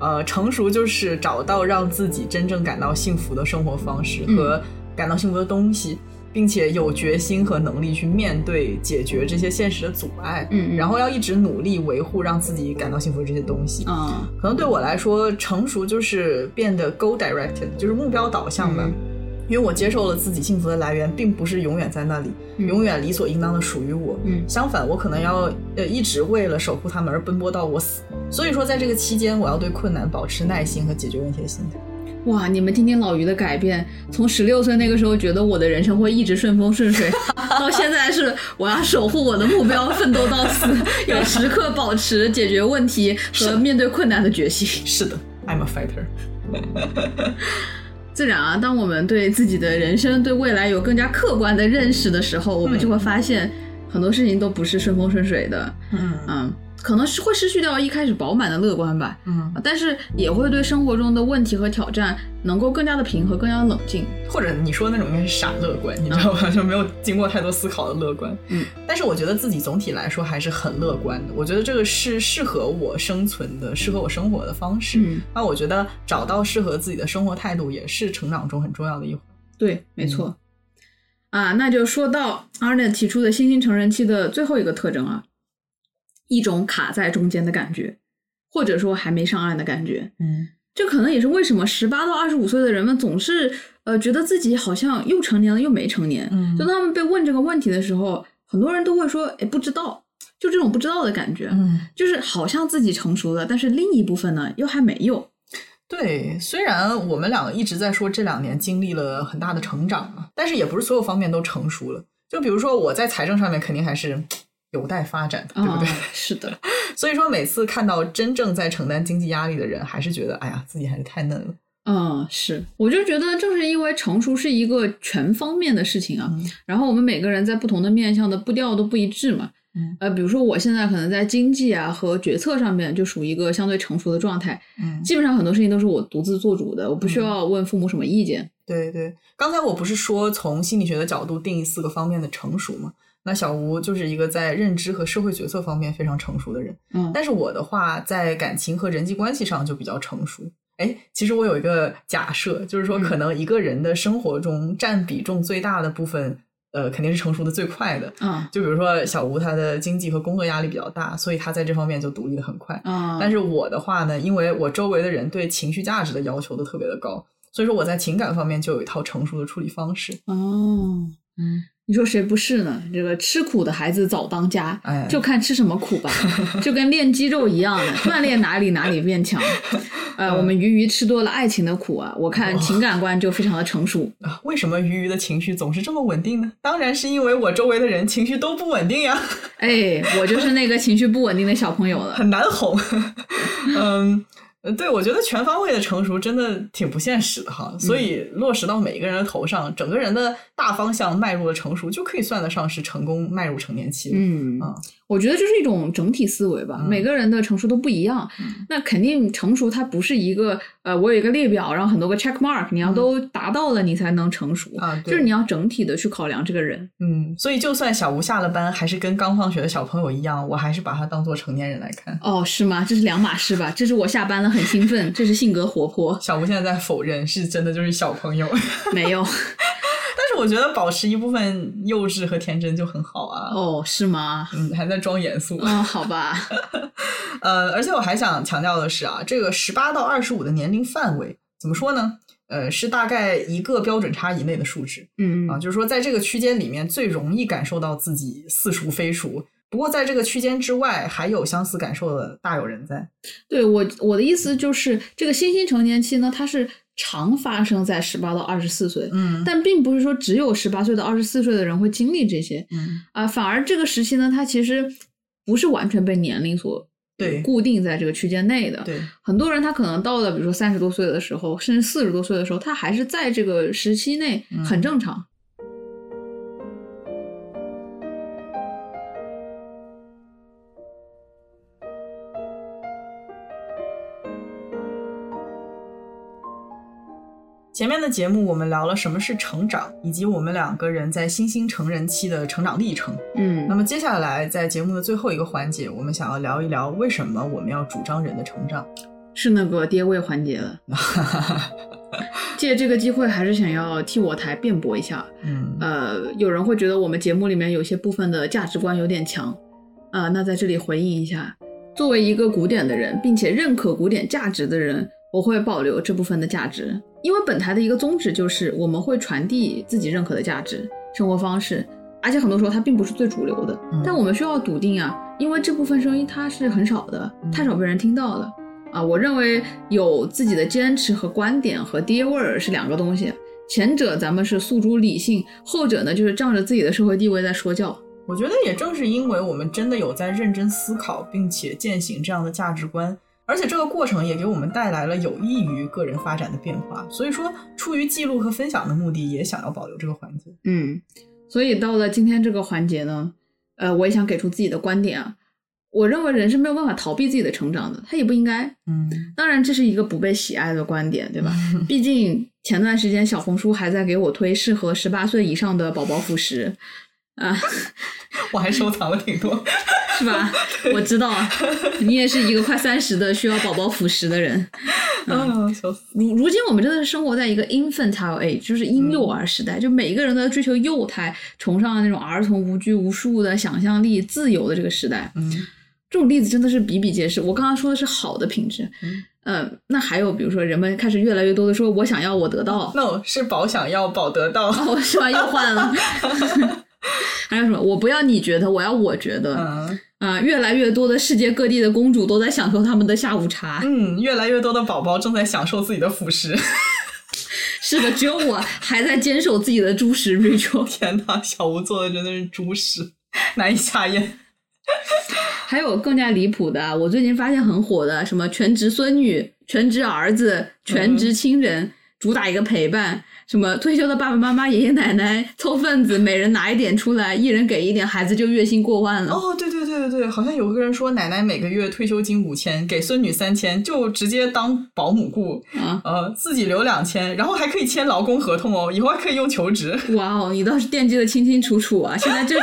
B: 呃，成熟就是找到让自己真正感到幸福的生活方式
C: 嗯
B: 和感到幸福的东西，并且有决心和能力去面对、解决这些现实的阻碍，
C: 嗯，嗯
B: 然后要一直努力维护让自己感到幸福的这些东西。
C: 啊、
B: 可能对我来说，成熟就是变得 goal directed，就是目标导向吧。
C: 嗯
B: 因为我接受了自己幸福的来源，并不是永远在那里，
C: 嗯
B: 永远理所应当的属于我。
C: 嗯
B: 相反，我可能要呃一直为了守护他们而奔波到我死。所以说，在这个期间，我要对困难保持耐心和解决问题的心态。
C: 哇，你们听听老于的改变，从十六岁那个时候觉得我的人生会一直顺风顺水，到现在是我要守护我的目标，奋斗到死，要时刻保持解决问题和面对困难的决心。
B: 是的，I'm a fighter。
C: 自然啊，当我们对自己的人生、对未来有更加客观的认识的时候，我们就会发现很多事情都不是顺风顺水的。
B: 嗯
C: 嗯，可能是会失去掉一开始饱满的乐观吧，
B: 嗯，
C: 但是也会对生活中的问题和挑战能够更加的平和，更加的冷静。
B: 或者你说那种应该是傻乐观，你知道 吧？就没有经过太多思考的乐观。
C: 嗯，
B: 但是我觉得自己总体来说还是很乐观的。我觉得这个是适合我生存的，适合我生活的方式。
C: 嗯，
B: 那我觉得找到适合自己的生活态度也是成长中很重要的一环。
C: 对，没
B: 嗯
C: 错。啊，那就说到 Arnett 提出的新兴成人期的最后一个特征啊，一种卡在中间的感觉，或者说还没上岸的感觉。
B: 嗯
C: 这可能也是为什么十八到二十五岁的人们总是呃觉得自己好像又成年了又没成年。
B: 嗯
C: 就当他们被问这个问题的时候，很多人都会说：“哎，不知道。”就这种不知道的感觉，
B: 嗯，
C: 就是好像自己成熟了，但是另一部分呢又还没有。
B: 对，虽然我们两个一直在说这两年经历了很大的成长嘛，但是也不是所有方面都成熟了。就比如说我在财政上面肯定还是有待发展的，对不对？
C: 啊是的，
B: 所以说每次看到真正在承担经济压力的人，还是觉得哎呀，自己还是太嫩了。
C: 嗯，是，我就觉得正是因为成熟是一个全方面的事情啊，
B: 嗯
C: 然后我们每个人在不同的面向的步调都不一致嘛。
B: 嗯
C: 呃，比如说我现在可能在经济啊和决策上面就属于一个相对成熟的状态，
B: 嗯，
C: 基本上很多事情都是我独自做主的，我不需要问父母什么意见。
B: 对对。刚才我不是说从心理学的角度定义四个方面的成熟吗？那小吴就是一个在认知和社会决策方面非常成熟的人。
C: 嗯
B: 但是我的话，在感情和人际关系上就比较成熟。哎，其实我有一个假设，就是说，
C: 嗯
B: 可能一个人的生活中占比重最大的部分，呃，肯定是成熟的最快的。
C: 啊
B: 就比如说小吴，他的经济和工作压力比较大，所以他在这方面就独立的很快。
C: 啊，
B: 但
C: 是
B: 是我的话呢，因为我周围的人对情绪价值的要求都特别的高，所以说我在情感方面就有一套成熟的处理方式。
C: 哦，
B: 嗯，
C: 你说谁不是呢？这个吃苦的孩子早当家，
B: 哎
C: 就看吃什么 苦吧，就跟练肌肉一样的，锻炼哪里哪里变 强。呃，我们鱼鱼吃多了爱情的苦啊，我
B: 哦
C: 看情感观就非常的成熟。
B: 啊，为什么鱼鱼的情绪总是这么稳定呢？当然是因为我周围的人情绪都不稳定呀。
C: 哎，我就是那个情绪不稳定的小朋友了。
B: 很难哄。 嗯，呃对，我觉得全方位的成熟真的挺不现实的哈，所
C: 嗯
B: 以落实到每一个人的头上，整个人的大方向迈入了成熟，就可以算得上是成功迈入成年期了。
C: 嗯
B: 啊，
C: 我觉得这是一种整体思维吧，
B: 嗯
C: 每个人的成熟都不一样。那肯定成熟，它不是一个呃，我有一个列表，然后很多个 check mark，你要都达到了，你才能成熟。
B: 嗯啊对
C: 就是你要整体的去考量这个人。
B: 嗯，所以就算小吴下了班，还是跟刚放学的小朋友一样，我还是把他当做成年人来看。
C: 哦，是吗？这是两码事吧？这是我下班了很兴奋，这是性格活泼，
B: 小吴现在在否认，是真的就是小朋友，
C: 没有。
B: 但是我觉得保持一部分幼稚和天真就很好啊。
C: 哦，是吗？
B: 嗯，还在装严肃。
C: 嗯，好吧。
B: 呃，而且我还想强调的是啊，这个十八到二十五的年龄范围怎么说呢？呃，是大概一个标准差以内的数值
C: 嗯
B: 啊，就是说在这个区间里面最容易感受到自己似熟非熟。不过在这个区间之外，还有相似感受的大有人在。
C: 对我我的意思就是，这个新兴成年期呢，它是常发生在十八到二十四岁。
B: 嗯
C: 但并不是说只有十八岁到二十四岁的人会经历这些
B: 嗯，
C: 啊、反而这个时期呢，它其实不是完全被年龄所
B: 对
C: 固定在这个区间内的。
B: 对，
C: 很多人他可能到了比如说三十多岁的时候，甚至四十多岁的时候，他还是在这个时期内
B: 嗯
C: 很正常。
B: 前面的节目我们聊了什么是成长，以及我们两个人在新兴成人期的成长历程。
C: 嗯
B: 那么接下来在节目的最后一个环节，我们想要聊一聊为什么我们要主张人的成长。
C: 是那个跌位环节了。借这个机会，还是想要替我台辩驳一下。
B: 嗯
C: 呃，有人会觉得我们节目里面有些部分的价值观有点强，啊、那在这里回应一下，作为一个古典的人，并且认可古典价值的人，我会保留这部分的价值，因为本台的一个宗旨就是我们会传递自己认可的价值、生活方式，而且很多时候它并不是最主流的，
B: 嗯
C: 但我们需要笃定啊，因为这部分声音它是很少的，太少被人听到了。啊，我认为有自己的坚持和观点和爹味儿是两个东西，前者咱们是诉诸理性，后者呢就是仗着自己的社会地位在说教。
B: 我觉得也正是因为我们真的有在认真思考，并且践行这样的价值观，而且这个过程也给我们带来了有益于个人发展的变化。所以说，出于记录和分享的目的，也想要保留这个环节。
C: 嗯，所以到了今天这个环节呢，呃，我也想给出自己的观点啊。我认为人是没有办法逃避自己的成长的，他也不应该。
B: 嗯，
C: 当然，这是一个不被喜爱的观点，对吧？毕竟前段时间小红书还在给我推适合十八岁以上的宝宝辅食，啊，
B: 我还收藏了挺多。
C: 是 吧？我知道你也是一个快三十的需要宝宝辅食的人。
B: 嗯，笑死。
C: 如如今我们真的是生活在一个 infantile age，就是婴幼儿时
B: 嗯
C: 代，就每一个人都在追求幼态，崇尚那种儿童无拘无束的想象力、自由的这个时代。
B: 嗯
C: 这种例子真的是比比皆是。我刚刚说的是好的品质，
B: 嗯
C: 呃，那还有比如说人们开始越来越多的说我想要，我得到，
B: ，no，是宝想要，宝得到。
C: 哦，是吧？又换 了。还有什么？我不要你觉得，我要我觉得啊、
B: 嗯
C: 越来越多的世界各地的公主都在享受他们的下午茶。
B: 嗯，越来越多的宝宝正在享受自己的辅食。
C: 是的，只有我还在坚守自己的猪食 ritual。
B: 天呐，小吴做的真的是猪食， 难以下咽。
C: 还有更加离谱的，我最近发现很火的，什么全职孙女、全职儿子、全职亲人，主打一个陪伴。什么退休的爸爸妈妈、爷爷奶奶凑份子，每人拿一点出来，一人给一点，孩子就月薪过万了。
B: 哦，对对对对对，好像有个人说奶奶每个月退休金五千，给孙女三千，就直接当保姆雇，
C: 啊，
B: 呃，自己留两千，然后还可以签劳工合同哦，以后还可以用求职。
C: 哇哦，你倒是惦记的清清楚楚啊！现在这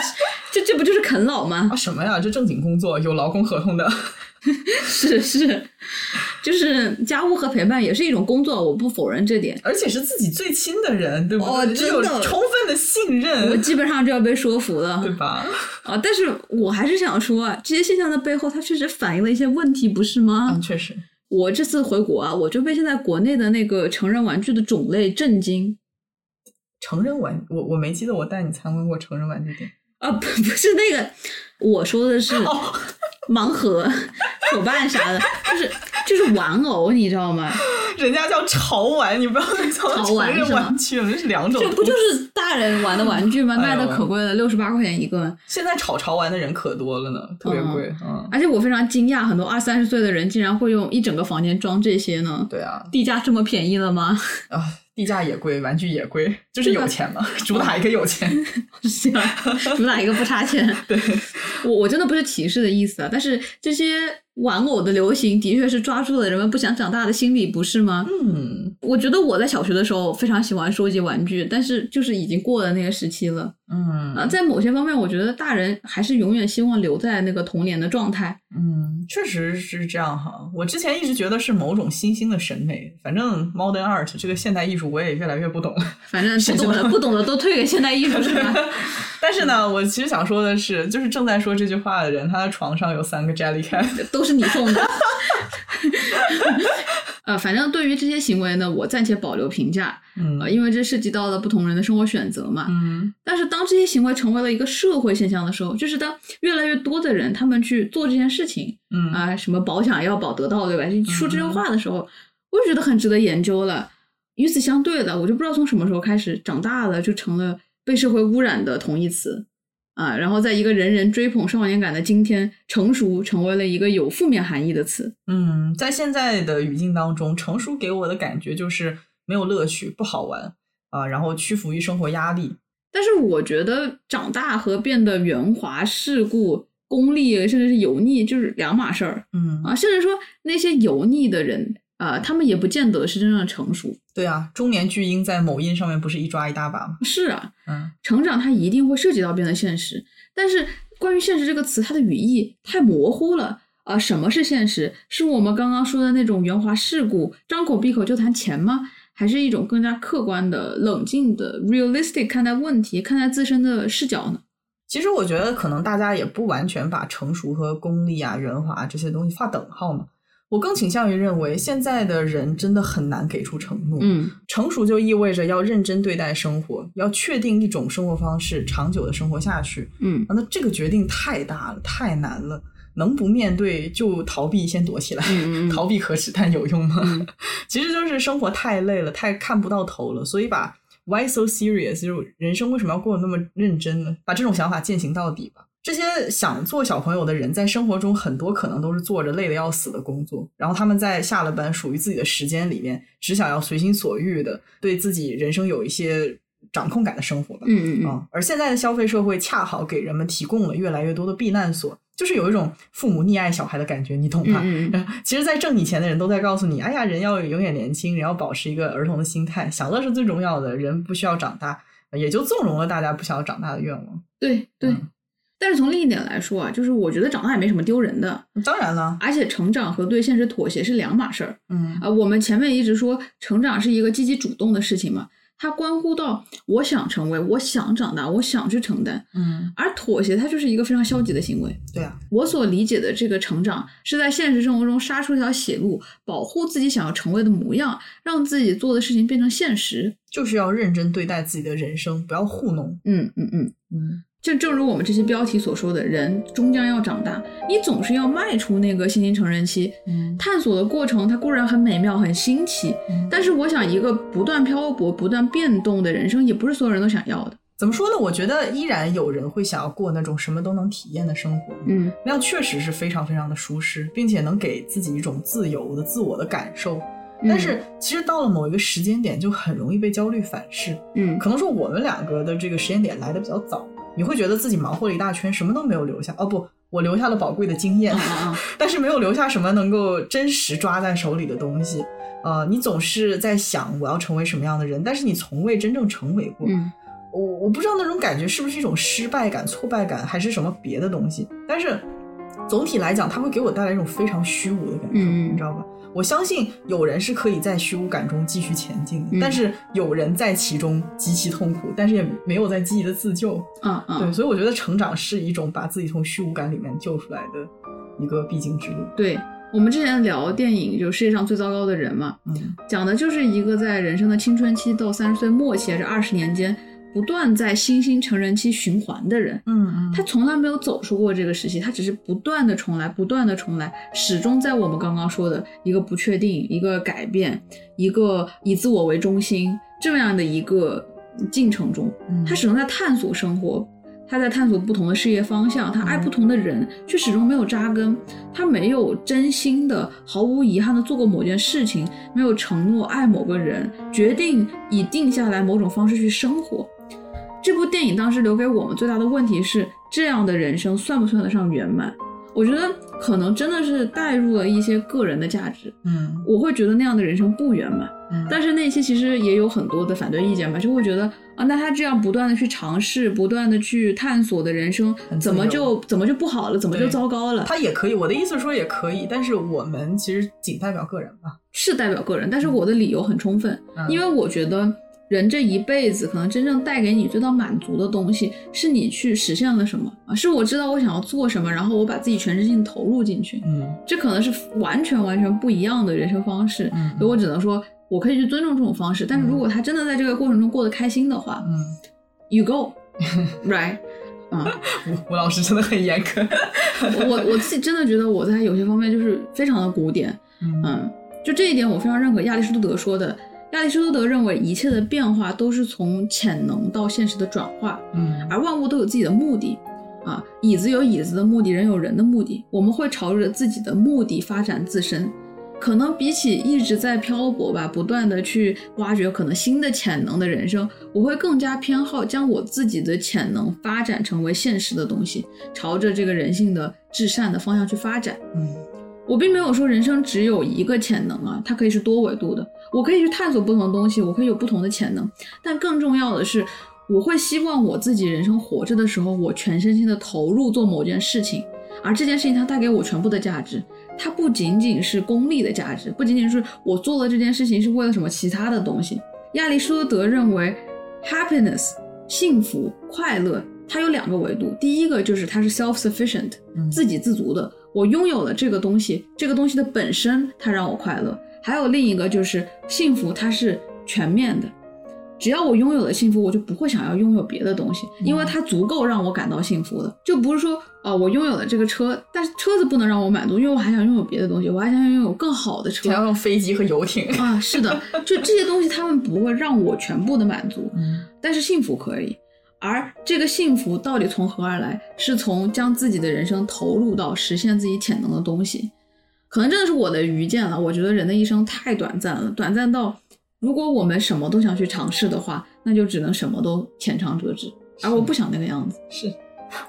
C: 这这不就是啃老吗
B: 啊？什么呀？这正经工作有劳工合同的。
C: 是是，就是家务和陪伴也是一种工作，我不否认这点。
B: 而且是自己最亲的人，对不对？
D: 哦
B: 这
D: 真
B: 有
D: 的
B: 充分的信
C: 我
B: 任，
C: 基本上就要被说服了
B: 对吧？
C: 啊！但是我还是想说，啊，这些现象的背后，它确实反映了一些问题，不是吗？
B: 嗯，确实，
C: 我这次回国啊，我就被现在国内的那个成人玩具的种类震惊
B: 成人玩，我我没记得我带你参观过成人玩具店。
C: 啊！不 不是那个，我说的是
B: 哦，
C: 盲盒、 手办啥的，就是就是玩偶，你知道 吗？
B: 人家叫潮玩，你不要再叫
C: 潮
B: 成
C: 玩
B: 人
C: 是吗
B: 玩具了，这是两种东
C: 这
B: 西。
C: 不就是大人玩的玩具吗？
B: 哎
C: 卖
B: 呦
C: 的可贵了，六十八块钱一个。
B: 现在炒潮玩的人可多了呢，特别贵。嗯，
C: 而且我非常惊讶，很多二三十岁的人竟然会用一整个房间装这些呢。
B: 对啊，
C: 地价这么便宜了吗？
B: 啊，地价也贵，玩具也贵，就是有钱嘛，主打一个有 钱。
C: 是啊，主打一个不差钱。
B: 对，
C: 我我真的不是歧视的意思啊，但是这些玩偶的流行的确是抓住了人们不想长大的心理，不是吗？
B: 嗯
C: 我觉得我在小学的时候非常喜欢收集玩具，但是就是已经过了那个时期了。
B: 嗯
C: 啊，在某些方面，我觉得大人还是永远希望留在那个童年的状态。
B: 嗯，确实是这样哈。我之前一直觉得是某种新兴的审美，反正 modern art 这个现代艺术我也越来越不懂了。
C: 反正不懂
B: 是
C: 的
B: 的
C: 不懂的都退给现代艺术 是吧？
B: 但是呢，我其实想说的是，就是正在说这句话的人，他的床上有三个 Jellycat。
C: 都是你送的。 呃，反正对于这些行为呢，我暂且保留评价，
B: 嗯
C: 呃，因为这涉及到了不同人的生活选择嘛。
B: 嗯
C: 但是当这些行为成为了一个社会现象的时候，就是当越来越多的人他们去做这件事情
B: 嗯
C: 啊、什么保想要保得到，对吧？就说这些话的时候，我就觉得很值得研究了。与此相对的，我就不知道从什么时候开始，长大了就成了被社会污染的同义词啊。然后，在一个人人追捧少年感的今天，成熟成为了一个有负面含义的词。
B: 嗯，在现在的语境当中，成熟给我的感觉就是没有乐趣，不好玩啊、然后屈服于生活压力。
C: 但是我觉得长大和变得圆滑、世故、功利，甚至是油腻，就是两码事儿。
B: 嗯
C: 啊，甚至说那些油腻的人，呃，他们也不见得是真正的成熟。
B: 对啊，中年巨婴在某音上面不是一抓一大把吗？
C: 是啊，
B: 嗯
C: 成长它一定会涉及到变得现实，但是关于“现实”这个词，它的语义太模糊了。啊，什么是现实？是我们刚刚说的那种圆滑世故，张口闭口就谈钱吗？还是一种更加客观的、冷静的、realistic 看待问题、看待自身的视角呢？
B: 其实我觉得可能大家也不完全把成熟和功利啊、圆滑这些东西划等号嘛。我更倾向于认为，现在的人真的很难给出承诺。，
C: 嗯，
B: 成熟就意味着要认真对待生活，要确定一种生活方式，长久的生活下去。
C: 嗯
B: 啊那这个决定太大了，太难了，能不面对就逃避，先躲起来。
C: 嗯嗯嗯
B: 逃避可耻，但有用吗？
C: 嗯
B: 其实就是生活太累了，太看不到头了，所以把 Why so serious？就是人生为什么要过得那么认真呢？把这种想法践行到底吧。这些想做小朋友的人，在生活中很多可能都是做着累得要死的工作，然后他们在下了班属于自己的时间里面，只想要随心所欲的对自己人生有一些掌控感的生活吧。
C: 嗯嗯嗯，
B: 啊，而现在的消费社会恰好给人们提供了越来越多的避难所，就是有一种父母溺爱小孩的感觉，你懂吧？
C: 嗯嗯
B: 其实，在挣你钱的人都在告诉你，哎呀，人要永远年轻，人要保持一个儿童的心态，享乐是最重要的，人不需要长大，也就纵容了大家不想要长大的愿望。
C: 对对。
B: 嗯
C: 但是从另一点来说啊，就是我觉得长大也没什么丢人的，
B: 当然了，
C: 而且成长和对现实妥协是两码事儿。
B: 嗯
C: 啊，我们前面一直说成长是一个积极主动的事情嘛，它关乎到我想成为，我想长大，我想去承担。
B: 嗯，
C: 而妥协它就是一个非常消极的行为。
B: 对啊，
C: 我所理解的这个成长，是在现实生活中杀出一条血路，保护自己想要成为的模样，让自己做的事情变成现实。
B: 就是要认真对待自己的人生，不要糊弄。
C: 嗯嗯嗯，
B: 嗯，
C: 就正如我们这期标题所说的，人终将要长大，你总是要迈出那个新兴成人期。
B: 嗯
C: 探索的过程，它固然很美妙、很新奇，
B: 嗯
C: 但是我想，一个不断漂泊、不断变动的人生，也不是所有人都想要的。
B: 怎么说呢？我觉得依然有人会想要过那种什么都能体验的生活。
C: 嗯
B: 那样确实是非常非常的舒适，并且能给自己一种自由的自我的感受。
C: 嗯
B: 但是其实到了某一个时间点，就很容易被焦虑反噬。
C: 嗯，
B: 可能说我们两个的这个时间点来的比较早，你会觉得自己忙活了一大圈，什么都没有留下。哦不，我留下了宝贵的经验
C: 啊，啊啊，
B: 但是没有留下什么能够真实抓在手里的东西。呃，你总是在想我要成为什么样的人，但是你从未真正成为过。
C: 嗯
B: 我我不知道那种感觉是不是一种失败感、挫败感，还是什么别的东西。但是总体来讲，它会给我带来一种非常虚无的感受，
C: 嗯嗯
B: 你知道吧？我相信有人是可以在虚无感中继续前进的，
C: 嗯
B: 但是有人在其中极其痛苦，但是也没有在积极的自救。
C: 啊
B: 对，
C: 啊，
B: 所以我觉得成长是一种把自己从虚无感里面救出来的一个必经之路。
C: 对。我们之前聊电影，就世界上最糟糕的人嘛，
B: 嗯
C: 讲的就是一个在人生的青春期到三十岁末期，这二十年间，不断在新兴成人期循环的人。
B: 嗯
C: 他从来没有走出过这个时期，他只是不断的重来，不断的重来，始终在我们刚刚说的一个不确定、一个改变、一个以自我为中心这样的一个进程中，
B: 嗯
C: 他始终在探索生活，他在探索不同的事业方向，他爱不同的人，却始终没有扎根，他没有真心的、毫无遗憾的做过某件事情，没有承诺爱某个人，决定以定下来某种方式去生活。这部电影当时留给我们最大的问题是：这样的人生算不算得上圆满？我觉得可能真的是带入了一些个人的价值，
B: 嗯
C: 我会觉得那样的人生不圆满。
B: 嗯，
C: 但是那些其实也有很多的反对意见吧，就会觉得啊，那他这样不断的去尝试，不断的去探索的人生
B: 很，自
C: 怎么
B: 由
C: 就怎么就不好了，怎么就
B: 对
C: 糟糕了？
B: 他也可以，我的意思是说也可以，但是我们其实仅代表个人吧。
C: 是代表个人，但是我的理由很充分，
B: 嗯
C: 因为我觉得人这一辈子可能真正带给你最大满足的东西，是你去实现了什么啊？是我知道我想要做什么，然后我把自己全身心地投入进去，
B: 嗯
C: 这可能是完全完全不一样的人生方式。
B: 嗯
C: 所以我只能说，我可以去尊重这种方式，但是如果他真的在这个过程中过得开心的话，
B: 嗯，
C: you go right 啊、
B: 吴吴老师真的很严苛。
C: 我我自己真的觉得我在有些方面就是非常的古典，
B: 嗯
C: 嗯，就这一点我非常认可亚里士多德说的。亚里士多德认为一切的变化都是从潜能到现实的转化，
B: 嗯
C: 而万物都有自己的目的啊，椅子有椅子的目的，人有人的目的，我们会朝着自己的目的发展自身。可能比起一直在漂泊吧，不断的去挖掘可能新的潜能的人生，我会更加偏好将我自己的潜能发展成为现实的东西，朝着这个人性的至善的方向去发展。
B: 嗯
C: 我并没有说人生只有一个潜能啊，它可以是多维度的。我可以去探索不同的东西，我可以有不同的潜能，但更重要的是，我会希望我自己人生活着的时候，我全身心的投入做某件事情，而这件事情它带给我全部的价值，它不仅仅是功利的价值，不仅仅是我做了这件事情是为了什么其他的东西。亚里士多德认为，happiness 幸福快乐，它有两个维度，第一个就是它是 self sufficient。
B: 嗯
C: 自给自足的。我拥有了这个东西，这个东西的本身它让我快乐。还有另一个就是幸福，它是全面的。只要我拥有了幸福，我就不会想要拥有别的东西，因为它足够让我感到幸福了。就不是说，呃，我拥有了这个车，但是车子不能让我满足，因为我还想拥有别的东西，我还想拥有更好的车
B: 想。要用飞机和游艇。
C: 啊，是的，就这些东西，他们不会让我全部的满足。
B: 嗯
C: 但是幸福可以。而这个幸福到底从何而来？是从将自己的人生投入到实现自己潜能的东西。可能真的是我的愚见了。我觉得人的一生太短暂了，短暂到如果我们什么都想去尝试的话，那就只能什么都浅尝辄止。而我不想那个样子。
B: 是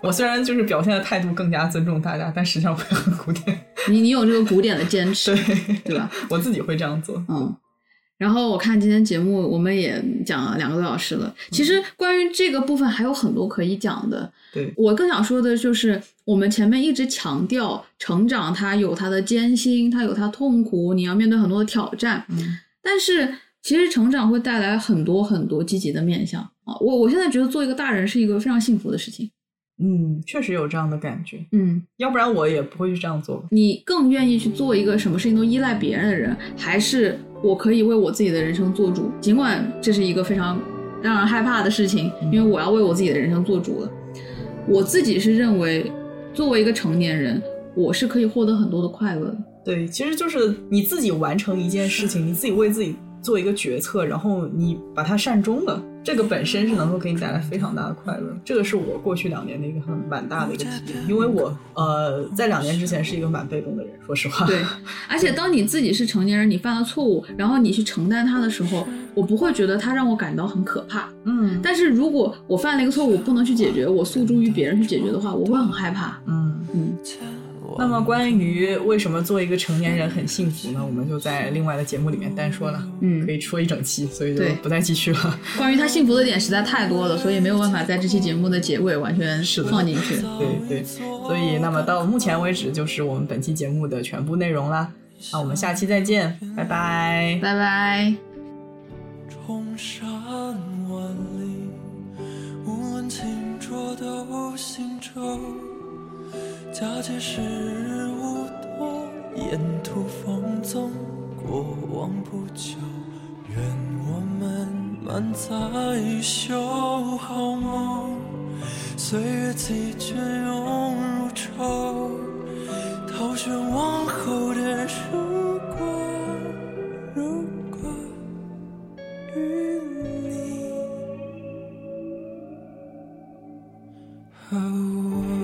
B: 我虽然就是表现的态度更加尊重大家，但实际上我也很古典。
C: 你你有这个古典的坚持，
B: 对，
C: 对吧？
B: 我自己会这样做。
C: 嗯，然后我看今天节目，我们也讲了两个多小时了。其实关于这个部分还有很多可以讲的。
B: 对
C: 我更想说的就是，我们前面一直强调成长，它有它的艰辛，它有它痛苦，你要面对很多的挑战。
B: 嗯
C: 但是其实成长会带来很多很多积极的面向啊！我我现在觉得做一个大人是一个非常幸福的事情。
B: 嗯，确实有这样的感觉，
C: 嗯，
B: 要不然我也不会去这样做。
C: 你更愿意去做一个什么事情都依赖别人的人，还是我可以为我自己的人生做主？尽管这是一个非常让人害怕的事情，因为我要为我自己的人生做主了。我自己是认为，作为一个成年人，我是可以获得很多的快乐的。
B: 对，其实就是你自己完成一件事情，你自己为自己做一个决策，然后你把它善终了，这个本身是能够给你带来非常大的快乐。这个是我过去两年的一个很蛮大的一个体验，因为我呃在两年之前是一个蛮被动的人，说实话。
C: 对，而且当你自己是成年人，你犯了错误，然后你去承担它的时候，我不会觉得它让我感到很可怕。
B: 嗯
C: 但是如果我犯了一个错误，我不能去解决，我诉诸于别人去解决的话，我会很害怕。
B: 嗯。
C: 嗯。
B: 那么关于为什么做一个成年人很幸福呢？我们就在另外的节目里面单说了，
C: 嗯
B: 可以说一整期，所以就
C: 对
B: 不再继续了。
C: 关于他幸福的点实在太多了，所以没有办法在这期节目的结尾完全
B: 是的
C: 放进去。
B: 对对，所以那么到目前为止就是我们本期节目的全部内容啦。啊那我们下期再见，拜拜。
C: 拜拜。
A: 崇山万里，无论轻浊都心舟。佳节时无多，沿途放纵，过往不究。愿我们满载袖好梦，岁月几卷涌入愁，淘选往后的如果，如果。与你和我。哦